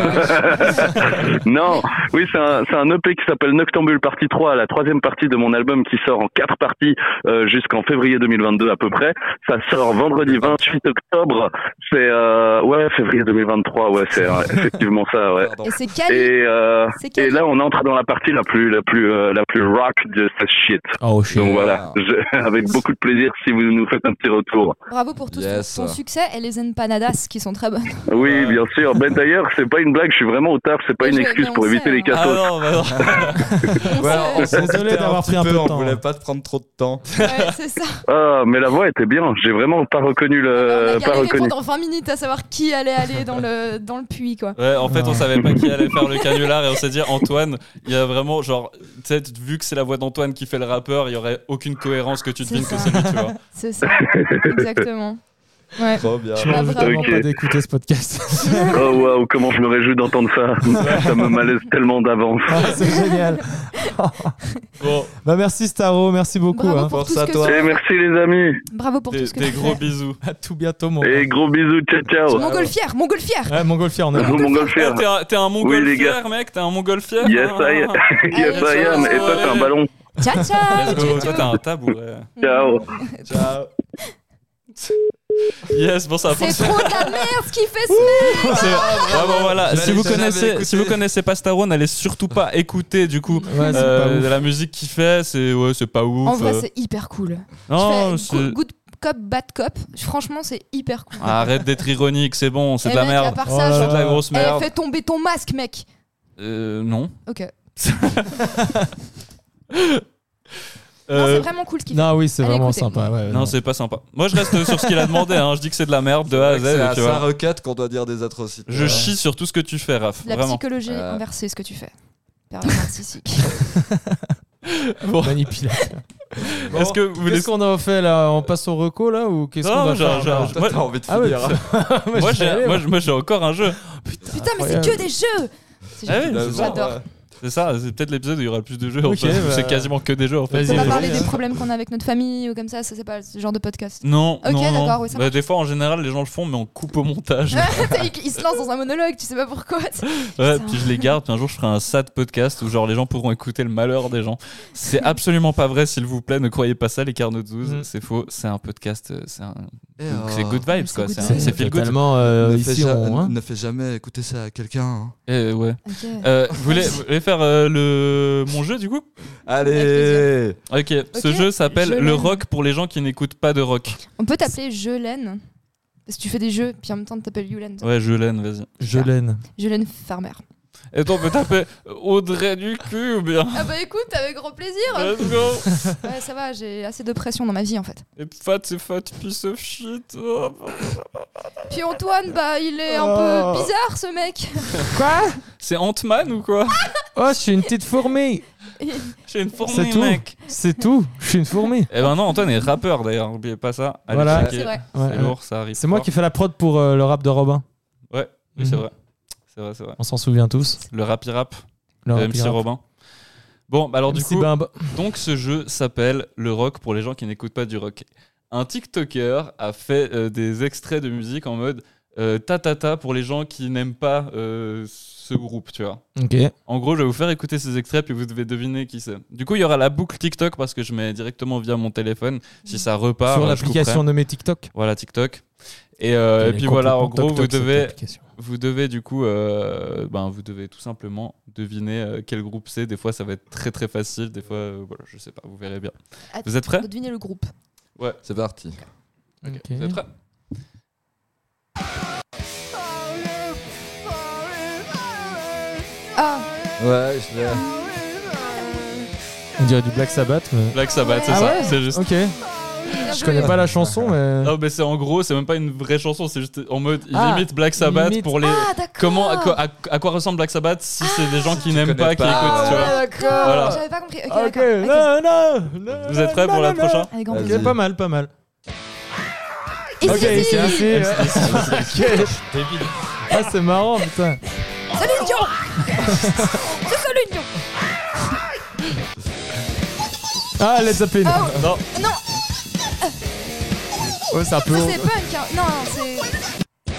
ok. Non, oui, c'est un, c'est un EP qui s'appelle Noctambule Partie 3, la troisième partie de mon album qui sort en quatre parties euh, jusqu'en février 2022 à peu près. Ça sort vendredi 28 octobre. C'est euh, ouais, février 2023, ouais, c'est euh, effectivement ça, ouais. Pardon. Et c'est Cali. Et, euh, C'est et Cali. là, on entre dans la partie la plus la plus euh, la plus rock de ce shit. Oh shit. Donc voilà, Je- avec beaucoup de plaisir si vous nous faites un petit retour. Bravo pour tout Yes. ton succès et les empanadas qui sont très bonnes. Oui, bien sûr. Ben d'ailleurs, c'est pas une blague. Je suis vraiment au taf. C'est pas Mais une je- excuse mais on pour éviter sait, les hein. Ah cassos. non, bah non. <laughs> alors, on s'en Désolé doutait d'avoir un pris un petit peu de on temps, hein. voulait ouais. pas te prendre trop de temps. Ouais, c'est ça. Ah, mais la voix était bien. J'ai vraiment pas reconnu le, on a Euh, pas galéré reconnu. pendant 20 minutes à savoir qui allait aller dans le, dans le puits, quoi. Ouais, en fait, Ah. Non. on savait pas qui allait <laughs> faire le canular et on s'est dit, Antoine, il y a vraiment, genre, tu sais, vu que c'est la voix d'Antoine qui fait le rappeur, il y aurait aucune cohérence que tu C'est devines que ça. c'est lui, tu <laughs> vois. C'est ça. Exactement. Ouais. Trop bien. Je m'en veux Ok. tellement pas d'écouter ce podcast. Oh waouh, comment je me réjouis d'entendre <laughs> ça. ça me malaise tellement d'avance. Ah, c'est <laughs> génial. Bon, Bah, merci, Staro. Merci beaucoup. Bravo hein. pour Force tout ce à que toi. Et tu merci les amis. Bravo pour tout des, ce que des tu gros fais. bisous. À tout bientôt, mon. Et gros bisous, ciao ciao. <laughs> Montgolfière, montgolfière. Ouais, Montgolfière, on est là. Gros Eh, <laughs> montgolfière. <laughs> T'es un, t'es un les mongolfière, gars. mec T'es un mongolfière Yes hein I, <laughs> yes, I am. Et toi t'es un ballon. <laughs> Ciao, ciao. Let's go. Toi, t'es un tabouret. Mm. Ciao. Ciao. Yes, bon, ça va C'est Ah, trop de la merde ce qu'il fait ce C'est- Ouais, bon, voilà. Je Si vous, l'avais jamais connaissez, écouté. si vous connaissez pas Staro, n'allez surtout pas écouter du coup Ouais, c'est euh, pas ouf. de la musique qu'il fait. C'est ouais, c'est pas ouf. En vrai, euh. c'est hyper cool. non, je fais c'est- go- good cop, bad cop. Franchement, c'est hyper cool. arrête d'être ironique. C'est bon, c'est Eh de la mec, À merde. part Oh ça, là je- C'est de la grosse Eh, merde. fais tomber ton masque, mec. Euh, non. <laughs> Ok. Non, Euh, c'est vraiment cool ce qu'il fait. Non, oui, c'est Allez, vraiment écoutez. sympa. ouais, ouais, non, c'est pas sympa. Moi, je reste sur ce qu'il a demandé. hein. Je dis que c'est de la merde de A à Z. C'est à tu vois. sa requête qu'on doit dire des atrocités. Je chie sur tout ce que tu fais, Raph. La Vraiment. psychologie Euh. inversée, ce que tu fais. <laughs> Pervers narcissique. Oh, Bon. Manipulateur. Bon, Est-ce que vous voulez. Qu'est-ce qu'on a fait là On passe au reco là ou qu'est-ce Non, qu'on a genre- fait genre- Toi, Moi- t'as envie de Ah ouais, <laughs> finir. Moi, j'ai- moi, j'ai- moi, j'ai encore un jeu. Putain, mais c'est que des jeux. C'est Ah oui, génial. c'est ça. J'adore. C'est ça, c'est peut-être l'épisode où il y aura le plus de jeux. en Ok, fait. bah- C'est quasiment que des jeux en fait. Vas-y, On va vas-y. parler génial. des problèmes qu'on a avec notre famille ou comme ça, ça c'est pas ce genre <laughs> de podcast. Non, Ok, non, non. d'accord, oui, ça Bah, des fois, en général, les gens le font, mais on coupe au montage. il, <laughs> il se lance dans un monologue, tu sais <laughs> pas pourquoi. ouais, Ah, putain. puis je les garde, puis un jour, je ferai un sad podcast où genre les gens pourront écouter le malheur des gens. C'est absolument pas vrai, s'il vous plaît, ne croyez pas ça, les Carnot 12. Mm. C'est faux, c'est un podcast, euh, c'est un... Et, donc euh, c'est good vibes quoi, good c'est un- vibes. c'est feel good. Totalement euh, ne, fais ici ja- on. hein. ne fais jamais écouter ça à quelqu'un. hein. Eh, ouais. Ok. Euh, vous, voulez, vous voulez faire euh, le... mon jeu du coup Allez Ok, ce Ok, jeu s'appelle je Le l'aime. rock pour les gens qui n'écoutent pas de rock. On peut t'appeler Jelaine. Parce que tu fais des jeux, puis en même temps t'appelles Yulène. Ouais, je l'aime, vas-y. Je l'aime. Jolaine Farmer. Et on peut taper <laughs> Audrey du cul ou bien Ah bah écoute, avec grand plaisir. Let's go ouais, ça va, j'ai assez de pression dans ma vie en fait. Et fat, c'est fat piece of shit. Oh. Puis Antoine, bah il est un Oh. peu bizarre ce mec. Quoi C'est Ant-Man ou quoi Oh, je suis une petite fourmi. J'ai une fourmi, C'est tout. mec. C'est tout. Je suis une fourmi. Eh ben non, Antoine est rappeur d'ailleurs, n'oubliez pas ça. Allez Voilà. checker. C'est vrai. C'est Ouais, ouais. lourd, ça arrive. C'est moi fort. qui fais la prod pour euh, le rap de Robin. Ouais, oui, c'est Mhm. vrai. C'est vrai, c'est vrai. On s'en souvient tous. Le rap rap Le de rap, MC il rappe. Robin. Bon, bah alors du MC coup, Bimbo. donc ce jeu s'appelle Le Rock pour les gens qui n'écoutent pas du rock. Un TikToker a fait euh, des extraits de musique en mode euh, ta ta ta pour les gens qui n'aiment pas euh, ce groupe, tu vois. Ok. En gros, je vais vous faire écouter ces extraits, puis vous devez deviner qui c'est. Du coup, il y aura la boucle TikTok parce que je mets directement via mon téléphone. Si ça repart, Mmh. Sur euh, je l'application couperai. nommée TikTok. Voilà, TikTok. Et, euh, et Elle est puis voilà, en complètement gros, vous toc-toc, cette devez, application. vous devez du coup, euh, ben, vous devez tout simplement deviner euh, quel groupe c'est. Des fois, ça va être très très facile. Des fois, euh, voilà, je sais pas, vous verrez bien. Vous êtes prêts Faut deviner le groupe. C'est parti. Ok. Vous êtes prêts Ah, Ouais, je l'ai. On dirait du Black Sabbath. mais- Black Sabbath, c'est Ah ça. ouais c'est Ah, juste. Ok. bien Je joué. connais pas la chanson, mais. Non, mais c'est en gros, c'est même pas une vraie chanson. C'est juste en mode, il Ah, imite Black Sabbath limite. Ah, pour les. Ah, d'accord. Comment, à quoi, à, à quoi ressemble Black Sabbath si c'est des gens qui tu n'aiment pas, connais qui pas, écoutent, tu vois. Ah, d'accord. Voilà. J'avais pas compris. Ok, Ah, Ok, d'accord. Ok. non, non, non, Vous êtes prêts non, pour le non, non. prochain Avec grand Vas-y. plaisir. Ok, pas mal, pas mal. Et Ok, c'est ici, parti. ici. Ok. Ah, c'est marrant, putain. Salut Lyon <laughs> C'est salut Lyon Ah, Led Zeppelin. Ah, ouais. Non, Non, Ouais, c'est un peu. ça long. c'est punk. hein. Non, c'est.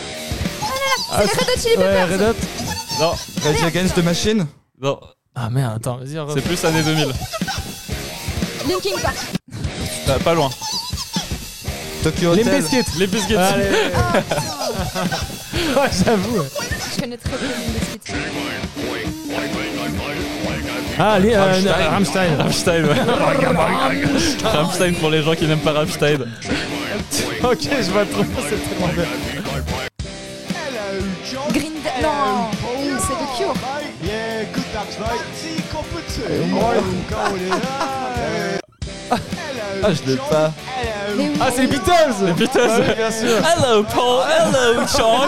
Ah, Les Red Hot Chili Ouais, Peppers Red Hot. non, Rage Against the Machine non. Ah merde, attends, vas-y, refais. C'est plus années 2000. Linkin Park Ah, pas loin. Tokyo Limp Hotel Bizkit. Les biscuits. Allez. Ah, putain. <laughs> Ouais, j'avoue. ouais. Je connais très bien les biscuits. Ah, les, euh, non, Rammstein. Rammstein, ouais. Rammstein pour les gens qui n'aiment pas Rammstein. Ok, je vois trop, c'est tellement bien. Green Day Non Mmh, C'est The Cure Ah, je l'ai pas. Mais oui. Ah, c'est les Beatles. Les Beatles. bien sûr. Hello Paul, hello Sean.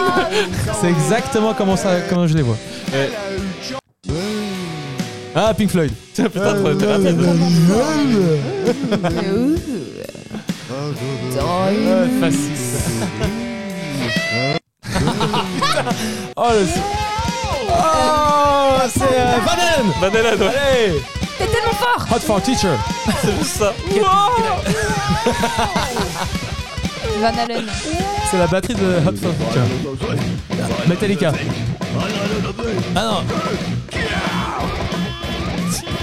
C'est exactement comment ça, comment je les vois. Ouais. Ah, Pink Floyd. Tiens, putain, trop t'es rapide. Mais oui. Ouais, facile. oh le. Oh, c'est euh, Van Halen. Vanella, ouais, Allez, T'es tellement fort Hot for Teacher. c'est juste ça. Van Halen C'est la batterie de Hot for Teacher. Metallica. Ah non.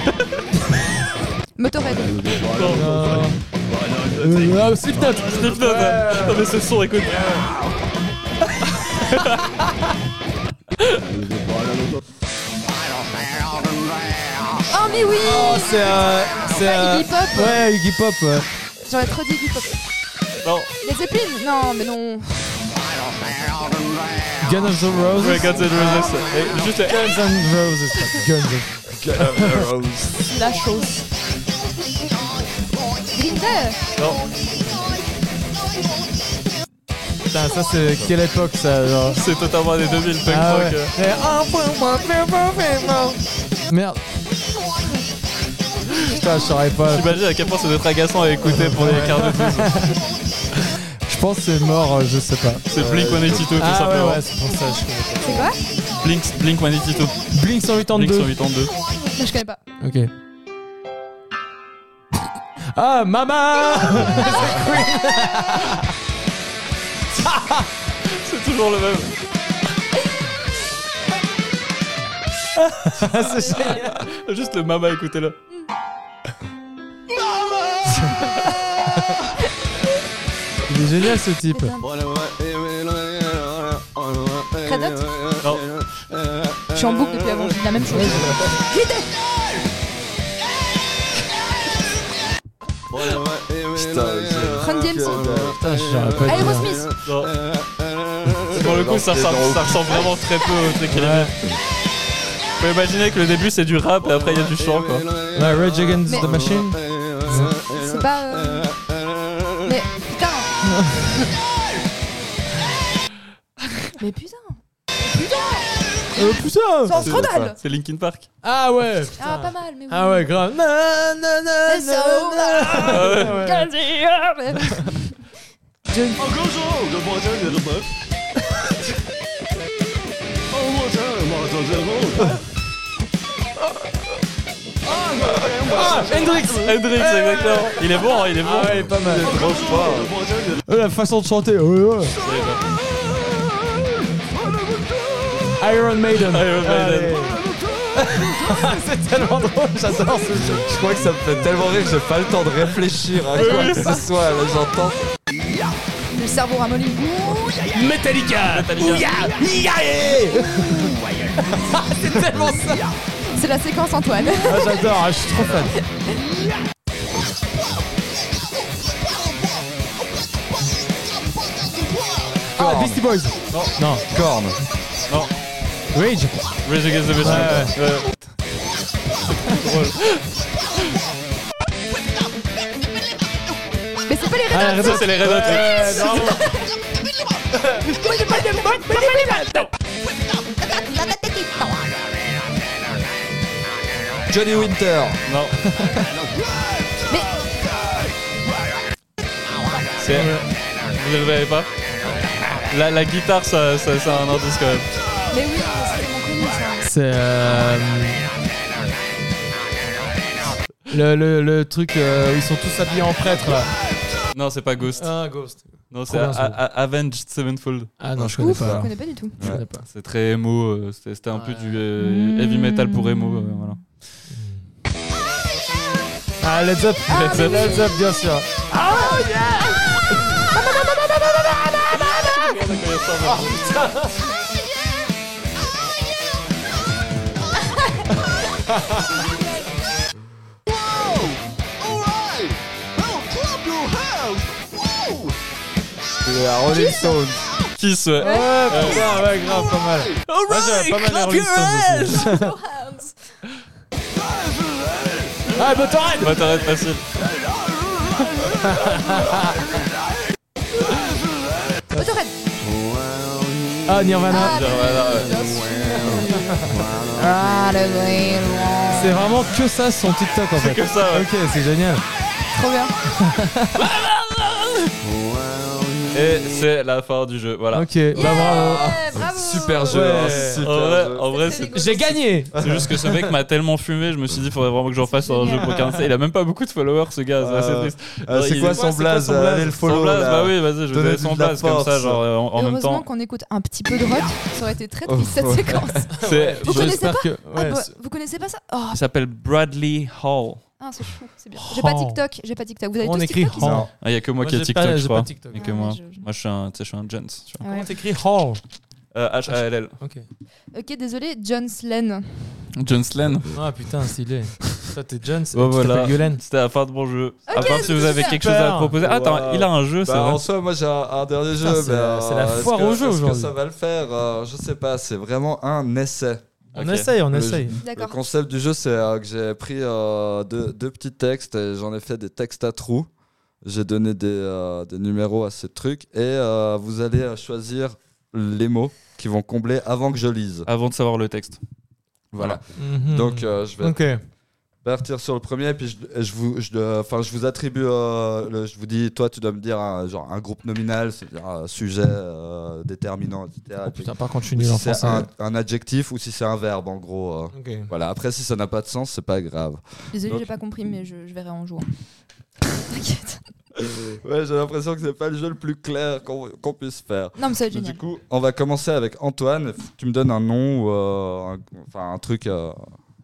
Ah, Motorhead non. Euh, oh, Slipknot. Slipknot, ouais. Non, mais ce son, écoute. Oh mais oui Oh, c'est euh, c'est Ah, euh, Iggy Pop. Ouais, Iggy Pop. ouais. J'aurais trop dit Iggy Pop Non, Les Zeppelin Non mais non Guns of the Roses. ouais, Guns N' Roses. Et juste les- Guns and Roses. Guns N' La chose Green Day Putain, ça c'est quelle époque ça genre. C'est totalement années 2000, punk Ah rock. ouais. euh. Eh, ah, ouais, moi, mais bon, mais bon. Merde. Putain, je saurais pas. J'imagine à quel point ça doit être agaçant à écouter pour les quarts de tous. Je pense que c'est mort, euh, je sais pas. C'est Blink 182 tout Ah ouais, simplement. ouais, c'est pour ça. Je... connais C'est quoi Blink, Blink 182. pas. Blink Blink 182. 182. Non je connais pas Ok. Ah, Mama C'est toujours le même. <laughs> C'est génial. Juste le mama, écoutez-le. Il est génial ce type. Putain. Red Non. Je suis en boucle depuis avant, j'ai dit la même chose Putain, j'ai- Run DMC Putain, je saurais pas dire. Aerosmith Non. euh, Pour le coup, ça ressemble, ça ressemble vraiment très peu au truc qu'il aimait. Faut imaginer que le début c'est du rap et après il y a du chant quoi. Ouais, Rage Against Mais- the Machine. C'est pas euh, Mais putain <laughs> Mais putain Euh, putain C'est scandale C'est Linkin Park. Ah ouais Ah pas mal mais oui Ah ouais, grave. Na, na, na, So na, na. Ouais. John. <laughs> Ah, Hendrix Hendrix, Eh exactement. Il est bon, hein, il est bon. Ah ouais, pas mal. Trop fort. Euh, La façon de chanter. ouais, ouais. Iron Maiden. Iron Ah Maiden. Allez. C'est tellement drôle, j'adore ce jeu. Je crois que ça me fait tellement rire que j'ai pas le temps de réfléchir <laughs> à quoi que ce soit. Là, j'entends. Le cerveau ramolli. Metallica. <laughs> C'est tellement ça. C'est la séquence Antoine. Ah, j'adore, ah, je suis trop fan. Ah, Corn. Beastie Boys. Non. Corne. Rage. Rage Against the Machine. Ouais, Ouais. Mais c'est pas les Ah, Red Ça, c'est les Red Hot. Ouais, ouais. bravo. Johnny Winter. Non. Mais- C'est. Vous ne l'avez pas la, la guitare, ça, ça, ça a un indice quand même. Hot. Mais oui, c'est tellement connu ça. C'est euh, le, le, le truc euh, où ils sont tous habillés en prêtre là. Non, c'est pas Ghost. Ah, Ghost. Non, c'est Trop bien, A- A- Avenged Sevenfold. Ah non, je connais Ouf, pas. je connais pas du tout. Je connais pas. C'est très emo. euh, C'était c'était un peu Ouais. du euh, heavy metal pour emo. euh, voilà. Mm. Ah, Let's Up. Let's Up, Let's Up, bien sûr. Ah, Ah, Ah, C'est la Rolling Stones. Kiss, ouais. Ouais, putain, ouais, grave, pas mal. Moi, j'avais pas mal les Rolling Stones aussi. Ah, Motorhead Bah, t'arrêtes facile. Motorhead. Ah, Nirvana. Genre, voilà, ouais. Ah, le Green Wall. C'est vraiment que ça son TikTok en fait. que ça, ouais. Ok, c'est génial. Trop bien. Et c'est la fin du jeu. Voilà. Ok, bah bravo. Yeah, bravo. Super jeu. Ouais. hein, En super vrai, jeu. en vrai, c'est C'était rigolo. J'ai gagné c'est juste que ce mec m'a tellement fumé, je me suis dit, faudrait vraiment que j'en fasse un jeu pour 45. Il a même pas beaucoup de followers, ce gars, c'est assez Euh, triste. Ah, Ouais, c'est il- quoi son c'est quoi blaze son blaze Allez le Sans follow. blaze, là. bah oui, vas-y, je vous Donnez donne de sans la blaze comme ça, force. genre euh, en, en même Heureusement temps. qu'on écoute un petit peu de rock. Ça aurait été très Oh, triste cette ouais. <laughs> séquence. C'est- Vous je- connaissez J'espère que. Ah, Ouais, bah, c'est- vous connaissez pas ça Oh, Il s'appelle Bradley Hall. ah, c'est fou, c'est bien. J'ai pas Oh. TikTok, j'ai pas TikTok. Vous avez on tous écrit TikTok Hall. Non. Ah, il y a que moi, qui ai j'ai TikTok, pas- j'ai je pas crois. TikTok. Et que Ah, moi. je- je- Moi, je suis un, tu sais, je suis un gents. tu vois. Comment Ouais. t'écris Hall Euh, H-A-L-L. Ok. Ok, désolé, John Slen. John <laughs> Slen. Ah putain, stylé. Toi t'es Jones, et Bon, tu t'appelles voilà. Gulen. C'était la fin de mon jeu. à Ok, part si vous super. avez quelque chose à proposer. Ah, attends, Wow. il a un jeu, c'est Bah, en vrai. soi, moi j'ai un, un dernier Putain, jeu. c'est mais, la- euh, c'est la est-ce foire que- au jeu Est-ce que aujourd'hui. ça va le faire Euh, Je sais pas, c'est vraiment un essai. On Ok. essaye, on Le- essaye. Le D'accord. concept du jeu, c'est euh, que j'ai pris euh, deux, deux petits textes et j'en ai fait des textes à trous. J'ai donné des, euh, des numéros à ces trucs et euh, vous allez euh, choisir les mots qui vont combler avant que je lise. Avant de savoir le texte. Voilà. Mhm. Donc euh, je vais Ok. partir sur le premier et puis je, je vous, je, euh, enfin, je vous attribue, euh, le- je vous dis, toi tu dois me dire un, genre, un groupe nominal, c'est-à-dire un sujet euh, déterminant, etc. Oh Et puis, putain, par contre, je suis ou nul si en c'est français. un, un adjectif ou si c'est un verbe en gros. euh. Ok. Voilà, après si ça n'a pas de sens, c'est pas grave. Désolé, Donc- j'ai pas compris, mais je, je verrai en <laughs> jouant. T'inquiète. Ouais, j'ai l'impression que c'est pas le jeu le plus clair qu'on qu'on puisse faire. Non, mais ça va être Mais Bah, Du génial. coup, on va commencer avec Antoine. F- Tu me donnes un nom ou euh, un, enfin, un truc, euh,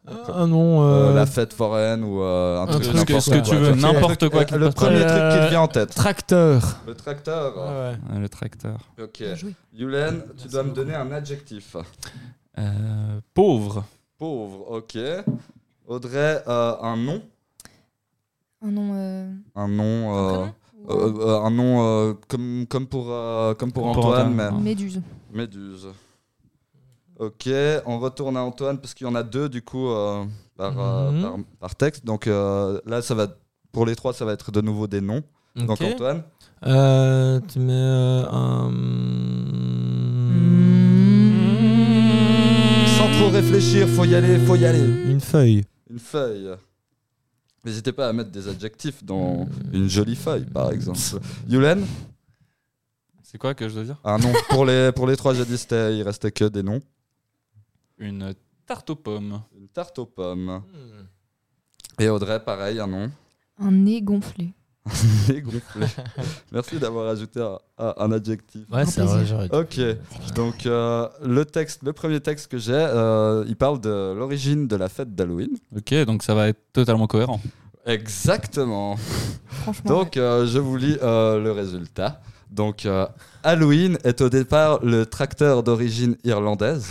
Ah non, euh, euh, la fête foraine ou euh, un, truc, truc, n'importe ce que quoi. tu veux, Ouais, n'importe quoi qui Le te passe par premier la- truc qui te vient en tête. tracteur. Le tracteur. Ouais. Ah, Le tracteur. Ok. Bien joué. Yulen, tu Merci dois me beaucoup. donner un adjectif. Euh, Pauvre. Pauvre, ok. Audrey, euh, un nom. Un nom. euh, Un nom. un euh, prénom Ou euh, euh, un nom euh, comme, comme pour, euh, comme pour Comme pour Antoine, Antoine, mais- un- Méduse. Méduse. Ok, on retourne à Antoine parce qu'il y en a deux du coup euh, par, euh, Mhm. par, par texte. Donc euh, là, ça va pour les trois, ça va être de nouveau des noms. Donc Ok. Antoine, Euh, tu mets euh, un. sans trop réfléchir, faut y aller, faut y aller. Une feuille. Une feuille. N'hésitez pas à mettre des adjectifs dans une jolie feuille, par exemple. <laughs> Yulen, C'est quoi que je dois dire un nom pour les pour les trois. J'ai dit c'était- il restait que des noms. Une tarte aux pommes. Une tarte aux pommes. Et Audrey, pareil, un nom. <laughs> Un nez gonflé. <laughs> Dégonflé. Merci d'avoir ajouté un, un- un adjectif. Ouais, ça, plaisir. ouais, Ok, donc euh, le texte, le premier texte que j'ai, euh, il parle de l'origine de la fête d'Halloween. Ok, donc ça va être totalement cohérent. Exactement. Franchement. Donc, euh, je vous lis euh, le résultat. Donc, euh, Halloween est au départ le tracteur d'origine irlandaise.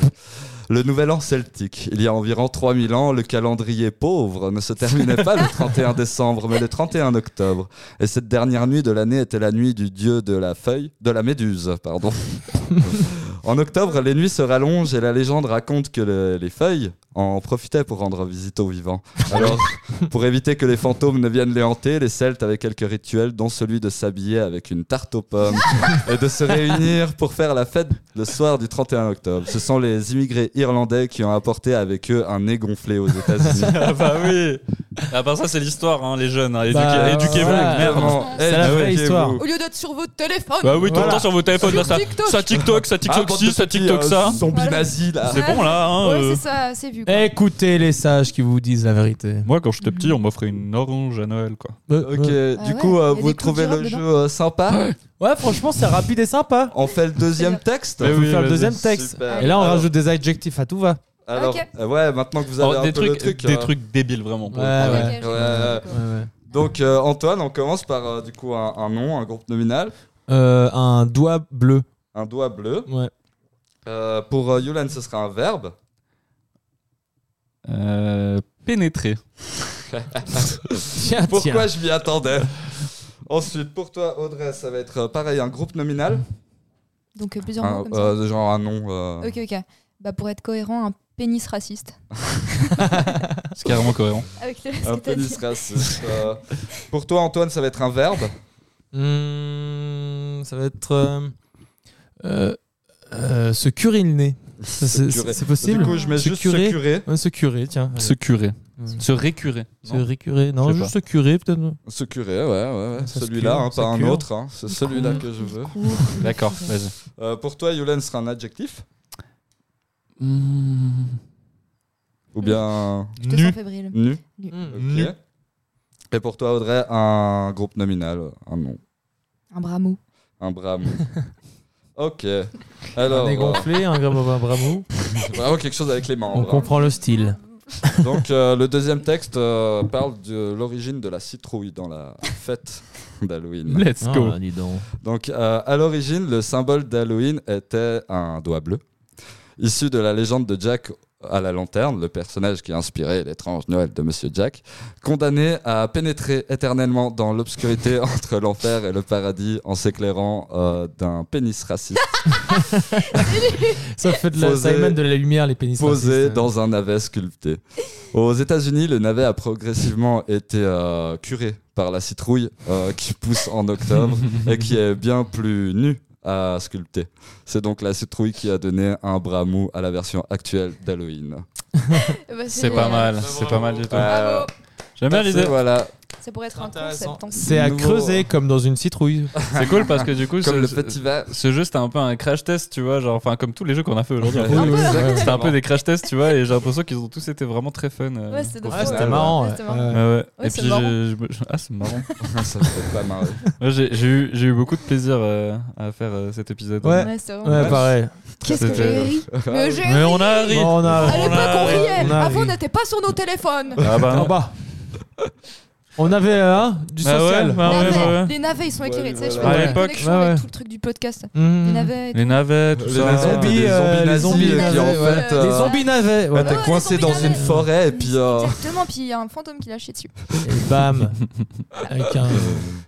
Le nouvel an celtique. Il y a environ 3000 ans, le calendrier pauvre ne se terminait pas le 31 décembre, mais le 31 octobre. Et cette dernière nuit de l'année était la nuit du dieu de la feuille, de la méduse, pardon. En octobre, les nuits se rallongent et la légende raconte que le- les feuilles en profitaient pour rendre visite aux vivants. Alors, pour éviter que les fantômes ne viennent les hanter, les Celtes avaient quelques rituels, dont celui de s'habiller avec une tarte <laughs> aux pommes et de se réunir pour faire la fête le soir du 31 octobre. Ce sont les immigrés irlandais qui ont apporté avec eux un nez gonflé <laughs> aux États-Unis. <laughs> Ah bah oui À part ça, c'est l'histoire, hein, les jeunes. hein. Éduquez- Bah, Éduquez-vous, voilà. merde. Vraiment, C'est la vraie éduquez-vous. histoire. Au lieu d'être sur votre téléphone. Bah oui, tout Voilà. le temps sur vos téléphones, là, ça, TikTok. ça TikTok, ça Ah, TikTok bande ci, de ça petits, TikTok euh, ça. Zombies Voilà. nazis, là. C'est bon là, hein, ouais, euh. c'est ça, c'est vu. quoi. Écoutez les sages qui vous disent la vérité. Moi, quand j'étais petit, on m'offrait une orange à Noël, quoi. Ok, du Ah ouais, coup, euh, il y a vous des trouvez le clôtures jeu dedans euh, sympa Ouais, franchement, c'est rapide et sympa. On fait le deuxième texte Mais On oui, peut faire le vas-y. deuxième texte. Super. Et là, on Alors- rajoute des adjectifs à tout va. Alors, Ok. euh, ouais, maintenant que vous avez Oh, un des peu le trucs, truc, des euh, trucs débiles, vraiment. pour le Ouais, coup. Ok, ouais. j'ai compris, Ouais. d'accord. Donc euh, Antoine, on commence par euh, du coup un, un nom, un groupe nominal, Euh, un doigt bleu. un doigt bleu. Ouais. Ah, Euh, pour euh, Yulan, ce sera un verbe. Euh, pénétrer. Tiens, Pourquoi je m'y attendais <laughs> Ensuite, pour toi, Audrey, ça va être euh, pareil, un groupe nominal. Donc euh, plusieurs Un- mots comme ça. euh, genre un nom. euh, Ok, ok. Bah pour être cohérent, un pénis raciste. C'est carrément cohérent. Avec Ah, <laughs> ce Un que t'as dit. pénis raciste. Euh, pour toi, Antoine, ça va être un verbe. Mmh, ça va être. euh, euh, euh, se curer le nez. <laughs> Ça, Se C'est curer. c'est possible Du coup, je mets Se juste curer. se curer. Ouais, Se curer, tiens. Se curer. Ouais. Se récurer. Se récurer. Non, Je sais juste se curer, peut-être. non. Se curer, ouais, ouais, ouais. Ça se Celui-là, cure, hein, ça pas un cure. Mmh. autre. hein. C'est celui-là que je veux. D'accord, vas-y. Euh, pour toi, Yulan, ce sera un adjectif Hmm. Ou bien Je te sens fébrile. nu Mmh. Ok. Et pour toi, Audrey, un groupe nominal, un nom, Un bras mou. un <laughs> bras mou. ok. Alors, un nez euh, gonflé, un grave un bras mou. vraiment quelque chose avec les On membres. comprend le style. Donc, euh, le deuxième texte euh, parle de l'origine de la citrouille dans la fête d'Halloween. Let's go. Ah, dis donc. Donc, euh, à l'origine, le symbole d'Halloween était un doigt bleu, issu de la légende de Jack à la lanterne, le personnage qui a inspiré l'étrange Noël de Monsieur Jack, condamné à pénétrer éternellement dans l'obscurité <laughs> entre l'enfer et le paradis en s'éclairant euh, d'un pénis raciste Ça fait de la, ça Posé- émane de la lumière, les pénis. posé racistes. dans un navet sculpté. Aux États-Unis, le navet a progressivement été euh, curé par la citrouille euh, qui pousse <laughs> en octobre et qui est bien plus nue à sculpter. C'est donc la citrouille qui a donné un bras mou à la version actuelle d'Halloween. Eh ben, C'est pas mal, c'est pas mal du tout. Euh, J'aime bien l'idée. c'est- voilà, Ça pourrait être un Intéressant. concept. hein. en C'est à Nouveau- creuser comme dans une citrouille. C'est cool parce que du coup, <laughs> comme le ce- petit verre. ce jeu c'était un peu un crash test, tu vois, genre, enfin comme tous les jeux qu'on a fait <laughs> aujourd'hui. en fait. Oui, oui, C'était un exactement. peu des crash tests, tu vois, et j'ai l'impression qu'ils ont tous été vraiment très fun. euh, Ouais, c'était au drôle. final. c'était marrant. Ouais, ouais. c'était Ouais, marrant. Ouais. ouais. Ouais, et c'est puis marrant. j'ai- je me- je- ah c'est marrant. Ça fait <laughs> pas marrer. Moi, j'ai j'ai eu j'ai eu beaucoup de plaisir euh, à faire euh, cet épisode. Ouais. Ouais, c'était vraiment- Ouais, pareil. Qu'est-ce que j'ai ri Mais j'ai Mais ri. on arrive. Bon, on a- À l'époque, on on riait. a Avant, on ri. n'était pas sur nos téléphones. Ah bah En non. bas. On avait hein, du Ah ouais, social. bah Ah ouais, Les navets, bah ouais. Les navets, ils sont éclairés. tu Ouais, sais, je voilà. fais À une l'époque. connexion Ouais, ouais. avec tout le truc du podcast. Mm. Mmh. Les navets. Les navets, tout Les ça. navets, zombies, des euh, les zombies nazis, qui en nazis, ouais. fait. Les Les euh, zombies navets. bah, ouais. T'es Ouais, coincé les dans zombies une navets. forêt et puis. <laughs> euh, Exactement, puis il y a un fantôme qui l'a chié dessus. Et <laughs> bam. Avec un.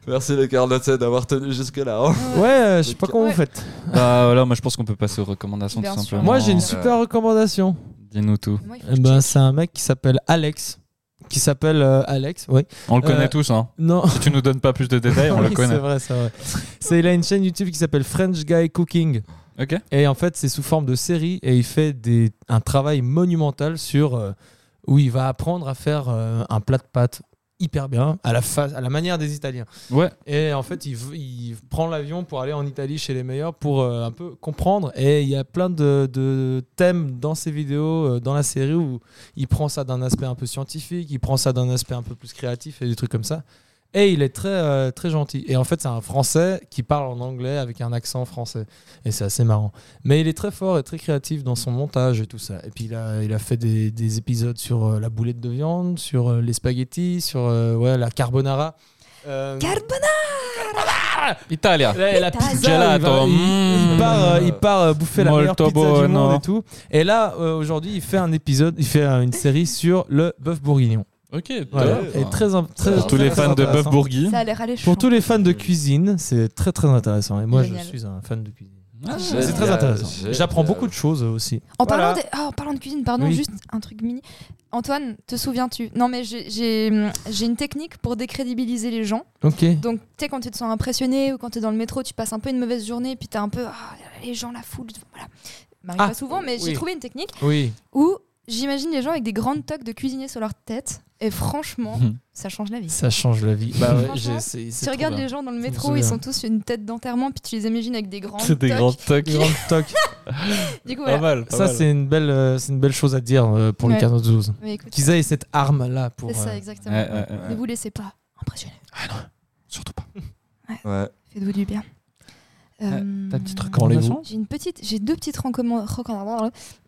Merci les Carlottes d'avoir tenu jusque-là. hein. Ouais, euh, je sais pas comment Ouais. vous faites. Bah voilà, moi je pense qu'on peut passer aux recommandations Bien tout sûr. simplement. Moi, j'ai une super recommandation. Dis-nous tout. Moi, il faut Eh que Ben, c'est un mec qui s'appelle Alex. Qui s'appelle euh, Alex, oui. On le Euh, connaît tous, hein. Non. Si tu nous donnes pas plus de détails, on le <laughs> Oui, connaît. C'est vrai, c'est vrai. C'est- il a une chaîne YouTube qui s'appelle French Guy Cooking. Ok. Et en fait, c'est sous forme de série et il fait des, un travail monumental sur euh, où il va apprendre à faire euh, un plat de pâtes hyper bien à la, fa- à la manière des Italiens. Ouais. Et en fait, il, v- il prend l'avion pour aller en Italie chez les meilleurs pour euh, un peu comprendre. Et il y a plein de, de thèmes dans ses vidéos, euh, dans la série, où il prend ça d'un aspect un peu scientifique, il prend ça d'un aspect un peu plus créatif et des trucs comme ça. Et il est très, euh, très gentil. Et en fait, c'est un Français qui parle en anglais avec un accent français. Et c'est assez marrant. Mais il est très fort et très créatif dans son montage et tout ça. Et puis il a, il a fait des, des épisodes sur euh, la boulette de viande, sur euh, les spaghettis, sur euh, ouais, la carbonara. Euh, Carbonara Italia. la, la Italia. pizza, il, va- Gelato, il- il mm. part, euh, il part, euh, bouffer la Molto meilleure pizza du buono. monde et tout. Et là, euh, aujourd'hui, il fait un épisode, il fait euh, une série sur le bœuf bourguignon. Ok, Voilà. top. Et très, in- très, Pour Tous les très fans de Bœuf intéressant. Bourgui. Ça a l'air alléchant. Pour tous les fans de cuisine, c'est très très intéressant. Et moi, Génial. je suis un fan de cuisine. Ah, Génial. C'est très intéressant. Génial. J'apprends beaucoup de choses aussi. En, Voilà. parlant des- ah, en parlant de cuisine, pardon, Oui. juste un truc mini. Antoine, te souviens-tu Non, mais j'ai- j'ai j'ai une technique pour décrédibiliser les gens. Ok. Donc, tu sais, quand tu te sens impressionné ou quand tu es dans le métro, tu passes un peu une mauvaise journée et puis tu as un peu. Ah, les gens, la foule. Voilà. M'arrive Ah, pas souvent, mais oui. j'ai trouvé une technique Oui. où j'imagine les gens avec des grandes toques de cuisinier sur leur tête. Et franchement, ça change la vie. Ça change la vie. Bah Mhm. ouais, Franchement, j'ai- c'est- c'est Tu trop regardes bien. les gens dans le me métro, ils souviens. sont tous une tête d'enterrement, puis tu les imagines avec des grandes C'est des toques. grands tocs. Grande toque. Du coup, Pas Ah voilà. mal. pas Ça, mal. c'est une, belle, euh, c'est une belle chose à dire euh, pour les Ouais. 412. Mais écoute, Qu'ils aient cette arme-là pour. c'est ça euh, exactement. Ouais, ouais, ouais. Ne vous laissez pas impressionner. Ouais. Faites-vous du bien. Euh, Ah, T'as un petit truc Quand les vous. J'ai une petite, j'ai deux petites recommandations. Hmm.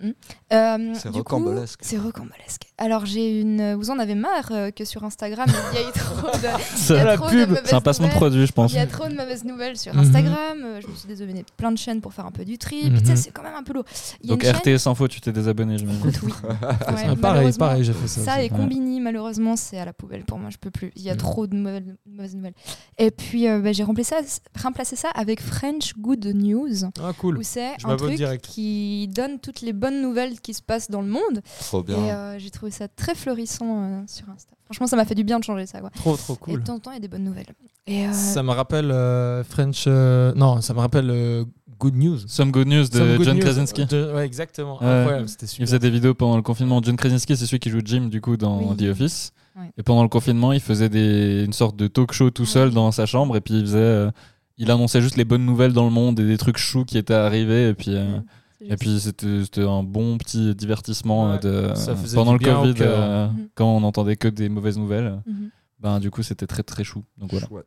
C'est rocambolesque. Euh, C'est rocambolesque. Alors j'ai une, vous en avez marre euh, que sur Instagram il y ait trop <laughs> de, C'est la trop de pub. mauvaises C'est un passement de nouvelles. produit, je pense. il y a trop de mauvaises nouvelles sur Mhm. Instagram. Euh, Je me suis désabonnée de plein de chaînes pour faire un peu du tri. Puis tu sais, Mhm. c'est quand même un peu lourd. Il y a Donc une chaîne- RTS Info, tu t'es désabonné, je Écoute, <laughs> oui. Ouais, Ah, pareil, malheureusement, pareil, j'ai fait ça. Ça aussi. et Combini, malheureusement, c'est à la poubelle pour moi. Je peux plus. Il y a Mm. trop de mauvaises, de mauvaises nouvelles. Et puis, euh, bah, j'ai remplacé ça, remplacé ça avec French Good News, Ah, cool. où c'est Je un m'abonne truc direct. qui donne toutes les bonnes nouvelles qui se passent dans le monde. Trop Et bien. euh, j'ai trouvé ça très florissant euh, sur Insta. Franchement, ça m'a fait du bien de changer ça. Quoi. Trop, trop Et cool. de temps en temps, il y a des bonnes nouvelles. Et euh, Ça me rappelle euh, French. euh, non, ça me rappelle euh, Good News. Some Good News de Some Good John News. Krasinski. De- ouais, exactement. Ouais. Incroyable, c'était Il super. faisait des vidéos pendant le confinement. John Krasinski, c'est celui qui joue Jim, du coup, dans Oui. The Office. Ouais. Et pendant le confinement, il faisait des, une sorte de talk show tout seul Ouais. dans sa chambre. Et puis, il faisait. euh, il annonçait juste les bonnes nouvelles dans le monde et des trucs choux qui étaient arrivés. Et puis, euh, Ouais, c'est et puis c'était c'était un bon petit divertissement Ouais, euh, de, ça euh, faisait pendant du le bien au Covid, cœur. Mm. euh, Mhm. quand on n'entendait que des mauvaises nouvelles. Mhm. Ben, du coup, c'était très très chou. Donc voilà. Chouette.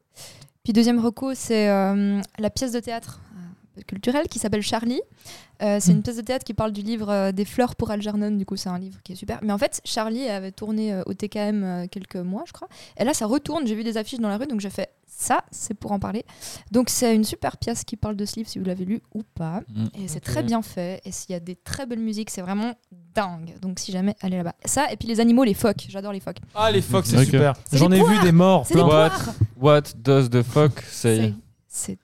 Puis deuxième reco, c'est euh, la pièce de théâtre euh, un peu culturelle qui s'appelle Charlie. Euh, c'est Hmm. Mm. une pièce de théâtre qui parle du livre euh, des fleurs pour Algernon. Du coup, c'est un livre qui est super. Mais en fait, Charlie avait tourné euh, au TKM euh, quelques mois, je crois. Et là, ça retourne. J'ai vu des affiches dans la rue, donc j'ai fait ça. C'est pour en parler. Donc c'est une super pièce qui parle de ce livre, si vous l'avez lu ou pas. Mm. Et c'est très bien fait. Et s'il y a des très belles musiques, c'est vraiment dingue. Donc si jamais, allez là-bas. Ça. Et puis les animaux, les phoques. J'adore les phoques. Ah, les phoques, c'est Ok. super. C'est J'en des ai vu poires. des morts. C'est des plein. What poires. What does the fuck say C'est- C'est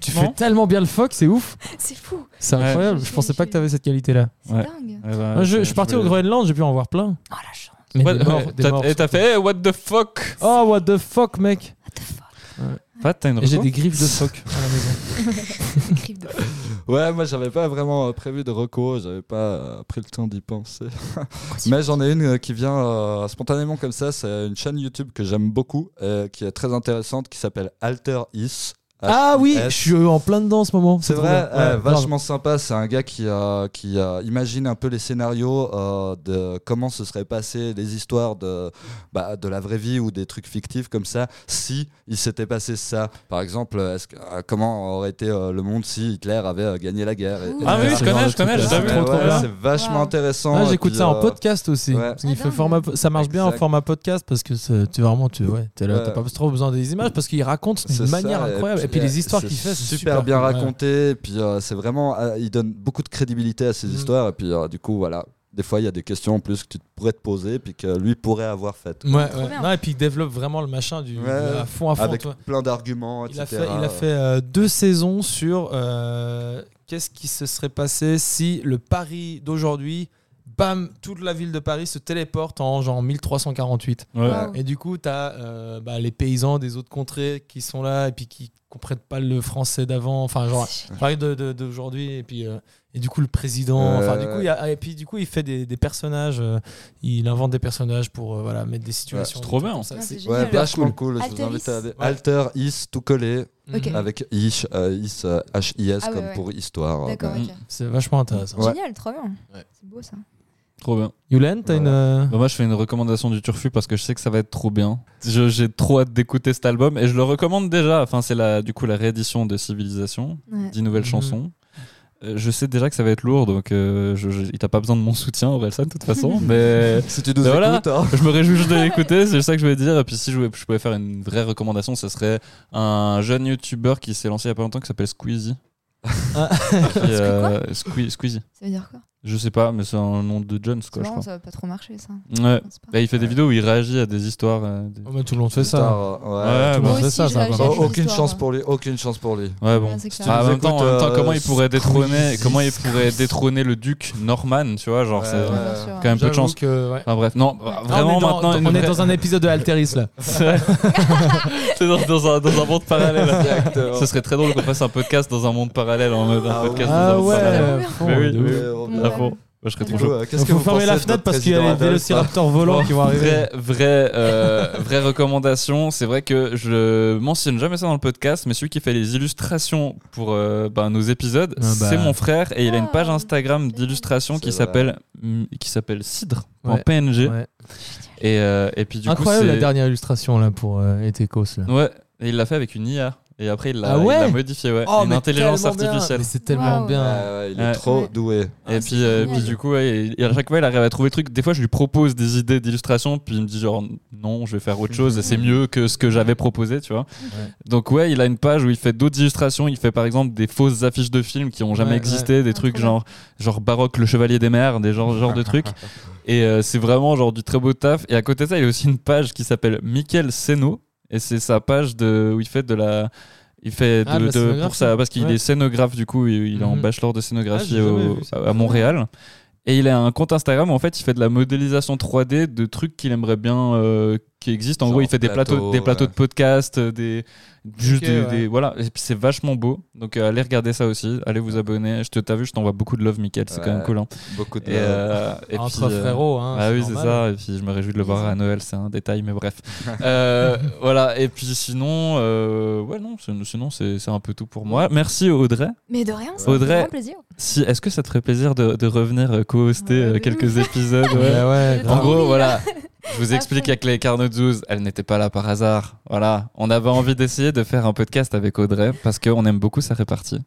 Tu Non fais tellement bien le phoque, c'est ouf. c'est fou. C'est Ouais. incroyable. Je Je- pensais je- pas que t'avais cette qualité-là. C'est Ouais. dingue. Eh ben, Moi, Ah, bah, je, je suis parti au voulais- Groenland, j'ai pu en voir plein. Oh la chance. Mais What- des morts, ouais, des t'as- morts, et t'as surtout. fait eh, What the fuck Oh, what the fuck, mec What the fuck Pat, t'as une Et J'ai reco des griffes de phoque à <laughs> la maison. Griffe de fou. Ouais, moi j'avais pas vraiment euh, prévu de recours, j'avais pas euh, pris le temps d'y penser. Mais j'en ai une euh, qui vient euh, spontanément comme ça, c'est une chaîne YouTube que j'aime beaucoup, euh, qui est très intéressante, qui s'appelle Alter Is. E Ah oui, je H-I-S. suis en plein dedans en ce moment. C'est trop vrai, bien. ouais, hein. Ouais, grave. vachement sympa. C'est un gars qui, euh, qui euh, imagine un peu les scénarios euh, de comment se seraient passées les histoires de, bah, de la vraie vie ou des trucs fictifs comme ça si il s'était passé ça. Par exemple, est-ce que- euh, comment aurait été euh, le monde si Hitler avait euh, gagné la guerre et- Ah oui, et- je connais, je connais, Ouais, j'ai déjà c'est vu. trop, trop Ouais, bien. C'est vachement Wow. intéressant. Ah, et J'écoute puis, ça en euh, podcast aussi. ouais. Parce qu'il Ah, fait dingue. format, ça marche bien en Exact. format podcast parce que c'est- tu vraiment tu ouais, t'es là, Ouais. t'as pas trop besoin des images parce qu'il raconte C'est d'une ça, manière incroyable. Et puis les histoires c'est qu'il fait, c'est super, bien cool, ouais. racontées. Et puis euh, c'est vraiment, euh, il donne beaucoup de crédibilité à ces Mm. histoires. Et puis euh, du coup, voilà, des fois il y a des questions en plus que tu pourrais te poser, puis que lui pourrait avoir faites. Ouais, ouais. bien. Non, et puis il développe vraiment le machin du Ouais. à fond à fond. Avec tu vois. plein d'arguments, Il etc. a fait, il a fait euh, deux saisons sur euh, qu'est-ce qui se serait passé si le Paris d'aujourd'hui, bam, toute la ville de Paris se téléporte en genre 1348. Ouais. Wow. euh, bah, Et du coup, tu as les paysans des autres contrées qui sont là et puis qui comprennent pas le français d'avant. Enfin, genre, j'arrive de- de- d'aujourd'hui et puis euh, et du coup le président. Euh, Enfin, du coup, il y a- et puis du coup, il fait des, des personnages. euh, il invente des personnages pour euh, voilà mettre des situations. c'est trop des trucs bien. comme ça. Ah, c'est C'est- génial. Ouais, vachement cool. Je vous Alter invite à aller. Ouais. Alter Is tout collé mm, Ok. Mhm. avec Ish, euh, Is, euh, H-I-S Ah ouais, comme ouais. pour histoire. D'accord, euh, Ouais. ok. C'est vachement intéressant. Ouais. Génial, trop bien. C'est beau ça. Trop bien. Yulen, t'as une. euh, Bah, moi, je fais une recommandation du Turfu parce que je sais que ça va être trop bien. Je- J'ai trop hâte d'écouter cet album et je le recommande déjà. Enfin, c'est la, du coup la réédition de Civilisation, Ouais. 10 nouvelles Mhm. chansons. Euh, Je sais déjà que ça va être lourd, donc euh, je, je- t'as pas besoin de mon soutien, Orelsan, de toute <laughs> façon. Mais Si tu nous Ben voilà. écoutes, hein. je me réjouis juste de l'écouter, c'est ça que je voulais dire. Et puis si je, voulais- je pouvais faire une vraie recommandation, ce serait un jeune youtubeur qui s'est lancé il y a pas longtemps qui s'appelle Squeezie. Ah. Qui, euh, Squee- Squeezie. Ça veut dire quoi Je sais pas, mais c'est un nom de Jones, C'est quoi, je marrant, crois. ça va pas trop marcher ça. Ouais. Je pense pas. Bah, il fait des vidéos où il réagit à des histoires. euh, des- oh, bah, tout le monde fait ça. Star, euh, ouais. Ouais, Moi bah, aussi, c'est ça, je ça va réagis pas. à Oh, J'ai une aucune histoire, hein. chance ouais. pour lui, aucune chance <laughs> pour lui. Ouais, bon. Ouais, c'est clair. Ah, en, même temps, en même temps, Écoute, euh, comment il pourrait détrôner, Squeezie. comment il pourrait détrôner le duc Norman, tu vois, genre, Ouais, c'est ouais. Ouais, bien sûr. euh, quand même peu de J'avoue chance. que, ouais. Enfin bref, non, bah, vraiment on est dans, maintenant, une on est vraie- <laughs> dans un épisode de Alteris là. c'est dans, dans un, dans un monde parallèle. Exactement. <laughs> Ce serait très drôle qu'on fasse un podcast dans un monde parallèle en mode un Ah podcast dans Ah un monde parallèle. ouais, bien. fond, Mais oui, de oui. ouf. Ouais, on- Ah Ouais. bon, Moi, je serais trop Du coup, chaud. euh, Qu'est-ce que faut vous fermer pensez la de fenêtre notre parce qu'il y a les président Adolphe vélociraptors volants qui vont arriver. Vraie, vraie, euh, vraie recommandation. C'est vrai que je mentionne jamais ça dans le podcast, mais celui qui fait les illustrations pour euh, bah, nos épisodes, Ah bah. c'est mon frère et il a une page Ah. Instagram d'illustration qui C'est vrai. s'appelle hum, qui s'appelle Cidre en Ouais. PNG. Ouais. Et, euh, et puis du Incroyable coup, la c'est- dernière illustration là pour euh, Etecos là. Ouais, et il l'a fait avec une IA. Et après, il l'a Ah ouais il l'a modifié, ouais. Oh, une mais intelligence tellement bien. artificielle. Mais C'est tellement Waouh. bien. Ouais, ouais, il est Ouais. trop Ouais. doué. Et Ah, puis, c'est euh, génial. puis du coup, ouais, et- et à chaque fois, il arrive à trouver des trucs. Des fois, je lui propose des idées d'illustration, puis il me dit genre non, je vais faire autre chose, et c'est mieux que ce que j'avais proposé, tu vois. Donc ouais, il a une page où il fait d'autres illustrations. Il fait par exemple des fausses affiches de films qui ont jamais Ouais, existé, des Ah, trucs trop bien. genre genre baroque, le chevalier des mers, des genres genre de <laughs> trucs. Et euh, c'est vraiment genre du très beau taf. Et à côté de ça, il y a aussi une page qui s'appelle Michael Seno, et c'est sa page de où il fait de la il fait Ah, de- de la de- scénographie. pour ça parce qu'il Ouais. est scénographe du coup, il, il est en Mhm. bachelor de scénographie Ah, j'ai jamais au- vu ça. à à Montréal. Et il a un compte Instagram où en fait il fait de la modélisation 3D de trucs qu'il aimerait bien euh, qui existent. En Genre gros, il fait des plateau, plateaux, des plateaux ouais. de podcast, euh, des juste Ok, des, ouais. des- voilà. Et puis c'est vachement beau. Donc euh, allez regarder ça aussi. Allez vous abonner. Je te t'as vu, je t'envoie beaucoup de love, Michael. C'est Ouais. quand même cool. hein. Beaucoup de. Et, euh, et puis, Entre euh, frérots. Hein, ah oui, c'est normal. ça. Et puis je me réjouis de le voir à Noël, c'est un détail, mais <laughs> bref. Euh, voilà. Et puis sinon, euh, ouais, non, c'est- sinon c'est c'est un peu tout pour moi. Merci Audrey. Mais de rien, c'est Audrey. un grand plaisir. Si, est-ce que ça te ferait plaisir de, de revenir euh, co-hoster Ouais, euh, de quelques ouf. épisodes ouais. Ouais, ouais, En En grave. gros, oui. voilà. Je vous À explique fond. avec les Carnot 12, elle n'était pas là par hasard. Voilà, on avait envie d'essayer de faire un podcast avec Audrey parce qu'on aime beaucoup sa répartie.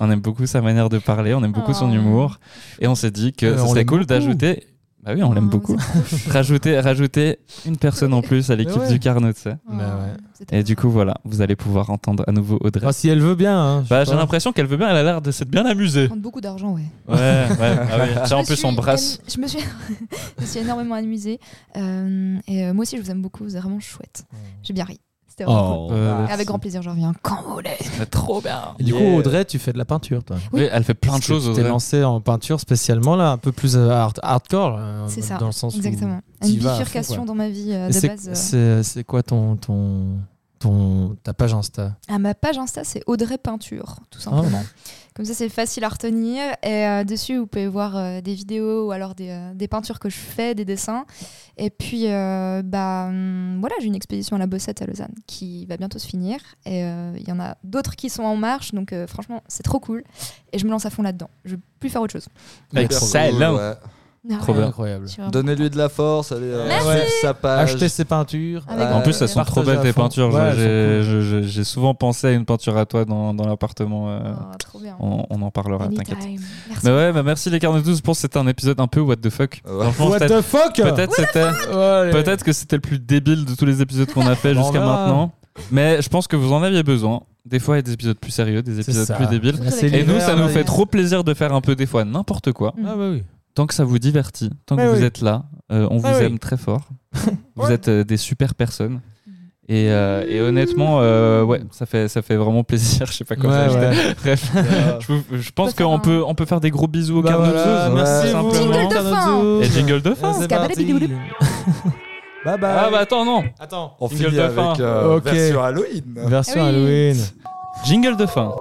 on aime beaucoup sa manière de parler, on aime beaucoup son Oh. humour. Et on s'est dit que Euh, ce on serait l'aime cool beaucoup. d'ajouter. Bah oui, on l'aime Ah, beaucoup. rajouter, rajouter une personne en plus à l'équipe ouais. du Carnot, tu sais. Mais ouais. c'est Et top. du coup, voilà, vous allez pouvoir entendre à nouveau Audrey. Enfin, si elle veut bien. Hein, je Bah, sais j'ai pas. l'impression qu'elle veut bien, elle a l'air de s'être bien amusée. prendre beaucoup d'argent, ouais. Ouais, ouais, ah <laughs> oui. Tiens, en Je me plus, on suis brasse. éno- <laughs> Je me suis, je me suis énormément amusée. Euh, et euh, moi aussi, je vous aime beaucoup. Vous êtes vraiment chouette. J'ai bien ri. C'était vraiment cool. Euh, Avec grand plaisir, je reviens quand vous voulez. c'est Trop bien. Et Du coup, Yeah. Audrey, tu fais de la peinture, toi. Oui, elle fait plein de Parce que choses, Tu t'es Audrey. lancé en peinture spécialement, là, un peu plus euh, hard- hardcore. euh, C'est ça, Dans le sens où- Exactement. t'y Une vas à fond, bifurcation quoi. dans ma vie euh, Et de c'est- base. euh. C'est c'est quoi ton, ton, ton, ta page Insta À ma page Insta, c'est Audrey Peinture, tout Ah. simplement. Comme ça, c'est facile à retenir. Et euh, dessus, vous pouvez voir euh, des vidéos ou alors des, euh, des peintures que je fais, des dessins. Et puis, euh, bah, hum, voilà, j'ai une expédition à la Bossette à Lausanne qui va bientôt se finir. Et euh, il y en a d'autres qui sont en marche. Donc, euh, franchement, c'est trop cool. Et je me lance à fond là-dedans. Je veux plus faire autre chose. Excellent. Ouais. Ah, Trop ouais, bien. Incroyable. je suis vraiment Donnez-lui de la force, allez euh, Merci. suivre sa page. Acheter ses peintures. Avec En plus, Euh, elles sont trop partager belles à tes fond. peintures. Ah, Ouais, Je- elles J'ai sont je- je- j'ai souvent pensé à une peinture à toi dans, dans l'appartement. euh, contente. Ah, trop bien. on, on en parlera, t'inquiète. Anytime. Merci. Mais ouais, bah merci les carnes tous. Je pense que c'était un épisode un peu what the fuck. Ouais. Franchement, Ah. What peut-être the fuck peut-être c'était. Peut-être que c'était le plus débile de tous les épisodes qu'on a fait Bon, jusqu'à <laughs> on verra. maintenant. Mais je pense que vous en aviez besoin. Des fois, il y a des épisodes plus sérieux, des épisodes plus débiles. Et nous, ça nous fait trop plaisir de faire un peu des fois n'importe quoi. Ah bah oui. Tant que ça vous divertit, tant que Eh vous oui. êtes là, euh, on vous Eh oui. aime très <laughs> fort. vous êtes euh, des super personnes. Et, euh, et honnêtement, euh, ouais, ça fait, ça fait vraiment plaisir. <laughs> Je sais pas comment Ouais, dire. ouais. Bref, <laughs> Euh, je, vous- je pense peut faire qu'on un- peut, on peut faire des gros bisous aux Bah carnets voilà, de Zeus, merci tout vous. simplement. Jingle de fin. Et jingle de fin. Ah, c'est parti. <laughs> Bye bye. Ah bah attends, non. Attends. On Jingle finit de fin. avec euh, Ok. version Halloween. Version Ah oui. Halloween. Jingle de fin.